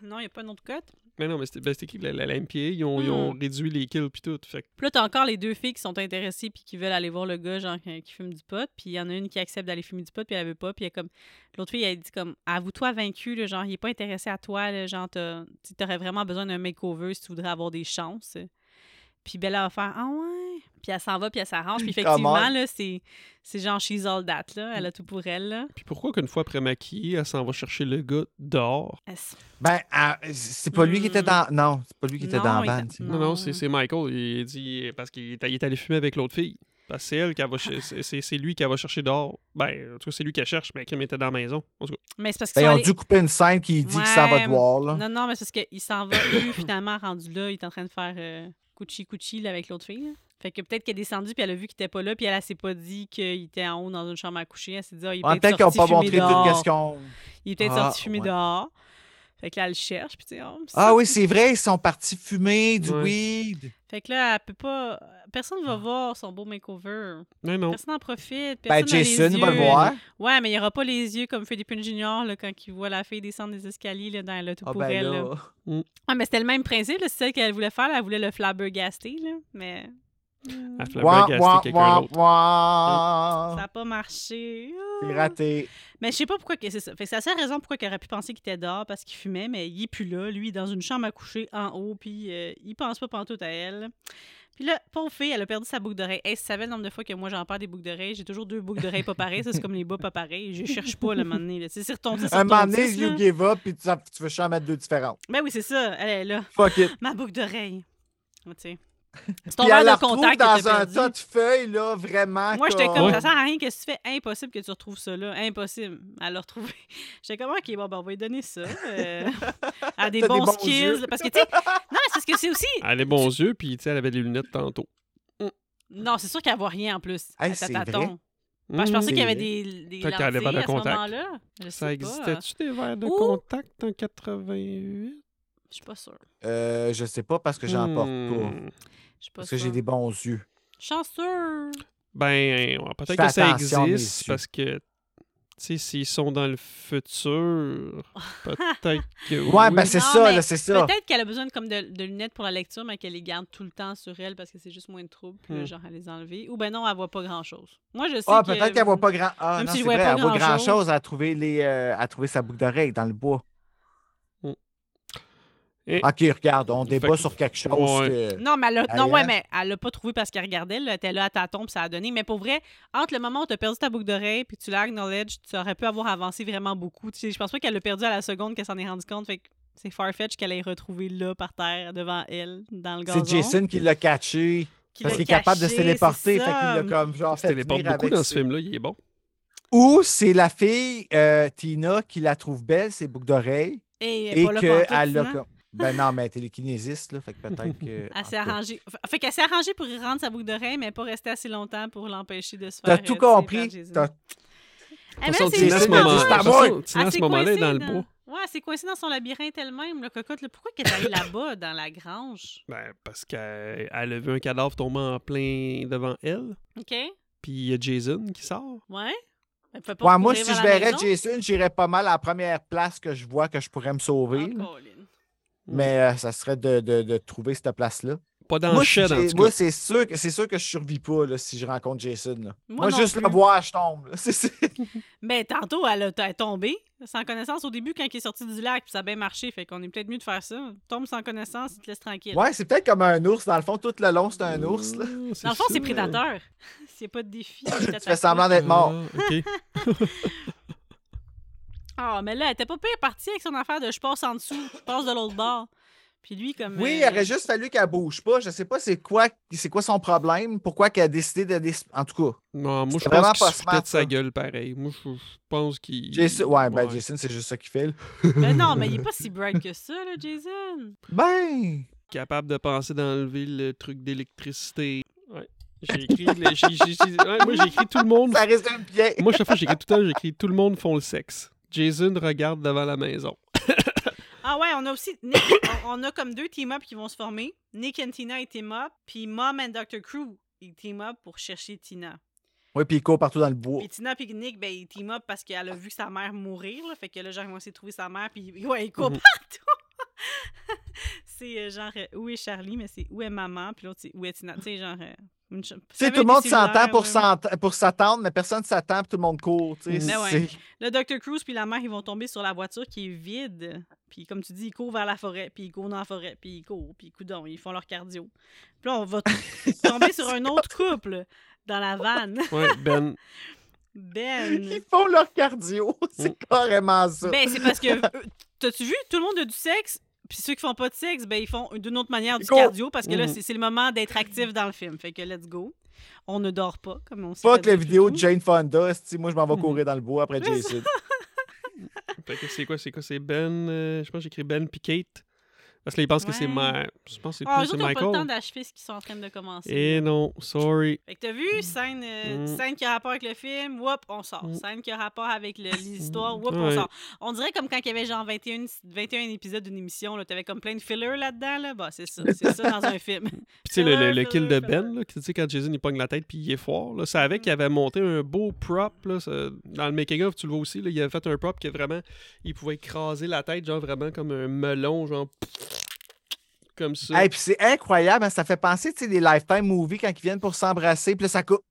S1: Non, il n'y a pas un autre code.
S2: Mais non, mais c'était ben, c'était qui la, la, la MPA? Ils ont, ils ont
S1: Hmm.
S2: réduit les kills puis tout. Fait que-
S1: Puis là, t'as encore les deux filles qui sont intéressées puis qui veulent aller voir le gars, genre, qui qui fume du pot. Puis il y en a une qui accepte d'aller fumer du pot, puis elle veut pas. Puis elle est comme... l'autre fille, elle dit comme, avoue-toi vaincu, là, genre, il est pas intéressé à toi, là, genre, t'as- tu- t'aurais vraiment besoin d'un makeover si tu voudrais avoir des chances. Puis Bella va faire, ah ouais. Puis elle s'en va, puis elle s'arrange. Puis
S3: Come on.
S1: effectivement, là, c'est c'est genre, she's all that, là. Elle a tout pour elle, là.
S2: Puis pourquoi qu'une fois après maquillée, elle s'en va chercher le gars dehors?
S1: Elle s-
S3: Ben, ah, c'est pas lui qui était
S1: Hmm.
S3: dans. Non, c'est pas lui qui était
S1: Non,
S3: dans
S1: il
S3: la
S1: était-
S3: band.
S2: Non, non,
S1: hein.
S2: c'est c'est Michael. Il dit parce qu'il est, il est allé fumer avec l'autre fille. Parce que c'est elle qui va ch- c'est- c'est c'est lui qui va chercher dehors. Ben, en tout cas, c'est lui qui cherche, mais Kim était dans la maison. En tout cas,
S1: Mais c'est parce que
S3: Ben, ils ont dû couper une scène qui dit que ça va
S1: Ouais.
S3: te voir. Là.
S1: Non, non, mais c'est parce qu'il s'en va, lui, finalement, rendu là, il est en train de faire euh, couchi-couchi là, avec l'autre fille. là. Fait que peut-être qu'elle est descendue, puis elle a vu qu'il était pas là, puis elle, elle s'est pas dit qu'il était en haut dans une chambre à coucher. Elle s'est dit, ah, il est
S3: En
S1: peut-être
S3: tête qu'ils n'ont
S1: sorti
S3: pas
S1: fumer
S3: montré
S1: dehors.
S3: toute question.
S1: Il est peut-être
S3: Ah,
S1: sorti fumer
S3: ouais.
S1: dehors. Fait que là, elle le cherche, puis tu sais, oh, c'est
S3: Ah
S1: ça.
S3: oui, c'est vrai, ils sont partis fumer du
S2: Ouais.
S3: weed.
S1: Fait que là, elle peut pas... Personne
S3: Ah.
S1: va voir son beau makeover.
S2: non, non.
S1: Personne n'en profite. Personne
S3: Oh. Ben,
S1: n'a les
S3: Jason va le
S1: yeux.
S3: voir.
S1: Ouais, mais il aura pas les yeux comme Philippine Junior, là, quand il voit la fille descendre des escaliers, là, dans le tout
S3: Ah
S1: pour
S3: ben
S1: elle. là.
S3: là.
S1: Ah, mais c'était le même principe, là. c'est celle qu'elle voulait faire, là. elle voulait le flabbergaster, là, mais
S2: Elle
S1: mm,
S2: flabbergastait
S3: Ouah, ouah,
S2: quelqu'un
S3: ouah,
S2: d'autre.
S3: ouah.
S1: ça n'a pas marché.
S3: Ah. C'est
S1: Ah.
S3: raté.
S1: Mais je sais pas pourquoi que c'est ça. Fait que c'est la seule raison pourquoi qu'elle aurait pu penser qu'il était dehors parce qu'il fumait, mais il est plus là, lui, dans une chambre à coucher en haut, puis euh, il pense pas pantoute à elle. Puis là, pauvre fille, elle a perdu sa boucle d'oreille. Hey, si tu savais le nombre de fois que moi j'en perds des boucles d'oreilles, j'ai toujours deux boucles d'oreilles pas pareilles, ça c'est comme les bas pas pareils. Je cherche pas le moment donné. là. Tu sais, C'est retombé.
S3: Un moment donné, you give up, puis tu, tu veux juste en mettre deux différentes.
S1: Ben oui, c'est ça. Elle est là.
S3: Fuck it.
S1: Ma boucle d'oreille. Ah, tu sais. C'est ton
S3: Puis elle la
S1: verre de
S3: retrouve
S1: contact que
S3: dans
S1: t'as
S3: un
S1: perdu.
S3: tas de feuilles, là, vraiment.
S1: Moi, j'étais
S3: comme-
S1: comme,
S4: Ouais.
S1: ça sert à rien, qu'est-ce que tu fais? Impossible que tu retrouves ça là. Impossible à le retrouver. J'étais comme, OK, bon, ben, on va lui donner ça euh, à des
S3: T'as des
S1: bons,
S3: bons
S1: skills.
S3: yeux.
S1: Parce que, tu sais, non, c'est ce que c'est aussi.
S2: Elle a les bons yeux, puis tu sais, elle avait des lunettes tantôt.
S1: Non, c'est sûr qu'elle voit rien en plus.
S3: Hey,
S1: à ta
S3: c'est
S1: taton.
S3: vrai.
S1: Ben, je pensais
S3: c'est
S1: qu'il y avait
S3: vrai.
S1: des, des
S2: Fait
S1: lentilles à
S2: qu'elle avait pas de
S1: ce
S2: contact.
S1: moment-là. Je sais
S2: Hmm.
S1: pas.
S2: Ça
S1: hein.
S2: existait-tu des verres de
S1: Ouh!
S2: contact en 88?
S1: Je suis pas sûre.
S3: Euh, je sais pas parce que j'en porte pas.
S2: Hmm.
S1: Je suis pas
S3: Parce que
S1: sûre.
S3: j'ai des bons yeux.
S1: Chanceux!
S2: Ben, ouais,
S3: Je
S2: peut-être
S3: fais
S2: que ça
S3: attention,
S2: existe
S3: messieurs.
S2: parce que, tu sais, s'ils sont dans le futur, peut-être que.
S3: Ouais,
S2: oui.
S3: ben c'est
S1: Non,
S3: ça,
S1: mais
S3: là, c'est ça.
S1: Peut-être qu'elle a besoin de, comme de, de lunettes pour la lecture, mais qu'elle les garde tout le temps sur elle parce que c'est juste moins de trouble. Puis là,
S2: Hmm.
S1: genre, elle les a enlevées. Ou ben non, elle voit pas grand-chose. Moi, je sais
S3: Ah,
S1: que...
S3: peut-être qu'elle voit pas grand. Ah,
S1: Même
S3: non,
S1: si je
S3: c'est
S1: voyais
S3: vrai,
S1: pas
S3: elle voit grand
S1: grand-chose.
S3: chose à trouver, les, euh, à trouver sa boucle d'oreille dans le bois.
S2: Mm.
S3: Ok,
S2: Et-
S3: regarde, on
S2: Fait
S3: débat
S2: que-
S3: sur quelque chose.
S2: Ouais.
S3: que-
S1: Non, mais elle l'a-
S3: Aïe,
S1: non, ouais,
S3: hein?
S1: mais elle l'a pas trouvé parce qu'elle regardait. là. Elle était là à tâtons, puis ça a donné. Mais pour vrai, entre le moment où tu as perdu ta boucle d'oreille puis tu l'as acknowledge, tu aurais pu avoir avancé vraiment beaucoup. Tu sais, je pense pas qu'elle l'a perdu à la seconde qu'elle s'en est rendue compte. Fait que c'est farfetch qu'elle ait retrouvé là, par terre, devant elle, dans le gazon.
S3: C'est Jason qui l'a catché.
S1: qui
S3: parce
S1: l'a
S3: qu'il est capable de se
S1: caché,
S3: téléporter.
S1: c'est
S3: Fait qu'il l'a
S1: ça.
S3: comme genre
S2: Il se
S3: fait
S2: téléporte
S3: venir
S2: beaucoup
S3: avec
S2: dans ce
S3: ses-
S2: film-là, il est
S1: Eh
S2: bon.
S3: Ou c'est la fille, euh, Tina, qui l'a trouve belle, ses boucles d'oreille.
S1: Et, elle est
S3: Et
S1: pas là pantoute,
S3: qu'elle
S1: finalement.
S3: a. Ben non, mais elle est kinésiste, là. Fait que peut-être que. en
S1: Elle s'est
S3: tout cas.
S1: arrangée. Fait qu'elle s'est arrangée pour y rendre sa boucle d'oreille, mais pas rester assez longtemps pour l'empêcher de se faire.
S3: T'as
S1: euh,
S3: tout
S1: tirer par
S3: compris.
S1: Jason.
S3: t'as-
S1: Eh ben,
S2: De toute façon,
S1: c'est-
S2: Tina, à ce
S1: c'est-
S3: Jason
S2: moment-
S3: a
S2: de
S3: dit,
S2: toute
S3: c'est à
S2: façon,
S3: moi.
S2: Tina, à
S1: Elle
S2: ce
S1: s'est
S2: moment-là, est
S1: coincée
S2: dans le bois.
S1: Ouais, c'est coincé dans son labyrinthe elle-même, le cocotte. là. Pourquoi qu'elle est allée là-bas, dans la grange?
S2: Ben, parce qu'elle elle a vu un cadavre tomber en plein devant elle.
S1: OK? Ouais?
S2: Puis il y a Jason qui sort.
S1: Elle peut pas
S3: Ouais, moi,
S1: courir
S3: si
S1: vers
S3: je
S1: la
S3: verrais
S1: maison?
S3: Jason, j'irais pas mal à la première place que je vois que je pourrais me sauver. là.
S1: Ah, Colin.
S3: Mais euh, ça serait de, de- de trouver cette place-là.
S2: Pas dans
S3: moi,
S2: le
S3: si
S2: shed, en
S3: j'ai-
S2: tout
S3: moi,
S2: cas.
S3: c'est sûr, que- c'est sûr que je survis pas là, si je rencontre Jason. là.
S1: Moi
S3: Moi,
S1: non
S3: juste le
S1: plus.
S3: voir, je tombe. là. C'est- c'est-
S1: Mais tantôt, elle a, elle est tombée sans connaissance au début quand il est sorti du lac, puis ça a bien marché. Fait qu'on est peut-être mieux de faire ça. Tombe sans connaissance, il te laisse tranquille.
S3: Ouais, c'est peut-être comme un ours. Dans le fond, tout le long, c'est un ours. là.
S2: Ah,
S1: Dans le fond, c'est
S2: ça.
S1: prédateur. S'il n'y a pas de défi,
S3: Tu fais semblant d'être mort.
S2: Ah, ok.
S1: Ah, mais là, elle était pas pire partie avec son affaire de je passe en dessous, je passe de l'autre bord. Puis lui, comme.
S3: Oui,
S1: euh,
S3: il aurait juste fallu qu'elle bouge pas. Je sais pas c'est quoi, c'est quoi son problème, pourquoi qu'elle a décidé de. dé- En tout cas,
S2: Non, moi, je
S3: C'était vraiment
S2: pense qu'il se
S3: pas
S2: foutait
S3: smart,
S2: de sa
S3: ça.
S2: gueule pareil. Moi, je je pense qu'il...
S3: Jason, ouais, ben
S2: Ouais.
S3: Jason, c'est juste ça qu'il fait. là.
S1: ben non, mais il est pas si bright que ça, là, Jason.
S3: Ben,
S2: capable de penser d'enlever le truc d'électricité. Ouais. J'ai écrit... le- j'ai- j'ai- j'ai- ouais, moi, j'ai écrit tout le monde...
S3: ça résume bien.
S2: Moi, chaque fois, j'écris tout le temps, j'écris tout le monde font le sexe. Jason regarde devant la maison.
S1: Ah ouais, on a aussi. Nick- on, on a comme deux team-up qui vont se former. Nick and Tina, ils team-up. Puis Mom and Dr. Crew, ils team-up pour chercher Tina.
S3: Oui, puis il court partout dans le bois.
S1: Puis Tina puis Nick, ben, ils team-up parce qu'elle a vu sa mère mourir, là. Fait que là, genre, ils vont essayer de trouver sa mère. Puis ouais, ils courent
S2: Mhm.
S1: partout. c'est euh, genre, euh, où est Charlie, mais c'est où est maman? Puis l'autre, c'est où est Tina? Tu sais, genre. euh, une ch-
S3: Tu sais,
S1: avec
S3: tout le
S1: des
S3: monde s'entend
S1: cellulaires,
S3: pour
S1: là.
S3: s'ent- pour s'attendre, mais personne ne s'attend, puis tout le monde court. tu sais,
S1: Ben ouais.
S3: c'est-
S1: Le Dr. Cruz puis la mère, ils vont tomber sur la voiture qui est vide. Puis comme tu dis, ils courent vers la forêt, puis ils courent dans la forêt, puis ils courent, puis coudon, ils font leur cardio. Puis là, on va t- tomber sur un autre couple dans la vanne.
S2: Ouais, Ben,
S1: Ben.
S3: Ils font leur cardio. C'est
S1: Mm.
S3: carrément ça.
S1: Ben, c'est parce que euh, t'as-tu vu, tout le monde a du sexe, puis ceux qui font pas de sexe, ben ils font d'une autre manière du
S3: Go.
S1: cardio parce que là,
S2: Mhm.
S1: c'est c'est le moment d'être actif dans le film. Fait que let's go. On ne dort pas, comme on sait.
S3: Fuck la vidéo de Jane Fonda. esti, Moi, je m'en
S1: Mm-hmm.
S3: vais courir dans le bois après
S1: C'est
S3: Jason.
S2: fait que c'est quoi, c'est quoi, c'est Ben... euh, je pense que j'écris Ben puis Kate. Parce que là, ils pensent que c'est
S1: Ouais.
S2: Ma... Je pense que c'est
S1: Ah,
S2: pas-
S1: eux
S2: c'est
S1: autres, ils ont pas le temps
S2: Michael.
S1: d'achever ce qu'ils sont en train de commencer.
S2: Eh non, sorry.
S1: Fait que t'as vu, scène, euh,
S2: Mm.
S1: scène qui a rapport avec le film, whoop, on sort.
S2: Mm.
S1: Scène qui a rapport avec le- les histoires, whoop, on
S2: Ouais.
S1: sort. On dirait comme quand il y avait genre 21, 21 épisodes d'une émission, là, t'avais comme plein de fillers là-dedans, là. Bah, c'est ça, c'est ça dans un film.
S2: Puis tu sais, le, le- le kill
S1: Filler,
S2: de
S1: filler,
S2: Ben, là, que tu sais, quand Jason il pogne la tête puis il est fort, là, ça
S1: Mm.
S2: avait qu'il avait monté un beau prop, là, ça- dans le making-of, tu le vois aussi, là, il avait fait un prop que vraiment, il pouvait écraser la tête, genre vraiment comme un melon, genre... Comme ça.
S3: Hey, puis c'est incroyable. hein, Ça fait penser, tu sais, des Lifetime Movies quand ils viennent pour s'embrasser, puis là, ça coupe.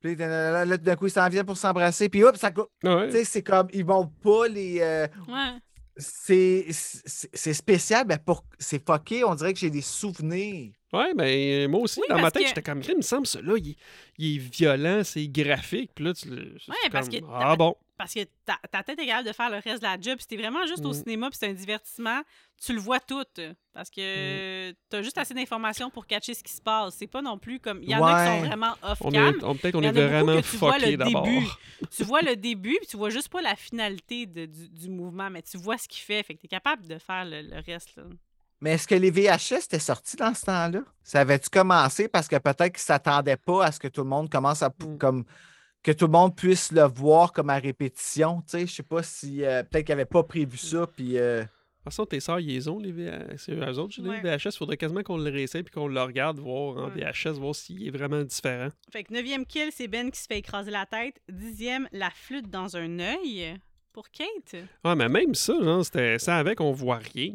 S3: Puis là, là, tout d'un coup, ils s'en viennent pour s'embrasser, puis hop, ça coupe.
S2: Ouais.
S3: Tu sais, c'est comme, ils vont pas les. euh,
S1: Ouais.
S3: c'est c'est- c'est spécial, mais pour... c'est fucké. On dirait que j'ai des souvenirs.
S2: Ouais, mais moi aussi,
S1: Oui,
S2: dans ma
S1: parce
S2: tête,
S1: que-
S2: j'étais comme, il me semble, celui-là, il, il est violent, c'est graphique. Puis là, tu le. c'est
S1: Ouais, parce
S2: comme,
S1: que-
S2: Ah bon.
S1: Parce que ta, ta tête est capable de faire le reste de la job. Si t'es vraiment juste au
S2: Mm.
S1: cinéma puis c'est un divertissement, tu le vois tout. euh, Parce
S2: Mm.
S1: que t'as juste assez d'informations pour catcher ce qui se passe. C'est pas non plus comme. Il y en a qui
S3: Ouais.
S1: sont vraiment
S2: On est,
S1: off-cam.
S2: on- peut-être qu'on
S1: Il y en
S2: est
S1: a beaucoup
S2: vraiment
S1: que tu vois le
S2: fucké d'abord.
S1: début. Tu vois le début puis tu vois juste pas la finalité de- du, du mouvement, mais tu vois ce qu'il fait. Fait que t'es capable de faire le, le reste. là.
S3: Mais est-ce que les VHS étaient sortis dans ce temps-là? Ça avait-tu commencé parce que peut-être qu'ils ne s'attendaient pas à ce que tout le monde commence à pou-
S2: Mm.
S3: comme que tout le monde puisse le voir comme à répétition. Tu sais, je sais pas si euh, peut-être qu'ils n'avaient pas prévu ça. Puis euh,
S2: De toute façon, tes sœurs, ils les ont, les VHS. C'est eux autres, j'ai
S1: Ouais.
S2: les VHS. Faudrait quasiment qu'on le réessaye puis qu'on le regarde, voir en
S1: Ouais.
S2: VHS, voir s'il est vraiment différent.
S1: Fait que neuvième kill, c'est Ben qui se fait écraser la tête. Dixième, la flûte dans un œil. Pour Kate.
S2: Ah, mais même ça, genre, c'était ça avec, on voit rien.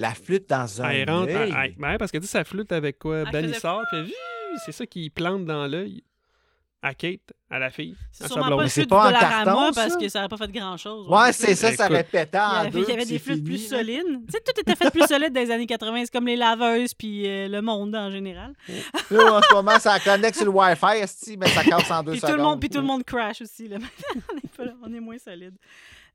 S3: la flûte dans un.
S2: Elle rentre.
S3: œil.
S2: elle- elle- ben, parce que tu sais, ça flûte avec quoi
S1: Elle
S2: Banissard, puis elle vit, c'est ça qui plante dans l'œil à Kate, à la fille.
S1: C'est
S2: à sa
S1: sûrement
S2: blonde.
S1: pas le
S3: Mais c'est
S1: flûte
S3: pas
S1: de la
S3: en carton,
S1: Rama
S3: ça?
S1: parce que ça aurait pas fait grand-chose.
S3: Ouais, c'est ça, ça
S2: Écoute,
S3: avait pété
S1: Il y
S3: en
S1: avait,
S3: deux.
S1: il y avait
S3: puis
S1: des
S3: c'est
S1: flûtes plus
S3: fini, là.
S1: solides. Tu sais, tout était fait plus solide dans les années 80. C'est comme les laveuses puis euh, le monde en général.
S3: Là, en ce moment, ça connecte sur le Wi-Fi, esti, mais ça casse en deux
S1: Puis tout,
S3: secondes.
S1: le monde, puis tout le monde crash aussi. Là. on, est pas là, on est moins solide.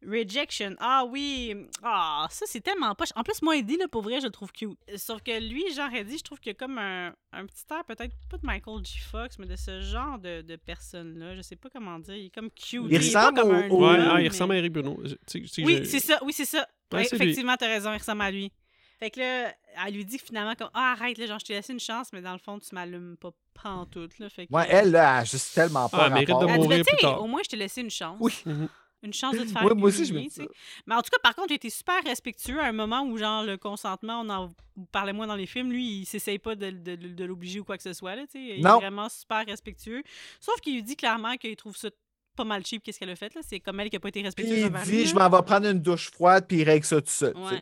S1: Rejection. Ah oui. Ah, ça, c'est tellement poche. En plus, moi, Eddie, là, pour vrai, je le trouve cute. Sauf que lui, Jean Reddy, je trouve qu'il y a comme un, un petit air, peut-être pas de Michael G. Fox, mais de ce genre de, de personne-là. Je sais pas comment dire. Il est comme cute.
S3: Il
S1: est pas
S3: ressemble
S1: comme
S3: au-
S1: un
S3: au-
S2: Ouais,
S1: homme,
S2: ah, il
S1: mais-
S2: ressemble à Eric Bruno. Je- tu sais, tu sais,
S1: Oui,
S2: je-
S1: c'est ça, oui, c'est ça.
S2: Ouais,
S1: Ouais,
S2: c'est lui.
S1: effectivement, t'as raison, il ressemble à lui. Fait que là, elle lui dit finalement comme Ah arrête, là, genre je t'ai laissé une chance, mais dans le fond, tu m'allumes pas pantoute. Là. Fait que,
S3: Ouais, elle, là, elle a juste tellement
S2: Ah,
S3: pas
S2: elle mérite
S3: rapport.
S2: de
S1: Elle dit,
S2: mourir
S1: Mais
S2: plus
S1: tu sais,
S2: tard.
S1: au moins je t'ai laissé une chance.
S3: Oui.
S2: Mhm.
S1: Une chance de te faire
S3: Ouais, moi aussi, je me
S1: humilier,
S3: dis
S1: tu sais. Mais en tout cas, par contre, il était super respectueux à un moment où, genre, le consentement, on en parlait moins dans les films. Lui, il s'essaye pas de, de- de- de l'obliger ou quoi que ce soit. Là, tu sais. il est
S3: Non.
S1: vraiment super respectueux. Sauf qu'il lui dit clairement qu'il trouve ça pas mal cheap, qu'est-ce qu'elle a fait. là. C'est comme elle qui a pas été
S3: Puis
S1: respectueuse.
S3: il
S1: envers lui,
S3: dit,
S1: là.
S3: je m'en vais prendre une douche froide, puis il règle ça tout seul. tu sais.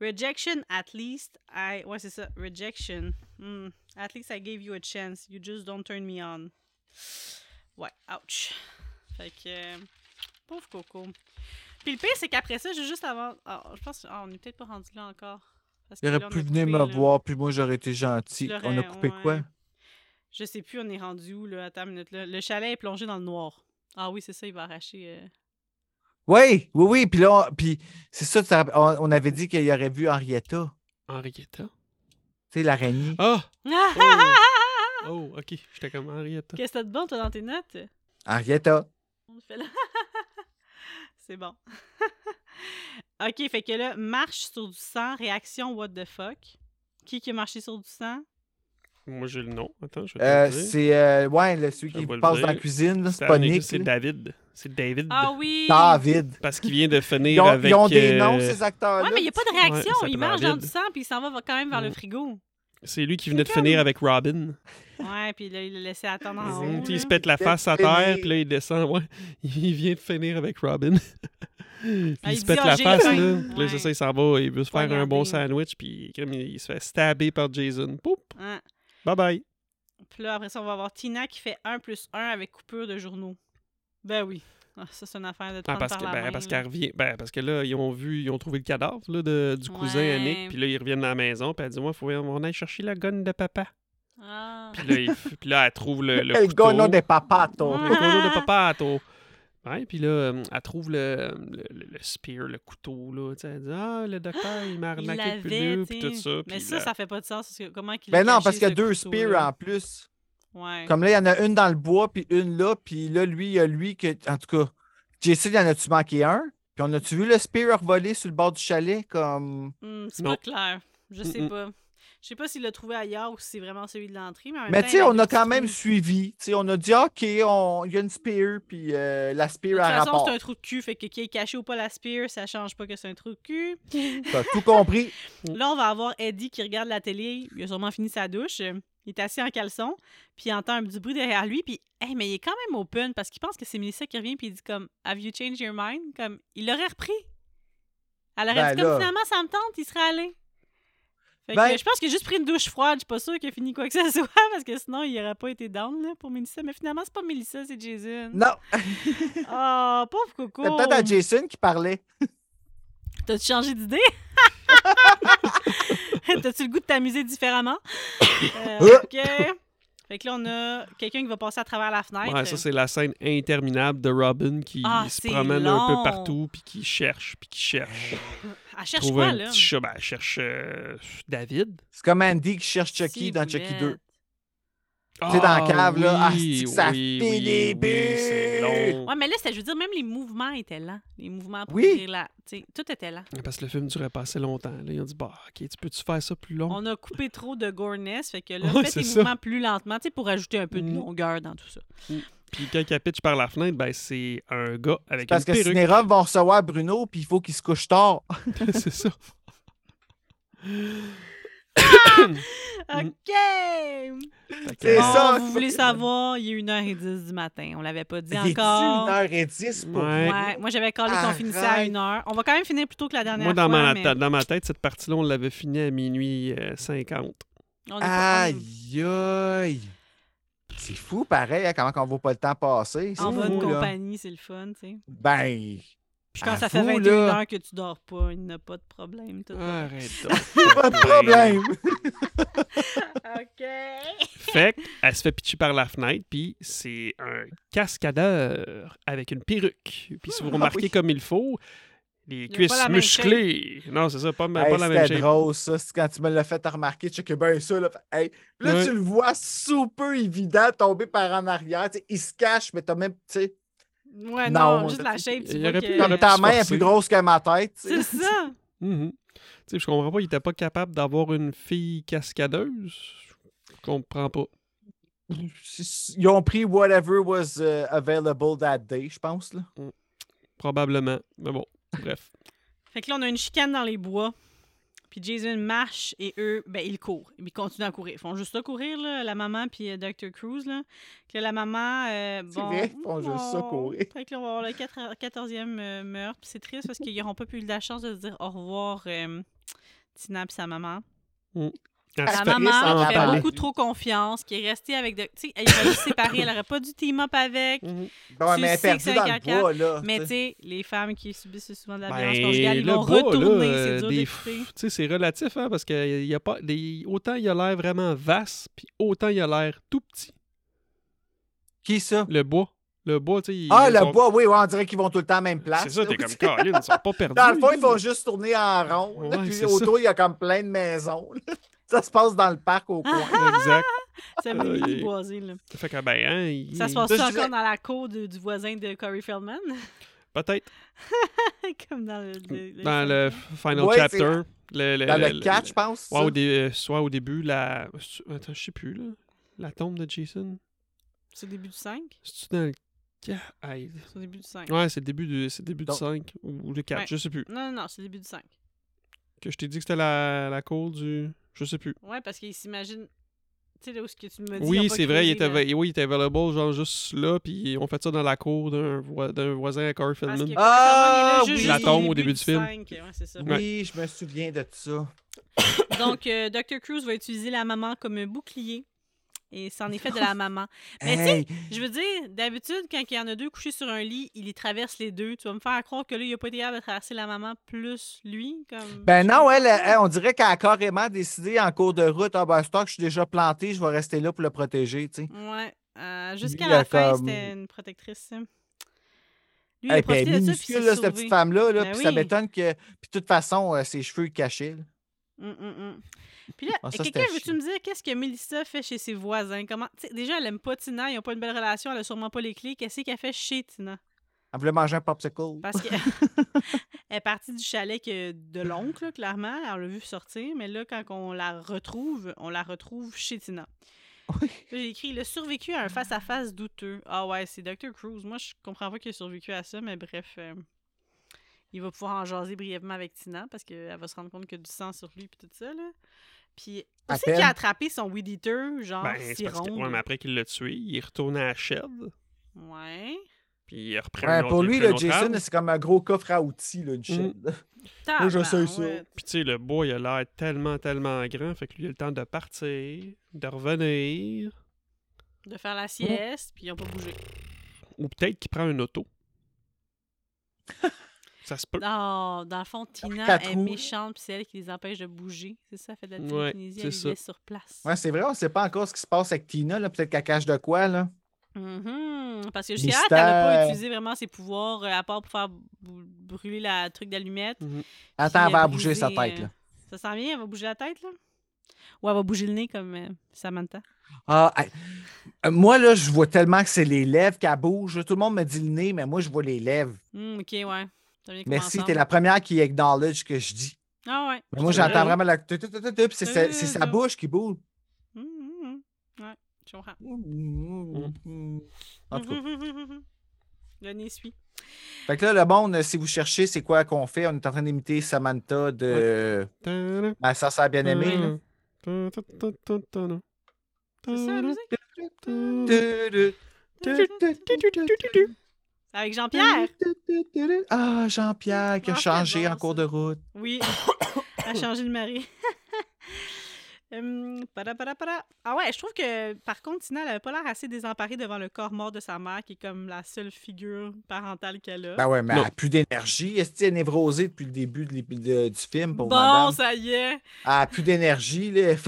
S1: Ouais. Rejection, at least I. Ouais, c'est ça. Rejection. Hmm. At least I gave you a chance. You just don't turn me on. Ouais, ouch. Fait que. euh, Pauvre Coco. Puis le pire, c'est qu'après ça, j'ai juste avant. ah, je pense. ah, on est peut-être pas rendu là encore. Parce que
S3: Il
S1: là,
S3: aurait
S1: on
S3: pu
S1: a
S3: venir
S1: coupé,
S3: me
S1: là.
S3: voir, puis moi, j'aurais été gentil.
S1: Tu
S3: On a
S1: l'aurais-
S3: coupé
S1: ouais.
S3: quoi?
S1: Je sais plus, on est rendu où, là. Attends une minute, là. Le chalet est plongé dans le noir. Ah oui, c'est ça, il va arracher. euh,
S3: Oui, oui, oui. Puis là, on- puis c'est ça, ça- on, on avait dit qu'il aurait vu Henrietta,
S2: Henrietta.
S3: tu sais, l'araignée.
S2: Ah!
S1: Ah!
S2: Oh, Oh, ok. J'étais comme Henrietta.
S1: Qu'est-ce que t'as de bon, toi, dans tes notes?
S3: Henrietta.
S1: On fait là. C'est bon. OK, fait que là, marche sur du sang, réaction what the fuck. Qui qui a marché sur du sang?
S2: Moi, j'ai le nom. Attends, je vais te
S3: Euh,
S2: le dire.
S3: c'est, euh, ouais, le- celui
S2: Je
S3: qui
S2: vais le
S3: passe
S2: dire.
S3: dans la cuisine, là,
S2: C'est
S3: c'est pas
S2: Anaïs,
S3: Nick.
S2: C'est
S3: là.
S2: David. C'est David.
S1: Ah oui!
S3: David.
S2: Parce qu'il vient de finir
S3: Ils ont,
S2: avec.
S3: ils ont des
S2: euh,
S3: noms, ces acteurs-là.
S1: Ouais, mais il n'y a pas de réaction.
S2: Ouais, ça
S1: il
S2: prend
S1: mange
S2: vide.
S1: dans du sang, puis il s'en va va quand même vers le
S2: Mm.
S1: frigo.
S2: C'est lui qui venait de finir avec Robin.
S1: Ouais, puis là, il l'a laissé attendre en
S2: Mhm.
S1: haut.
S2: Puis il se
S1: là.
S2: pète la
S3: Il
S2: face à
S3: vient de
S2: terre,
S3: finir.
S2: puis là, il descend. Ouais. Il vient de finir avec Robin. Puis
S1: Ah,
S2: il
S1: il
S2: se
S1: dit,
S2: pète
S1: Ah,
S2: la
S1: j'ai
S2: face, là.
S1: faim.
S2: Puis là,
S1: Ouais.
S2: c'est ça, il s'en va. Il veut se faire un
S1: Poignardé.
S2: bon sandwich, puis comme il, il se fait stabber par Jason. Ah, Poup!
S1: Hein.
S2: Bye bye.
S1: Puis là, après ça, on va avoir Tina qui fait 1 plus 1 avec coupure de journaux. Ben oui. Ah, ça, c'est une affaire de
S2: Ah,
S1: prendre
S2: parce
S1: par
S2: que,
S1: la
S2: ben,
S1: main,
S2: parce
S1: là.
S2: qu'elle revient. Ben, parce que là, ils ont vu, ils ont trouvé le cadavre là, de- du cousin à
S1: Ouais.
S2: Nick, puis là, ils reviennent à la maison, puis elle dit Moi, faut on aille chercher la gonne de papa.
S1: Ah.
S2: Puis là, il- puis là, elle trouve le. Le,
S3: Le
S2: couteau.
S3: gono de papa, toi.
S1: Ah.
S2: Le gonneau de papa, toi. Ouais, puis là, euh, elle trouve le, le, le- le spear, le couteau, là. Tu sais, elle dit Ah, le docteur, il m'a
S1: Il
S2: arnaqué depuis
S1: l'avait,
S2: deux,
S1: tu
S2: puis
S1: sais.
S2: tout ça.
S1: Mais
S2: puis
S1: ça,
S2: là-
S1: ça fait pas de sens. Parce que comment qu'il a
S3: Ben non,
S1: caché
S3: parce qu'il y a
S1: ce
S3: deux
S1: couteau-là?
S3: spears en plus.
S1: Ouais.
S3: Comme là, il y en a une dans le bois, puis une là, puis là, lui, il y a lui que. En tout cas, JC, il en a-tu manqué un? Puis on a-tu vu le spear voler sur le bord du chalet? Comme.
S1: Hmm, c'est
S2: Non.
S1: pas clair. Je sais
S2: Mm-mm.
S1: pas. Je sais pas s'il l'a trouvé ailleurs ou si c'est vraiment celui de l'entrée. Mais, en même
S3: Mais
S1: temps,
S3: tu sais,
S1: il y
S3: on
S1: deux
S3: a quand
S1: petits
S3: même
S1: trous.
S3: suivi. Tu sais, on a dit, OK, on- il y a une spear, puis euh, la
S1: De
S3: spear
S1: toute
S3: a un
S1: façon,
S3: rapport.
S1: c'est un trou de cul. Fait que qu'il est caché ou pas la spear, ça change pas que c'est un trou de cul.
S3: T'as tout compris.
S1: Là, on va avoir Eddie qui regarde la télé. Il a sûrement fini sa douche. Il est assis en caleçon. Puis il entend un petit bruit derrière lui. Puis, hey, mais il est quand même open parce qu'il pense que c'est Melissa qui revient. Puis il dit comme, Have you changed your mind? Comme, il l'aurait repris. Elle aurait
S3: Ben
S1: dit comme,
S3: là.
S1: finalement, ça me tente, il serait allé. Fait que,
S3: Ben-
S1: je pense qu'il a juste pris une douche froide. Je suis pas sûre qu'il a fini quoi que ce soit parce que sinon, il aurait pas été down là, pour Melissa. Mais finalement, c'est pas Melissa, c'est Jason.
S3: Non,
S1: Oh, pauvre Coco.
S3: c'est peut-être à Jason qui parlait.
S1: T'as-tu changé d'idée? T'as-tu le goût de t'amuser différemment? Euh,
S3: Ah!
S1: ok. Fait que là, on a quelqu'un qui va passer à travers la fenêtre.
S2: Ouais, ça, c'est la scène interminable de Robin qui
S1: Ah,
S2: se
S1: c'est
S2: promène un
S1: long.
S2: peu partout, puis qui cherche, puis qui cherche.
S1: Elle Ah, cherche
S2: Trouve
S1: quoi,
S2: un
S1: là?
S2: petit chat. Ben, elle cherche euh, David.
S3: C'est comme Andy qui cherche
S2: E
S3: Chucky dans Chucky
S1: Ciboulette.
S3: 2. sais, dans la cave, là, ah,
S2: oui,
S3: c'est que ça
S2: oui,
S3: fait
S2: oui,
S3: des
S2: oui, c'est long.
S1: Ouais, mais là, ça, je veux dire, même les mouvements étaient lents. Les mouvements pour
S3: Oui.
S1: ouvrir la- tu sais, Tout était lent.
S2: Parce que le film durait pas assez longtemps. Là, ils ont dit, bah, ok, tu peux-tu faire ça plus long?
S1: On a coupé trop de goreness, fait que là,
S2: Ouais,
S1: faites
S2: c'est
S1: les
S2: ça.
S1: mouvements plus lentement, tu sais, pour ajouter un peu de
S2: Mm.
S1: longueur dans tout ça.
S2: Puis quand il pitch par la fenêtre, ben, c'est un gars avec
S3: Parce
S2: une
S3: que
S2: perruque.
S3: Cinérum vont recevoir Bruno, puis il faut qu'il se couche tard.
S2: c'est ça. Mm.
S1: OK!
S2: Fait que,
S3: C'est
S1: Bon,
S2: euh,
S3: ça.
S1: vous voulez savoir, il est 1h10 du matin. On l'avait pas dit
S3: Il est-tu
S1: encore.
S3: 1h10 pour
S2: Ouais.
S1: Ouais, moi, j'avais collé qu'on
S3: Arrête.
S1: finissait à 1h. On va quand même finir plus tôt que la dernière
S2: Moi, dans,
S1: fois.
S2: ma,
S1: mais
S2: ta- dans ma tête, cette partie-là, on l'avait fini à minuit euh, 50.
S1: on est pas- on est-
S3: Aïe, aïe. C'est fou, pareil, hein, comment on voit pas le temps passer. C'est
S1: En
S3: fou,
S1: bonne
S3: là.
S1: compagnie, c'est le fun, tu sais.
S3: Ben,
S1: Puis
S2: Ah,
S1: quand
S3: À
S1: ça fait
S3: vous,
S1: 21
S3: là.
S1: heures que tu dors pas, il n'y a pas de problème. tout va
S2: Arrête donc.
S3: pas de problème.
S2: Ben,
S3: Ah.
S1: bien. OK.
S2: Fait qu'elle se fait pitcher par la fenêtre, puis c'est un cascadeur avec une perruque. Puis si vous
S3: Ah
S2: remarquez
S3: oui.
S2: comme il faut, les
S1: a
S2: cuisses
S1: pas la même
S2: musclées. Non, c'est ça, pas, ma-
S3: Hey,
S2: ben, pas la même
S3: C'était
S2: shape.
S3: drôle, ça. C'est quand tu me l'as fait remarquer, tu sais que ben ça, là. fait- hey. Puis là,
S2: Ouais.
S3: tu le vois sous peu évident tomber par en arrière. tu sais, il se cache, mais t'as même. tu sais,
S1: Ouais, non,
S3: Non,
S1: juste la shape. tu
S2: il
S1: vois
S2: aurait
S1: que-
S2: pu- il
S3: Comme
S2: aurait
S3: ta
S2: pu se
S3: main est
S2: forcer.
S3: plus grosse que ma tête. tu sais.
S1: C'est ça.
S2: Mhm. Tu sais, je comprends pas, il était pas capable d'avoir une fille cascadeuse. Je comprends pas.
S3: Ils ont pris whatever was euh, available that day, je pense. Là.
S2: Probablement. Mais bon, bref.
S1: Fait que là, on a une chicane dans les bois. Puis Jason marche et eux, ben, ils courent. Ils continuent à courir. Ils font juste ça courir, là, la maman puis euh, Dr. Cruz. Là. Que la maman. euh,
S3: C'est
S1: bon,
S3: vrai, ils font juste ça
S1: oh.
S3: courir.
S1: Fait que là, on va avoir le 4 14e euh, meurtre. Puis c'est triste parce qu'ils n'auront pas pu eu la chance de se dire au revoir, euh, Tina puis sa maman.
S2: Elle
S1: La
S2: se fait-
S3: Aspirée, ça
S1: maman
S2: va
S1: fait
S2: parler.
S1: beaucoup trop confiance, qui est restée avec. de- Tu sais, elle aurait dû se séparer, elle aurait pas dû team up avec.
S2: Mhm.
S3: Ben, ouais,
S1: Tu
S3: mais
S1: sais que
S3: perdu
S1: c'est
S3: dans
S1: un
S3: le
S1: caca,
S3: bois, là.
S1: Mais
S3: tu
S1: tu
S3: sais.
S1: sais, les femmes qui subissent souvent de la
S2: Ben,
S1: violence conjugale, ils
S2: le
S1: vont
S2: bas, là,
S1: retourner.
S2: euh,
S1: c'est dur
S2: des
S1: d'écouter.
S2: f- tu sais, c'est relatif, hein, parce que y a pas des... autant il a l'air vraiment vaste, puis autant il a l'air tout petit.
S3: Qui ça?
S2: Le bois. Le bois, tu sais. il-
S3: Ah,
S2: ils
S3: le
S2: sont-
S3: bois, oui, ouais, on dirait qu'ils vont tout le temps à la même place.
S2: C'est ça, t'es
S3: là.
S2: comme Colin, ils sont pas perdus.
S3: Dans le fond, ils font juste tourner en rond. là,
S2: Ouais,
S3: puis
S2: c'est
S3: autour, il y a comme plein de maisons. là. Ça se passe dans le parc au
S1: Ah,
S3: coin.
S2: Exact. Euh,
S1: C'est un petit
S2: Aïe.
S1: boisé, là.
S2: Fait que, ben, hein, il-
S1: Ça se passe
S3: Là,
S1: ça
S3: je dirais-
S1: encore dans la cour de- du voisin de Corey Feldman?
S2: Peut-être
S1: Comme dans le... le- le-
S2: dans le final
S3: Ouais, c'est-
S2: chapter. Le,
S1: ah.
S3: Dans le 4, je pense.
S2: Ouais,
S3: ça.
S2: au dé- euh, soit au début, la. Attends, je sais plus, là. La tombe de Jason.
S1: C'est au début du 5?
S2: C'est-tu dans le 4 Aïe.
S1: C'est au début du 5.
S2: Ouais, c'est le début du, c'est le début du
S3: Donc-
S2: 5 ou ou le 4,
S1: Ouais.
S2: je sais plus.
S1: Non, non, non, c'est au début du 5.
S2: Que je t'ai dit que c'était la, la cour du. Je sais plus.
S1: Ouais, parce qu'il s'imagine... Tu sais, là où ce que tu me dis... ils ont
S2: Oui,
S1: pas
S2: c'est vrai, il
S1: creusé,
S2: était,
S1: là.
S2: oui, il était available, genre juste là, puis on fait ça dans la cour d'un, voi- d'un voisin à Corey
S1: Parce
S2: Feldman.
S1: que Corey
S3: Ah,
S1: Feldman, il est
S3: oui.
S1: juste
S3: La
S2: tombe au début du film.
S1: 5, ouais, c'est ça.
S2: Ouais.
S3: Oui, je me souviens de ça.
S1: Donc, euh, Dr. Cruz va utiliser la maman comme un bouclier. Et c'en est fait de la maman. Mais tu sais,
S3: Hey,
S1: Je veux dire, d'habitude, quand il y en a deux couchés sur un lit, il les traverse les deux. Tu vas me faire croire que là, il n'a pas été capable de traverser la maman plus lui. Comme...
S3: ben non, elle, elle, on dirait qu'elle a carrément décidé en cours de route, ah ben stock, je suis déjà planté, je vais rester là pour le protéger, tu sais.
S1: Ouais. Euh, Jusqu'à
S3: Lui, il
S1: la
S3: a
S1: fin,
S3: comme-
S1: c'était une protectrice. hein. Lui, il
S3: Hey,
S1: a
S3: puis elle
S1: profité de ça, puis
S3: est Eh, ben, minuscule,
S1: il
S3: là,
S1: s'est
S3: cette
S1: sauvé.
S3: petite femme-là, là,
S1: Ben
S3: puis ça
S1: oui.
S3: m'étonne que... Puis de toute façon, euh, ses cheveux cachés. là.
S1: Hum, hum, hum. Puis là,
S3: Ah, ça,
S1: quelqu'un,
S3: c'était
S1: veux-tu
S3: chiant.
S1: me dire qu'est-ce que Melissa fait chez ses voisins? Comment... tu sais, déjà, elle aime pas Tina, ils n'ont pas une belle relation, elle a sûrement pas les clés. Qu'est-ce qu'elle fait chez Tina?
S3: Elle voulait manger un popsicle.
S1: Parce que elle est partie du chalet que de l'oncle, là, clairement. On l'a vu sortir, mais là, quand on la retrouve, on la retrouve chez Tina.
S3: Oui.
S1: Là, J'ai écrit Il a survécu à un face-à-face douteux. Ah ouais, c'est Dr. Cruz. Moi, je comprends pas qu'il a survécu à ça, mais bref. euh, il va pouvoir en jaser brièvement avec Tina parce qu'elle va se rendre compte que du sang sur lui puis tout ça. Là. Puis,
S3: À
S1: où c'est qu'il
S3: peine.
S1: a attrapé son weed eater, genre,
S2: Ben,
S1: si
S2: c'est parce que,
S1: rond,
S2: ouais, mais
S1: là?
S2: après qu'il l'a tué, il est retourné à la shed,
S1: Ouais.
S2: puis il reprend
S3: Ouais,
S2: un autre-
S3: pour
S2: il
S3: lui,
S2: prend un
S3: le
S2: autre
S3: Jason,
S2: arbre.
S3: c'est comme un gros coffre à outils,
S1: Mm.
S3: là, une chaîne. Moi, je sais ça.
S1: Tabarouette.
S2: Puis tu sais, le bois, il a l'air tellement, tellement grand, fait que lui, il a le temps de partir, de revenir,
S1: De faire la sieste, puis ils n'ont pas bougé.
S2: ou peut-être qu'il prend une auto. Ça se peut.
S1: Dans, dans le fond, Tina
S3: quatre
S1: est
S3: roues.
S1: méchante, puis c'est elle qui les empêche de bouger. C'est ça, elle fait de la
S2: Ouais,
S1: télékinésie,
S2: c'est
S1: elle les
S2: ça.
S1: laisse sur place.
S3: Ouais, c'est vrai, on ne sait pas encore ce qui se passe avec Tina. là. Peut-être qu'elle cache de quoi. Là.
S1: Mhm. Parce que jusqu'à là, elle n'avait pas
S3: Mystère.
S1: utilisé vraiment ses pouvoirs, euh, à part pour faire bou- brûler la truc
S3: Mm.
S1: d'allumette.
S3: Attends, elle
S1: Puis, euh,
S3: va bouger sa
S1: briser,
S3: tête.
S1: euh,
S3: Là.
S1: Ça sent bien, elle va bouger la tête, là? Ou elle va bouger le nez comme euh, Samantha.
S3: Ah, hey. Euh, Moi, là, je vois tellement que c'est les lèvres qu'elle bouge. Tout le monde me dit le nez, mais moi, je vois les lèvres.
S1: Hum, ok, ouais. Ça vient comme
S3: Merci,
S1: ensemble.
S3: t'es la première qui acknowledge que je dis.
S1: Ah ouais. Mm.
S3: Mais moi,
S2: C'est vrai,
S3: j'entends
S2: hein?
S3: vraiment la. tu- tu- tu- tu- tu, puis C'est sa- c'est sa bouche qui bouge.
S1: Hum, hum, hum. Ouais, je comprends. Mm.
S3: En tout cas.
S1: Le nez suit.
S3: Fait que là, le monde, euh, si vous cherchez c'est quoi qu'on fait, on est en train d'imiter Samantha de
S2: Ta-da,
S3: Ma sœur sœur bien-aimée. là.
S2: ta-da, ta-da, ta-da, ta-da.
S1: C'est ça, la musique?
S2: Ta-da.
S3: Tu- tu- tu- tu- tu- tu- tu- tu-
S1: Avec Jean-Pierre?
S3: tu- tu- tu- tu- Ah, Jean-Pierre qui a
S1: Ah, c'est
S3: changé
S1: bon,
S3: en cours
S1: ça.
S3: de route.
S1: Oui. a changé de mari. Hum, para, para, para. Ah ouais, je trouve que par contre, Tina, elle avait pas l'air assez désemparée devant le corps mort de sa mère, qui est comme la seule figure parentale qu'elle a.
S3: Ben ouais, mais
S2: Non.
S3: elle n'a plus d'énergie. Est-ce qu'elle est névrosée depuis le début de l'ép- de- du film pour
S1: bon,
S3: madame?
S1: ça y est.
S3: Elle n'a plus d'énergie. là.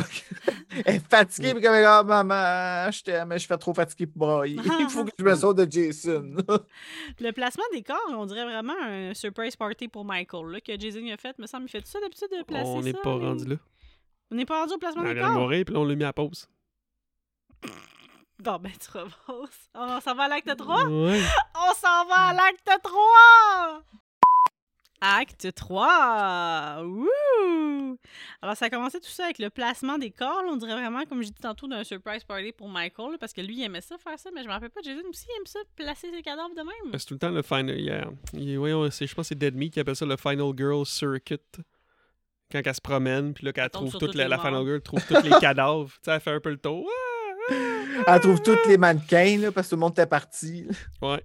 S3: Elle est
S2: Mm.
S3: fatiguée. Puis comme elle est comme, Ah, maman, je t'aime, mais je suis trop fatiguée pour brailler. Il faut que je
S2: ah.
S3: me sauve de Jason.
S1: Le placement des corps, on dirait vraiment un surprise party pour Michael, là, que Jason a fait. Me semble, il fait tout ça d'habitude de placer
S2: On
S1: n'est
S2: n'est pas rendu là. Ben,
S1: On n'est pas rendu au placement
S2: Elle
S1: des
S2: vient de
S1: corps.
S2: mourir, puis là, on l'a mis à pause.
S1: Bon, ben, tu remontes. On s'en va à l'acte 3?
S2: Ouais.
S1: On s'en va à l'acte 3! Acte 3! Wouh! Alors, ça a commencé tout ça avec le placement des corps. là. On dirait vraiment, comme je dis tantôt, d'un surprise party pour Michael, là, parce que lui, il aimait ça faire ça, mais je me rappelle pas, Jason aussi, il aime ça, placer ses cadavres de même.
S2: C'est tout le temps le final. il y a- il- voyons, c'est- je pense que c'est Dead Me qui appelle ça le Final Girl Circuit. Quand elle se promène, puis là, qu'elle
S1: Elle tombe
S2: trouve
S1: sur
S2: toute
S1: toutes
S2: la,
S1: les
S2: la
S1: morts.
S2: Final Girl, trouve tous les cadavres. Tu sais, elle fait un peu le tour.
S3: Elle trouve tous les mannequins là, parce que tout le monde était parti.
S2: Ouais.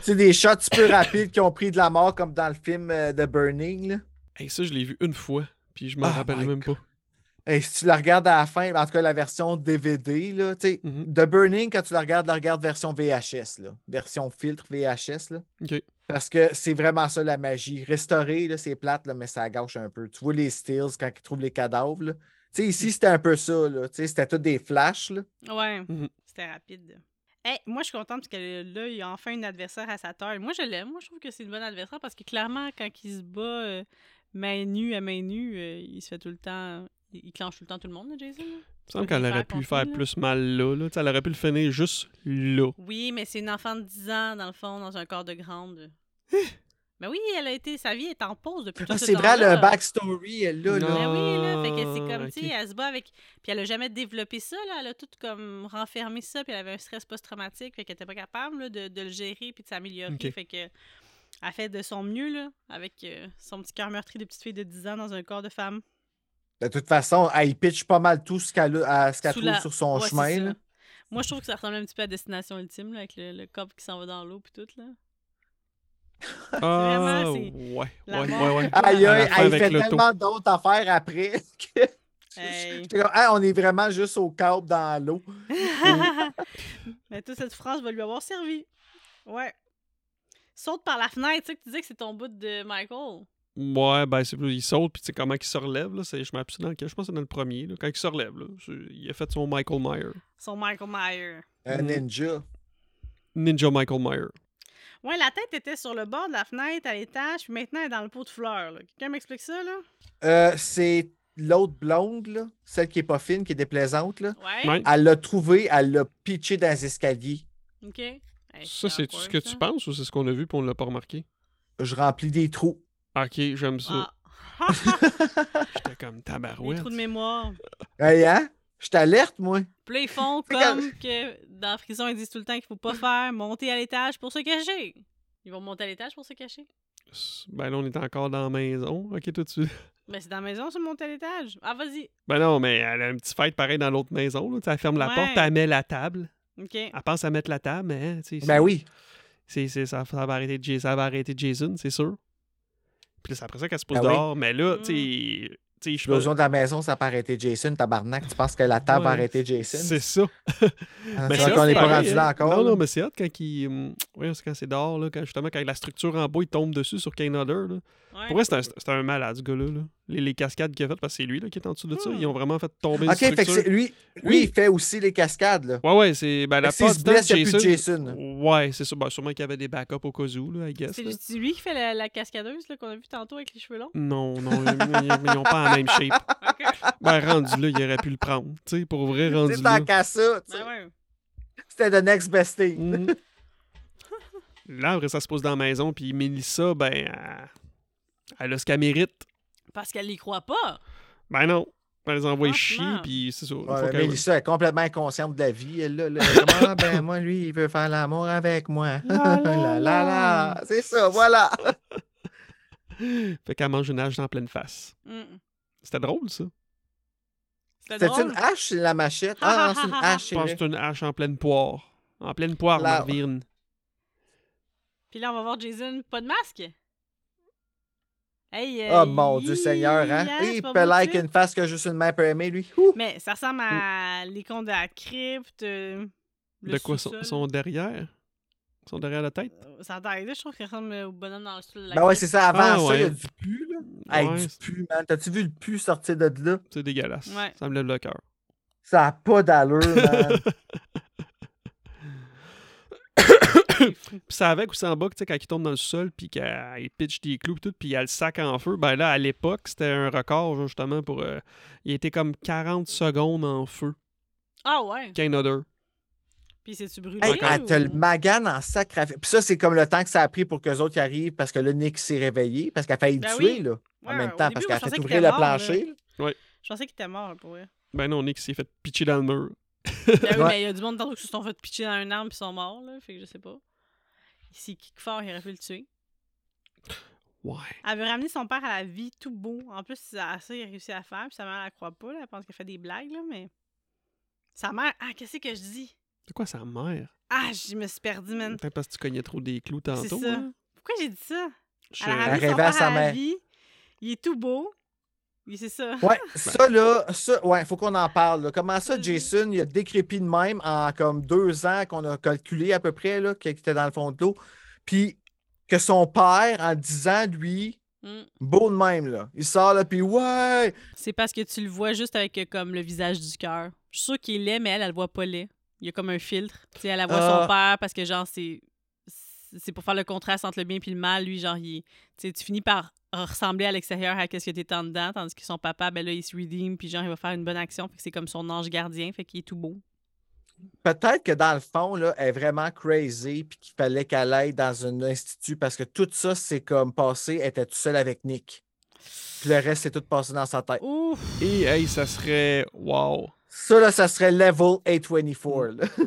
S3: C'est des shots super rapides qui ont pris de la mort comme dans le film euh, The Burning. Là.
S2: Et ça, je l'ai vu une fois, puis je m'en
S3: Oh
S2: rappelle
S3: my
S2: même pas.
S3: Et si tu la regardes à la fin, en tout cas la version DVD, là, tu sais,
S2: Mhm.
S3: The Burning, quand tu la regardes, la regarde version VHS, là, version filtre VHS. Là,
S2: Ok.
S3: parce que c'est vraiment ça la magie. Restaurer, là, c'est plate, là, mais ça gâche un peu. Tu vois les stills quand ils trouvent les cadavres. là. Tu sais,
S2: Mm.
S3: ici, c'était un peu ça. là, tu sais, C'était tout des flashs. là.
S1: Ouais,
S2: Mhm.
S1: c'était rapide. Hey, moi, je suis contente parce que là, il y a enfin une adversaire à sa taille. Moi, je l'aime. Moi, je trouve que c'est une bonne adversaire parce que clairement, quand il se bat euh, main nue à main nue, euh, il se fait tout le temps. Il il clenche tout le temps tout le monde, là, Jason. là.
S2: Il me semble qu'elle
S1: Faire
S2: aurait pu
S1: contre
S2: faire
S1: lui, là.
S2: plus mal là. là. Tu sais, Elle aurait pu le finir juste là.
S1: Oui, mais c'est une enfant de 10 ans, dans le fond, dans un corps de grande. ben oui, elle a été. Sa vie est en pause depuis tout
S3: Ah,
S1: ce
S3: c'est vrai,
S1: temps-là.
S3: le backstory, elle, là. là.
S2: Non.
S1: Ben oui, là, fait que c'est
S2: Ah,
S1: comme, tu sais,
S2: ok.
S1: elle se bat avec... Puis elle a jamais développé ça, là, elle a tout comme renfermé ça, puis elle avait un stress post-traumatique, fait qu'elle était pas capable, là, de, de le gérer, puis de s'améliorer,
S2: Ok.
S1: fait que... Elle fait de son mieux, là, avec euh, son petit cœur meurtri de petite fille de 10 ans dans un corps de femme.
S3: De toute façon, elle y pitch pas mal tout ce qu'elle a- à- ce qu'elle
S1: Sous
S3: trouve
S1: la-
S3: sur son
S1: Ouais, c'est
S3: chemin.
S1: ça.
S3: là.
S1: Moi, je trouve que ça ressemble un petit peu à Destination Ultime, là, avec le, le corps qui s'en va dans l'eau, puis tout, là.
S2: Ah,
S1: vraiment,
S2: ouais.
S1: c'est
S2: Ouais,
S1: la
S2: ouais,
S1: mort.
S2: ouais.
S3: Aïe,
S1: À la
S3: aïe,
S2: fin
S3: aïe, il
S2: avec
S3: fait
S2: l'auto.
S3: tellement d'autres affaires après que.
S1: Hey.
S3: J'étais comme, Hey, on est vraiment juste au câble dans l'eau.
S1: Mais toute cette phrase va lui avoir servi. Ouais. Saute par la fenêtre, tu sais que tu disais que c'est ton bout de Michael.
S2: Ouais, ben, c'est plus. Il saute, puis tu sais comment il se relève. Là, c'est- je me rappelle plus dans lequel. Je pense que c'est dans le premier. là. Quand il se relève, là, c'est- il a fait son Michael Myers.
S1: Son Michael Myers.
S3: Un
S2: Mhm.
S3: Euh, ninja.
S2: Ninja Michael Myers.
S1: Ouais, la tête était sur le bord de la fenêtre à l'étage, puis maintenant elle est dans le pot de fleurs. là. Quelqu'un m'explique ça, là?
S3: Euh, c'est l'autre blonde, là, celle qui est pas fine, qui est déplaisante. Là.
S1: Ouais.
S2: Ouais.
S3: Elle l'a trouvée, elle l'a pitché dans les escaliers.
S1: OK. Hey,
S2: Ça, c'est
S1: Ben, awkward,
S2: ce que tu
S1: ça.
S2: penses ou c'est ce qu'on a vu puis on l'a pas remarqué?
S3: Je remplis des trous.
S2: Ok, j'aime ça.
S1: Ah.
S2: J'étais comme
S1: Les
S2: tabarouette.
S1: trous de mémoire.
S3: Hey, hein? Je t'alerte, moi.
S1: Puis là, ils font
S3: C'est quand-
S1: comme que dans la prison, ils disent tout le temps qu'il faut pas faire monter à l'étage pour se cacher. Ils vont monter à l'étage pour se cacher.
S2: Ben là, on est encore dans la maison. Ok, tout de suite.
S1: Mais Ben, c'est dans la maison, se monter à l'étage. Ah, vas-y.
S2: Ben non, mais elle a un petit fight pareil dans l'autre maison. Là. Tu sais, Elle ferme la
S1: Ouais.
S2: porte, elle met la table.
S1: OK.
S2: Elle pense à mettre la table, mais hein, tu sais,
S3: Ben
S2: c'est-
S3: oui.
S2: c'est- c'est- ça, ça va arrêter, Jay- ça va arrêter Jason, c'est sûr. Puis là, c'est après ça qu'elle se pose
S3: Ben oui.
S1: Hmm.
S2: dehors. Mais là, tu sais, tu
S5: tu sais, je pense-
S3: L'explosion de la maison, ça peut arrêter Jason, tabarnak. Tu penses que la table va
S2: Ouais.
S3: arrêter Jason?
S2: C'est ça.
S3: Ah,
S2: Mais
S3: tu
S1: c'est
S3: vois
S1: hot,
S3: qu'on n'est
S1: c'est
S3: pas
S1: pareil,
S3: rendu là
S2: hein.
S3: encore.
S2: Non,
S3: là.
S2: non, mais c'est hot quand il. hum, ouais, c'est quand c'est dehors, là, quand, justement, quand la structure en bas, il tombe dessus sur Kane Hodder, là.
S1: Ouais.
S2: Pour vrai, c'est un, c'est un malade, ce gars-là. là. Les, les cascades qu'il a faites, parce que c'est lui là, qui est en dessous de ça.
S1: Hmm.
S2: Ils ont vraiment fait tomber
S3: Ok,
S2: une
S3: fait que
S2: structure.
S3: c'est- lui, lui,
S2: Oui.
S3: il fait aussi les cascades. Là.
S2: Ouais, ouais, c'est. Ben, la
S3: Fait que
S2: part
S3: s'il
S2: du
S3: se
S2: temps,
S3: blesse, il n'y a
S2: Jason.
S3: plus de Jason.
S2: Ouais, c'est sûr. Ben, sûrement qu'il y avait des backups au cas où, là, I guess.
S1: C'est
S2: là.
S1: c'est lui qui fait la, la cascadeuse là, qu'on a vu tantôt avec les cheveux longs.
S2: Non, non, ils n'ont pas la même shape.
S1: OK.
S2: Ben, rendu là, il aurait pu le prendre. Tu sais, pour vrai, rendu
S3: C'est
S2: là.
S3: tant qu'à ça. tu sais.
S1: Ben ouais.
S3: C'était the next best thing.
S2: Mm. Là, après, ça se pose dans la maison, puis Mélissa, ben, elle, elle a ce qu'elle mérite.
S1: Parce qu'elle les croit pas.
S2: Ben non. Elle les envoie chier,
S1: Franchement.
S2: puis c'est ça.
S3: Ouais,
S2: faut
S3: mais
S2: qu'elle-
S3: Mélissa est complètement inconsciente de la vie. Elle, là, là, vraiment, Ah, ben, moi, lui, il veut faire l'amour avec moi.
S2: La, la,
S3: La, la, la. C'est ça, voilà.
S2: Fait qu'elle mange une hache dans pleine face.
S1: Mm.
S2: C'était drôle, ça.
S1: C'était
S3: C'est
S1: drôle.
S3: une hache, c'est la machette. Ah, non, c'est une hache.
S2: Je
S3: c'est
S2: pense
S3: vrai.
S2: que c'est une hache en pleine poire. En pleine poire,
S3: La-
S2: Marvin.
S1: Puis là, on va voir Jason, pas de masque. Hey, euh,
S3: Oh mon Dieu
S1: hi,
S3: Seigneur, hein?
S1: hein, c'est
S3: Il
S1: pas
S3: peut
S1: beau,
S3: like
S1: ça.
S3: une face que juste une Mm. main peut aimer, lui. Ouh!
S1: Mais ça ressemble à les cons de la crypte. euh, le
S2: De quoi sont,
S1: sous-sol.
S2: sont derrière Sont derrière la tête
S1: Euh, Ça a l'air, je trouve qu'il ressemble euh, au bonhomme dans le sol. de la
S3: Ben ouais, c'est ça. Avant
S2: Ah,
S3: ça, il y a
S2: ouais.
S3: du pu, là. Hey,
S2: Ouais,
S3: du pu, man. T'as-tu vu le pu sortir de là?
S2: C'est dégueulasse.
S1: Ouais.
S2: Ça me lève le cœur.
S3: Ça n'a pas d'allure, man.
S1: crypte.
S2: Puis ça avec aussi en bas, que, tu sais, quand il tombe dans le sol, puis qu'il pitch des clous, puis tout, puis il a le sac en feu, ben là, à l'époque, c'était un record, genre, justement, pour. euh, il était comme 40 secondes en feu.
S1: Ah ouais.
S2: Kane Hodder.
S1: Puis c'est-tu brûlé?
S3: Hey, elle
S1: ou-
S3: te le magane en sacré. Puis ça, c'est comme le temps que ça a pris pour qu'eux autres y arrivent parce que là, Nick s'est réveillé parce qu'elle a failli le
S1: Ben
S3: tuer,
S1: oui.
S3: là.
S1: Ouais,
S3: en même
S1: au
S3: temps,
S1: début,
S3: parce
S1: moi,
S3: qu'elle a
S1: je pensais
S3: fait
S1: qu'il
S3: ouvrir
S1: était
S3: le
S1: mort, là.
S3: plancher. là.
S1: Je pensais qu'il était mort pour vrai.
S2: Ben non, Nick s'est fait pitcher dans le mur.
S1: Ben oui,
S3: Ouais.
S1: mais il y a du monde tantôt qui se sont fait pitcher dans un arbre puis sont morts, là. Fait que je sais pas. Si Kickfort, il aurait pu le tuer.
S2: Ouais.
S1: Elle veut ramener son père à la vie tout beau. En plus, ça, ça, il a réussi à faire. Puis sa mère, elle croit pas, là. Elle pense qu'elle fait des blagues, là, mais. Sa mère. Ah, qu'est-ce que je dis?
S2: C'est quoi sa mère
S1: Ah, je me suis perdue, man.
S2: Peut-être parce que tu cognais trop des clous
S1: C'est
S2: tantôt.
S1: ça. Ah.
S2: hein.
S1: Pourquoi j'ai dit ça?
S2: Je-
S1: Elle a
S3: Elle
S1: ramené son
S3: rêvait à
S1: père
S3: sa
S1: à la
S3: mère.
S1: vie. Il est tout beau. Oui, c'est ça.
S3: Ouais, ça là, ça, ouais, faut qu'on en parle. là. Comment ça, Jason, il a décrépi de même en comme deux ans qu'on a calculé à peu près, là, qu'il était dans le fond de l'eau. Puis que son père, en dix ans, lui,
S1: Mm.
S3: beau de même, là. Il sort là, puis ouais!
S1: C'est parce que tu le vois juste avec euh, comme le visage du cœur. Je suis sûre qu'il est laid, mais elle, elle le voit pas laid. Il y a comme un filtre. Tu sais, elle la voit
S3: Ah.
S1: son père parce que genre c'est c'est pour faire le contraste entre le bien puis le mal. Lui, genre, il, tu sais, tu finis par ressembler à l'extérieur à qu'est-ce que t'étais en dedans, tandis que son papa, ben là, il se redeem, puis genre, il va faire une bonne action, fait que c'est comme son ange gardien, fait qu'il est tout beau.
S3: Peut-être que dans le fond, là, elle est vraiment crazy, puis qu'il fallait qu'elle aille dans un institut parce que tout ça, c'est comme passé, elle était toute seule avec Nick. Puis le reste, c'est tout passé dans sa tête.
S1: Ouf!
S2: Et hey, ça serait. Wow.
S3: Ça, là, ça serait level A24. là. puis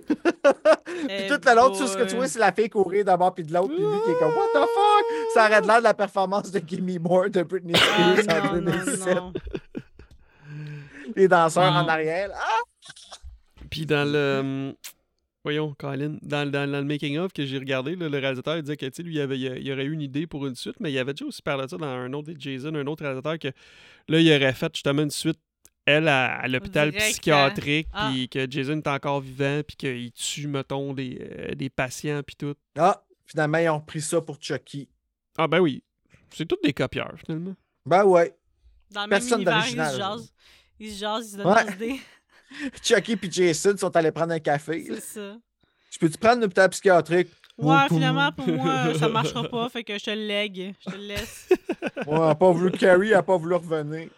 S1: Eh
S3: toute la l'autre, tout ce que
S1: boy.
S3: tu vois, c'est la fille courir d'un bord puis de l'autre, puis lui qui est comme What the fuck? Ça aurait l'air de la performance de Gimme More de Britney
S1: Ah,
S3: Spears en
S1: non, non,
S3: 2017.
S1: non.
S3: Les danseurs en
S1: Non.
S3: arrière. Ah!
S2: Puis dans le. hum, Voyons, Colin, dans, le- dans le- dans le making-of que j'ai regardé, là, le réalisateur il disait que tu sais, lui, il, avait, il y aurait eu une idée pour une suite, mais il avait déjà aussi parlé de ça dans un autre des Jason, un autre réalisateur, que là, il aurait fait justement une suite, elle, à, à l'hôpital
S1: Direct, hein?
S2: psychiatrique,
S1: Ah.
S2: puis que Jason est encore vivant, puis qu'il tue, mettons, des, euh, des patients, puis tout.
S3: Ah! Finalement, ils ont pris ça pour Chucky.
S2: Ah, ben oui. C'est tous des copieurs, finalement.
S3: Ben ouais.
S1: Dans le
S3: Personne
S1: même univers, ils
S3: d'original.
S1: se jasent. Ils se jasent, ils se donnent
S3: Ouais.
S1: des idées.
S3: Chucky puis Jason sont allés prendre un café.
S1: C'est ça.
S3: Je peux-tu prendre l'hôpital psychiatrique?
S1: Ouais,
S3: Ouh,
S1: finalement, pour moi, ça marchera pas, fait que je te le lègue. Je te le laisse.
S3: Ouais, elle a pas voulu Carrie, elle a pas voulu revenir.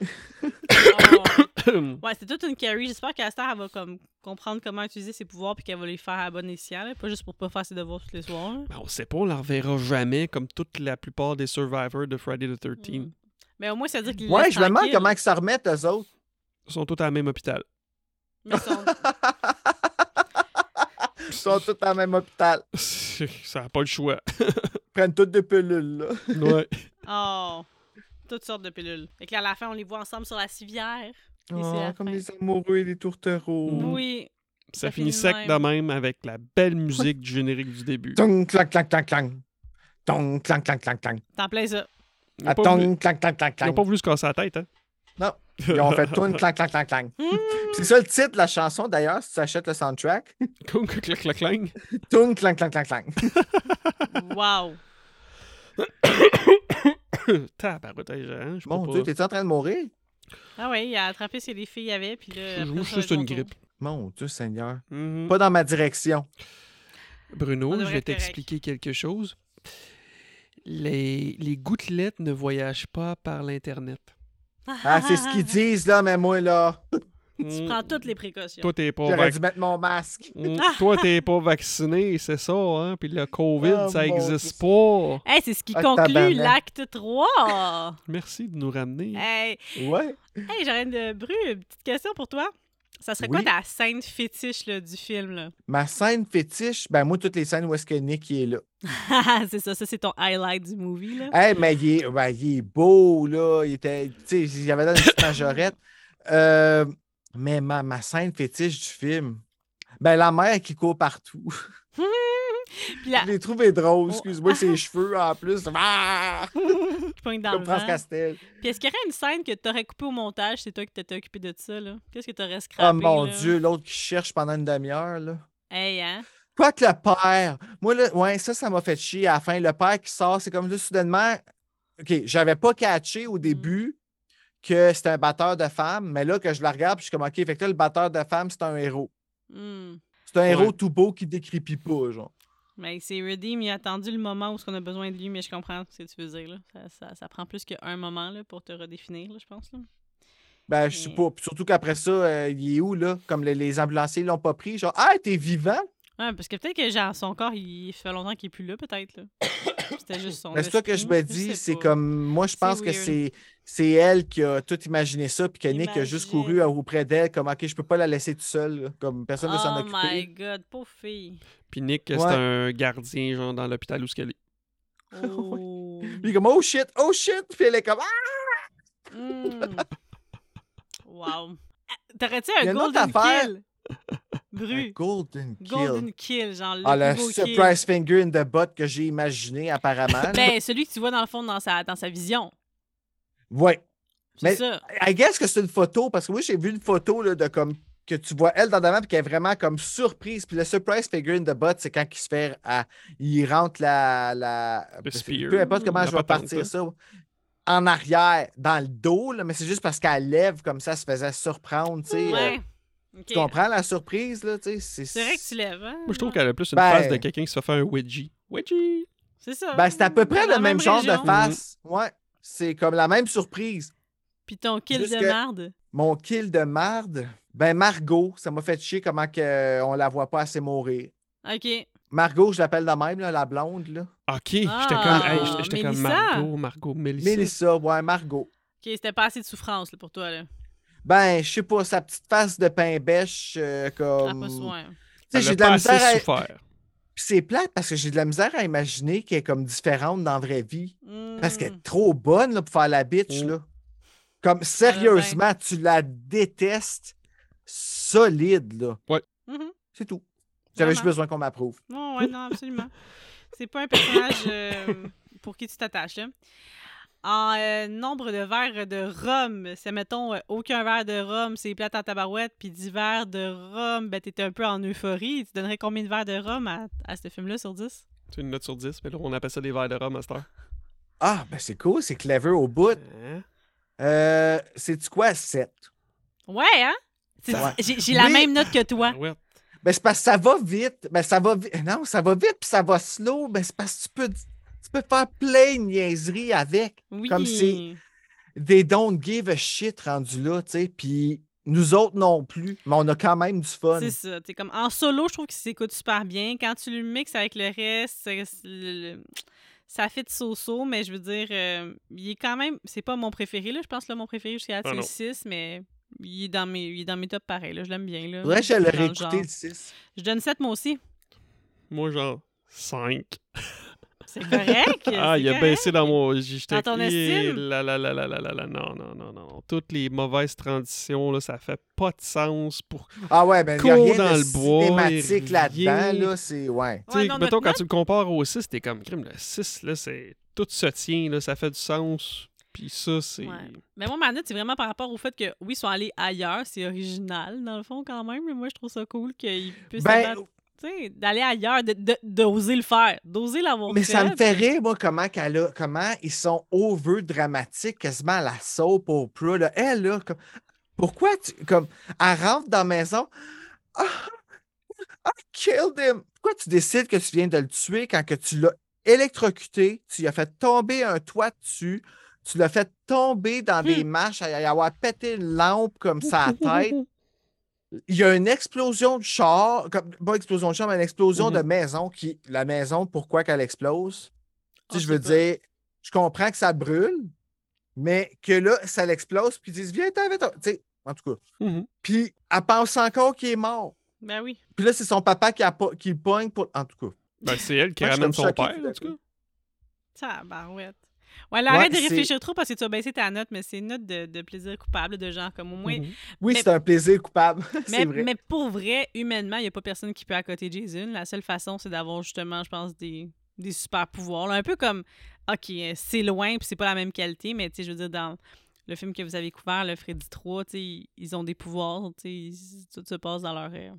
S1: Oh.
S2: ben
S1: Ouais, c'est toute une carry. J'espère qu'Astar, elle va comme, comprendre comment utiliser ses pouvoirs puis qu'elle va les faire à bon escient, là, pas juste pour pas faire ses devoirs tous les soirs. là.
S2: on sait pas, on la reverra jamais, comme toute la plupart des survivors de Friday the 13
S1: Mm. Mais au moins, ça veut dire qu'ils
S3: Ouais,
S1: laissent
S3: je me demande
S1: Mm, tranquille.
S3: comment ils s'en remettent, eux autres.
S2: Ils sont tous à la même hôpital.
S1: Mais son-
S3: Ils sont tous dans le même hôpital.
S2: ça n'a pas le choix.
S3: Ils prennent toutes des pilules, là.
S2: Ouais.
S1: Oh, toutes sortes de pilules. Fait que là, à la fin, on les voit ensemble sur la civière. Et c'est
S3: Oh,
S1: la
S3: comme
S1: fin.
S3: les amoureux et les tourtereaux.
S1: Oui.
S2: Ça,
S1: Ça finit
S2: finit
S1: de
S2: sec
S1: même.
S2: de même avec la belle musique du générique du début.
S3: Tong, clang, clang, clang, clang. Tong, clang, clang, clang, clang.
S1: T'en plais ça.
S2: Ils n'ont
S3: Ah,
S2: pas, voulu-
S3: tong, clang, clang, clang,
S2: ils ont
S3: clang.
S2: pas voulu Hmm. se casser la tête, hein?
S3: Non. Ils ont fait tourne, clang, clang, clang, clang. Puis C'est ça le titre de la chanson, d'ailleurs, si tu achètes le soundtrack.
S6: Clang, clang, clang, clang.
S3: Tourne, clang, clang, clang, clang.
S1: Wow.
S6: Tabarouette, hey, Jean, je peux
S3: Mon
S6: pas-
S3: Dieu, t'es-tu en train de mourir?
S1: Ah oui, il a attrapé ce que les filles avaient, puis là...
S6: Je
S1: après
S6: joue
S1: ça,
S6: juste
S1: ils ont
S6: une
S1: tourné.
S6: grippe.
S3: Mon Dieu, Seigneur.
S6: Mhm.
S2: Hmm.
S3: Pas dans ma direction.
S1: On
S6: Bruno, je
S1: devrait
S6: vais
S1: être correct.
S6: t'expliquer quelque chose. Les, les gouttelettes ne voyagent pas par l'Internet.
S3: Ah, c'est ce qu'ils disent, là, mais moi, là,
S1: Tu prends Ah! toutes les précautions.
S6: Mm. Toi, t'es
S2: ben,
S6: pas,
S3: j'aurais
S6: vac-
S3: dû mettre mon masque.
S6: Mm. Toi, t'es pas vacciné, c'est ça, hein? Puis le COVID,
S3: Oh,
S6: ça
S3: mon
S6: existe pas.
S1: Hey, c'est ce qui
S3: Ah,
S1: conclut
S3: tabarnak.
S1: l'acte 3.
S6: Merci de nous ramener.
S1: hey,
S3: Ouais.
S1: hey, j'aurais une, Bru, une petite question pour toi. Ça serait quoi
S3: Oui.
S1: ta scène fétiche là, du film? Là?
S3: Ma scène fétiche, ben moi, toutes les scènes où est-ce que Nick il est là.
S1: Ah, c'est ça, ça c'est ton highlight du movie. Là.
S3: Hey, mais il est, ben, il est beau, là. Il était. Tu sais, il avait l'air d'une petite majorette. Euh, mais ma, ma scène fétiche du film. Ben, la mère qui court partout.
S1: Puis la
S3: Je l'ai trouvé drôle.
S1: Oh.
S3: Excuse-moi, ses cheveux en plus. Ah!
S1: qui pointe dans le
S3: Comme France
S1: vent.
S3: Castel.
S1: Puis est-ce qu'il y aurait une scène que t'aurais coupée au montage, c'est toi qui t'étais occupé de ça? là? Qu'est-ce que t'aurais scrappé?
S3: Oh mon
S1: là?
S3: Dieu, l'autre qui cherche pendant une demi-heure, là.
S1: Hey, hein?
S3: Quoi que le père. Moi, là, ouais, ça, ça m'a fait chier à la fin. Le père qui sort, c'est comme là, soudainement. OK, j'avais pas catché au début que c'était un batteur de femmes, mais là, que je le regarde, puis je suis comme, OK, fait que là, le batteur de femmes, c'est un héros.
S1: Hmm.
S3: C'est un
S6: Ouais.
S3: héros tout beau qui décrépit pas, genre.
S1: Mais Ben, c'est Redeem, il a attendu le moment où on a besoin de lui, mais je comprends ce que tu veux dire. Là. Ça, ça- ça prend plus qu'un moment là, pour te redéfinir, là, je pense. Là.
S3: Ben, je sais
S1: Mais-
S3: pas. Puis surtout qu'après ça, euh, il est où, là? Comme les, les ambulanciers l'ont pas pris. Genre, ah, t'es vivant?
S1: Ouais, parce que peut-être que genre, son corps, il fait longtemps qu'il est plus là, peut-être. là. C'était juste son.
S3: Mais c'est ça que je me
S1: esprit, sais
S3: dis, c'est
S1: pas.
S3: comme. Moi, je
S1: C'est
S3: pense que
S1: weird.
S3: c'est. C'est elle qui a tout imaginé ça, puis que Nick a juste
S1: Imagine.
S3: couru auprès d'elle, comme OK, je peux pas la laisser toute seule, là, comme personne ne s'en
S1: Oh
S3: occuper.
S1: my god, pauvre fille.
S6: Puis Nick,
S3: Ouais.
S6: c'est un gardien, genre, dans l'hôpital où ce qu'elle est.
S1: Oh.
S3: Puis il est comme oh shit, oh shit, puis elle est comme ah.
S1: Hmm. Wow. Ah, T'aurais-tu
S3: Il y a
S1: un
S3: une autre
S1: golden
S3: affaire.
S1: kill? Bru.
S3: Golden Kill.
S1: Golden kill, genre le
S3: ah
S1: plus
S3: le
S1: beau kill.
S3: surprise finger in the butt que j'ai imaginé apparemment. là.
S1: Ben, celui que tu vois dans le fond dans sa, dans sa vision.
S3: ouais.
S1: C'est
S3: Mais-
S1: ça.
S3: I guess que c'est une photo parce que moi j'ai vu une photo là, de comme que tu vois elle dans la main puis qu'elle est vraiment comme surprise. Puis le surprise figure in the butt c'est quand il se fait à il rentre la la
S6: Le spear.
S3: peu importe comment
S6: La
S3: je vais
S6: patente, hein.
S3: partir
S6: là.
S3: ça en arrière dans le dos là, mais c'est juste parce qu'elle lève comme ça elle se faisait surprendre, tu sais. euh,
S1: Ouais. Ok.
S3: Tu comprends la surprise là, tu sais, c'est
S1: C'est vrai que tu lèves, hein?
S6: Moi, je trouve qu'elle a plus une
S3: Ben-
S6: face de quelqu'un qui se fait faire un wedgie. Wedgie!
S1: C'est ça.
S3: Ben, c'est à peu près
S1: Dans la
S3: le même,
S1: même
S3: genre de
S1: région.
S3: face.
S6: Mhm.
S3: Ouais. C'est comme la même surprise.
S1: Puis ton kill
S3: Juste
S1: de
S3: que-
S1: merde.
S3: Mon kill de marde, ben Margot, ça m'a fait chier comment que euh, on la voit pas assez mourir.
S1: OK.
S3: Margot, je l'appelle de même, là, la blonde. Là.
S6: Ok, j'étais comme,
S1: Ah,
S6: hey, j'étais- j'étais comme
S1: Mélissa.
S6: Margot, Margot, Mélissa.
S3: Mélissa, ouais, Margot.
S1: OK, c'était pas assez de souffrance là, pour toi, là.
S3: Ben, je sais pas, sa petite face de pain bêche, euh,
S1: T'as
S3: comme.
S1: pas soin.
S3: Tu sais,
S6: Elle a
S3: j'ai de la
S6: pas
S3: misère à...
S6: assez souffert.
S3: Puis c'est plate parce que j'ai de la misère à imaginer qu'elle est comme différente dans la vraie vie. Parce qu'elle
S1: Hmm.
S3: est trop bonne là, pour faire la bitch,
S6: Mm.
S3: là. Comme sérieusement, tu la détestes solide, là.
S1: Mhm.
S3: C'est tout. J'avais juste
S1: Vraiment.
S3: besoin qu'on m'approuve.
S1: Non, ouais, non, absolument. C'est pas un personnage euh, pour qui tu t'attaches. là. En euh, nombre de verres de rhum, c'est mettons euh, aucun verre de rhum, c'est plate en tabarouette, puis 10 verres de rhum, ben t'étais un peu en euphorie. Tu donnerais combien de verres de rhum à, à ce film-là sur 10?
S6: C'est une note sur 10, mais là, on appelle ça des verres de rhum, Master.
S3: Ah, ben c'est cool, c'est clever au bout. Euh, c'est-tu quoi, 7?
S1: Ouais, hein? C'est-
S3: Ouais.
S1: J'ai j'ai la
S3: Oui.
S1: même note que toi.
S6: Ah, Ouais.
S3: Ben c'est parce que ça va vite. Ben ça va vite. Non, ça va vite, puis ça va slow. Ben c'est parce que tu peux, tu peux faire plein de niaiseries avec.
S1: Oui.
S3: Comme c'est- Des don't give a shit rendus là, tu sais. Puis nous autres non plus, mais on a quand même du fun.
S1: C'est ça. T'es comme en solo, je trouve qu'il s'écoute super bien. Quand tu le mixes avec le reste, c'est- c'est le- le- ça fait de so-so, mais je veux dire, euh, il est quand même. C'est pas mon préféré, là. Je pense que là, mon préféré jusqu'à
S6: Ah
S1: c'est
S6: non.
S1: le 6, mais il est dans mes, il est dans mes tops pareil. Là. Je l'aime bien. Là.
S3: Faudrait que je le
S1: Dans le
S3: réécouter,
S1: genre.
S3: le 6.
S1: Je donne 7 moi aussi.
S6: Moi, genre 5.
S1: C'est correct.
S6: Ah,
S1: c'est
S6: il a
S1: correct.
S6: baissé dans mon. J'étais.
S1: Dans ton
S6: Eh
S1: estime?
S6: Là, là, là, là, là, là, là, non, non, non, non. Toutes les mauvaises transitions, là, ça fait pas de sens pour.
S3: Ah ouais, ben il n'y a
S6: Cours
S3: rien
S6: dans
S3: de
S6: le bois,
S3: cinématique
S6: il
S3: là-dedans,
S6: revient.
S3: là, c'est... Ouais.
S6: Tu sais,
S1: Ouais, non,
S6: mettons,
S1: notre
S6: quand tu le compares au 6, t'es comme crime. Le 6, là, c'est. Tout se tient, là, ça fait du sens.
S2: Puis ça, c'est.
S1: Ouais. Mais moi, ma note, c'est vraiment par rapport au fait que, oui, ils sont allés ailleurs. C'est original, dans le fond, quand même. Mais moi, je trouve ça cool qu'ils puissent. se
S3: Ben,
S1: battre, tu sais, d'aller ailleurs, de- de- d'oser le faire, d'oser l'avoir
S3: mais
S1: fait.
S3: ça me fait rire, moi, comment, qu'elle a- comment ils sont over dramatiques, quasiment à la soap opera. Là. Elle, là, comme, pourquoi tu. Comme, elle rentre dans la maison. Ah, I killed him. Pourquoi tu décides que tu viens de le tuer quand que tu l'as électrocuté, tu lui as fait tomber un toit dessus, tu l'as fait tomber dans des marches, à y avoir pété une lampe comme ça à la tête. il y a une explosion de char, comme, pas explosion de char, mais une explosion
S1: Mm-hmm.
S3: de maison qui. La maison, pourquoi qu'elle explose? Tu
S1: On
S3: sais, je
S1: sait
S3: veux
S1: pas.
S3: dire, je comprends que ça brûle, mais que là, ça l'explose, puis ils disent Viens, t'en, viens, t'en. Tu sais, en tout cas.
S1: Mm-hmm.
S2: Mhm.
S3: Puis elle pense encore qu'il est mort.
S1: Ben oui.
S3: Puis là, c'est son papa qui, a, pas- qui le pogne pour. En tout cas.
S2: Ben, c'est elle qui
S3: Moi, je suis
S2: ramène
S3: comme
S2: son
S3: choqué,
S2: père, en tout cas.
S1: Tabarouette. Ouais, là, arrête de
S3: Ouais, c'est-
S1: réfléchir trop parce que tu as baissé ta note, mais c'est une note de, de plaisir coupable, de genre comme au moins.
S2: Mhm.
S3: Oui,
S1: Mais-
S3: c'est un plaisir coupable. c'est
S1: Mais,
S3: vrai.
S1: mais pour vrai, humainement, il n'y a pas personne qui peut accoter Jason. La seule façon, c'est d'avoir justement, je pense, des, des super pouvoirs. là. Un peu comme, OK, euh, c'est loin, puis c'est pas la même qualité, mais tu sais, je veux dire, dans le film que vous avez couvert, le Freddy 3, tu sais, ils- ils ont des pouvoirs, tu sais, ils- tout se passe dans leur. euh,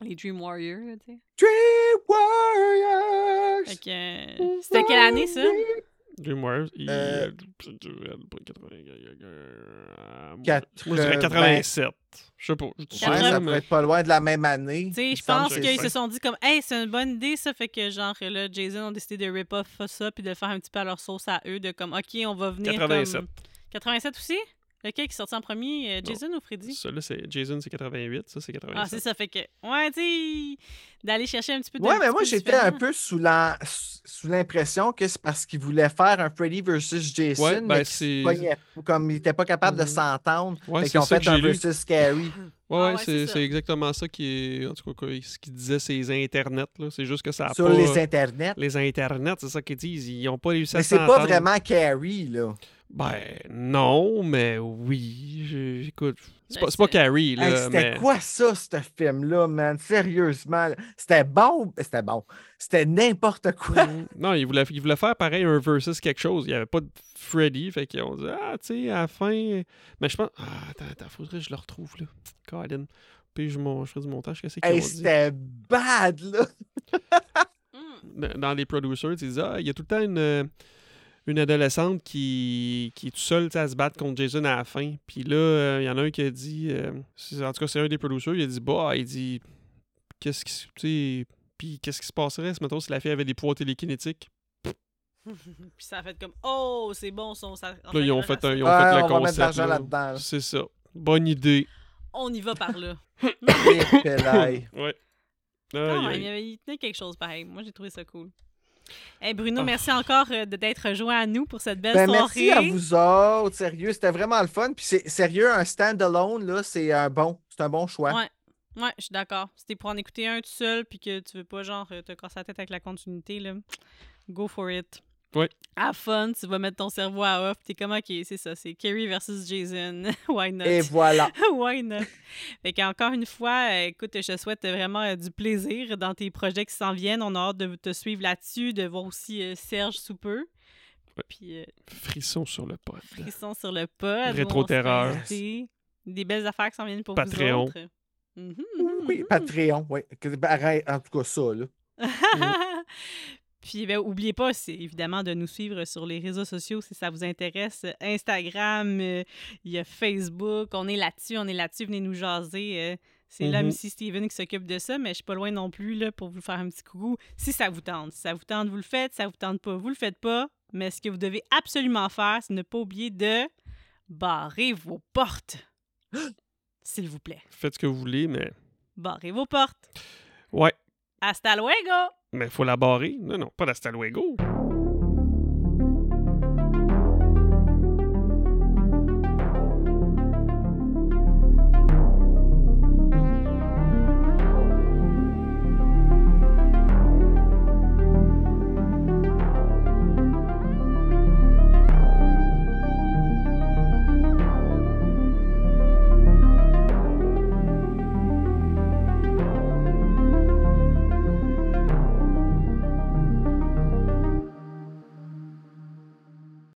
S1: les Dream Warriors, là, tu sais.
S3: Dream Warriors!
S1: Fait que, euh, C'était quelle année, ça?
S2: Dream Warriors, il.
S3: Euh,
S2: Quatre- Moi, je dirais 87. Je sais pas. Je dis
S3: euh, Ouais, ça
S2: ça,
S3: pourrait
S2: mais.
S3: être pas loin de la même année.
S1: Tu sais,
S3: il
S1: je
S3: semble
S1: pense
S3: que-
S1: qu'ils
S2: c'est-
S1: se sont dit comme, hey, c'est une bonne idée, ça fait que, genre, là, Jason ont décidé de rip-off ça, puis de le faire un petit peu à leur sauce à eux, de comme, OK, on va venir.
S2: 87.
S1: Comme... 87 aussi Lequel qui est sorti en premier, euh,
S2: Non.
S1: Jason ou Freddy
S2: Ça, là, c'est. Jason, c'est 88. Ça, c'est 87.
S1: Ah, c'est ça, fait que, ouais, tu sais, d'aller chercher un petit peu de.
S3: Ouais,
S1: un
S3: mais
S1: petit
S3: moi,
S1: peu
S3: j'étais un
S1: différent.
S3: peu sous la- sous l'impression que c'est parce qu'il voulait faire un Freddy versus Jason,
S2: Ouais, ben,
S3: mais qu'il se
S2: c'est-
S3: pognait pas, comme il n'était pas capable de
S2: Mhm.
S3: s'entendre.
S2: Ouais,
S3: fait
S2: c'est
S3: qu'ils ont
S2: ça
S3: fait
S2: que
S3: un
S2: j'ai lu.
S3: versus scary.
S2: Ouais,
S1: Ah
S2: ouais,
S1: ouais, c'est
S2: c'est
S1: ça.
S2: c'est exactement ça qui est. En tout cas, que- ce qu'ils disaient, ces internets, là. C'est juste que ça a
S3: sur
S2: pas.
S3: les internets.
S2: Les internets, c'est ça qu'ils disent. Ils ont pas réussi à
S3: Mais c'est pas
S2: s'entendre.
S3: vraiment Carrie, là.
S2: Ben, non, mais oui. je- Écoute, c'est
S1: Ben,
S2: pas, c'est pas
S1: c'est-
S2: Carrie, là.
S3: Hey, c'était
S2: mais...
S3: quoi ça, ce film-là, man? Sérieusement, là. c'était bon. C'était bon. C'était n'importe quoi.
S2: Mhm. Non, il voulait, il voulait faire pareil, un versus quelque chose. Il n'y avait pas de Freddy, fait qu'ils ont dit, ah, tu sais, à la fin. Mais je pense. Ah, attends, attends, faudrait que je le retrouve, là. Colin. Puis je, mon, je ferai du montage, qu'est-ce qu'ils
S3: Hey,
S2: ont dit?
S3: c'était bad, là.
S1: Mm.
S2: Dans dans les producers, ils disent, ah, il y a tout le temps une, une adolescente qui, qui est toute seule, tu sais, à se battre contre Jason à la fin. Puis là, euh, il y en a un qui a dit, euh, c'est- en tout cas, c'est un des producers, il a dit, bah, il dit, qu'est-ce qui. se- Tu sais, puis qu'est-ce qui se passerait, mettons, si la fille avait des pouvoirs télékinétiques?
S1: Puis ça a fait comme, oh, c'est bon, son. Ça...
S2: Puis là, ils ont fait, un, ils ont
S3: Ouais,
S2: fait le
S3: on va mettre de
S2: concept.
S3: l'argent
S2: là.
S3: là-dedans. là.
S2: C'est ça. Bonne idée.
S1: On y va par là.
S3: Et pelaille.
S2: Ouais.
S1: Quand
S2: Aïe,
S1: même, il, y
S2: aïe.
S1: avait- il tenait quelque chose pareil. Moi, j'ai trouvé ça cool. Hey, Bruno,
S2: Ah.
S1: merci encore euh, de- d'être joint à nous pour cette belle
S3: Ben,
S1: soirée.
S3: merci à vous autres, sérieux, c'était vraiment le fun. Puis c'est sérieux, un stand-alone, là, c'est un bon, c'est un bon choix.
S1: Ouais. Ouais, je suis d'accord. Si t'es pour en écouter un tout seul puis que tu veux pas, genre, euh, te casser la tête avec la continuité, là, go for it.
S2: Ouais.
S1: Have fun, tu vas mettre ton cerveau à off. T'es comme, ok, c'est ça, c'est Kerry versus Jason. Why not?
S3: Et
S2: Eh,
S3: voilà.
S1: Why not? Fait qu'encore une fois, euh, écoute, je te souhaite vraiment euh, du plaisir dans tes projets qui s'en viennent. On a hâte de te suivre là-dessus, de voir aussi euh, Serge sous peu.
S2: Ouais.
S1: Puis, euh,
S2: Frisson sur le pod.
S1: sont sur le pod.
S2: Rétro-terreur.
S1: Nous, on se fait inviter. Des belles affaires qui s'en viennent pour
S2: Patreon.
S1: vous autres. Mhm,
S3: Oui,
S1: mhm,
S3: Patreon, oui. Que- ben, arrête, En tout cas, ça, là.
S1: Puis, ben, oubliez pas, c'est évidemment de nous suivre sur les réseaux sociaux si ça vous intéresse. Instagram, euh, il y a Facebook, on est là-dessus, on est là-dessus, venez nous jaser. euh, c'est là,
S2: Mhm.
S1: Missy Steven qui s'occupe de ça, mais je suis pas loin non plus là, pour vous faire un petit coucou. Si ça vous tente, si ça vous tente, vous le faites, si ça vous tente pas, vous le faites pas. Mais ce que vous devez absolument faire, c'est ne pas oublier de barrer vos portes. S'il vous plaît,
S2: Faites ce que vous voulez, mais.
S1: barrez vos portes.
S2: Ouais.
S1: Hasta luego!
S2: Mais faut la barrer. Non, non, pas d'Hasta luego.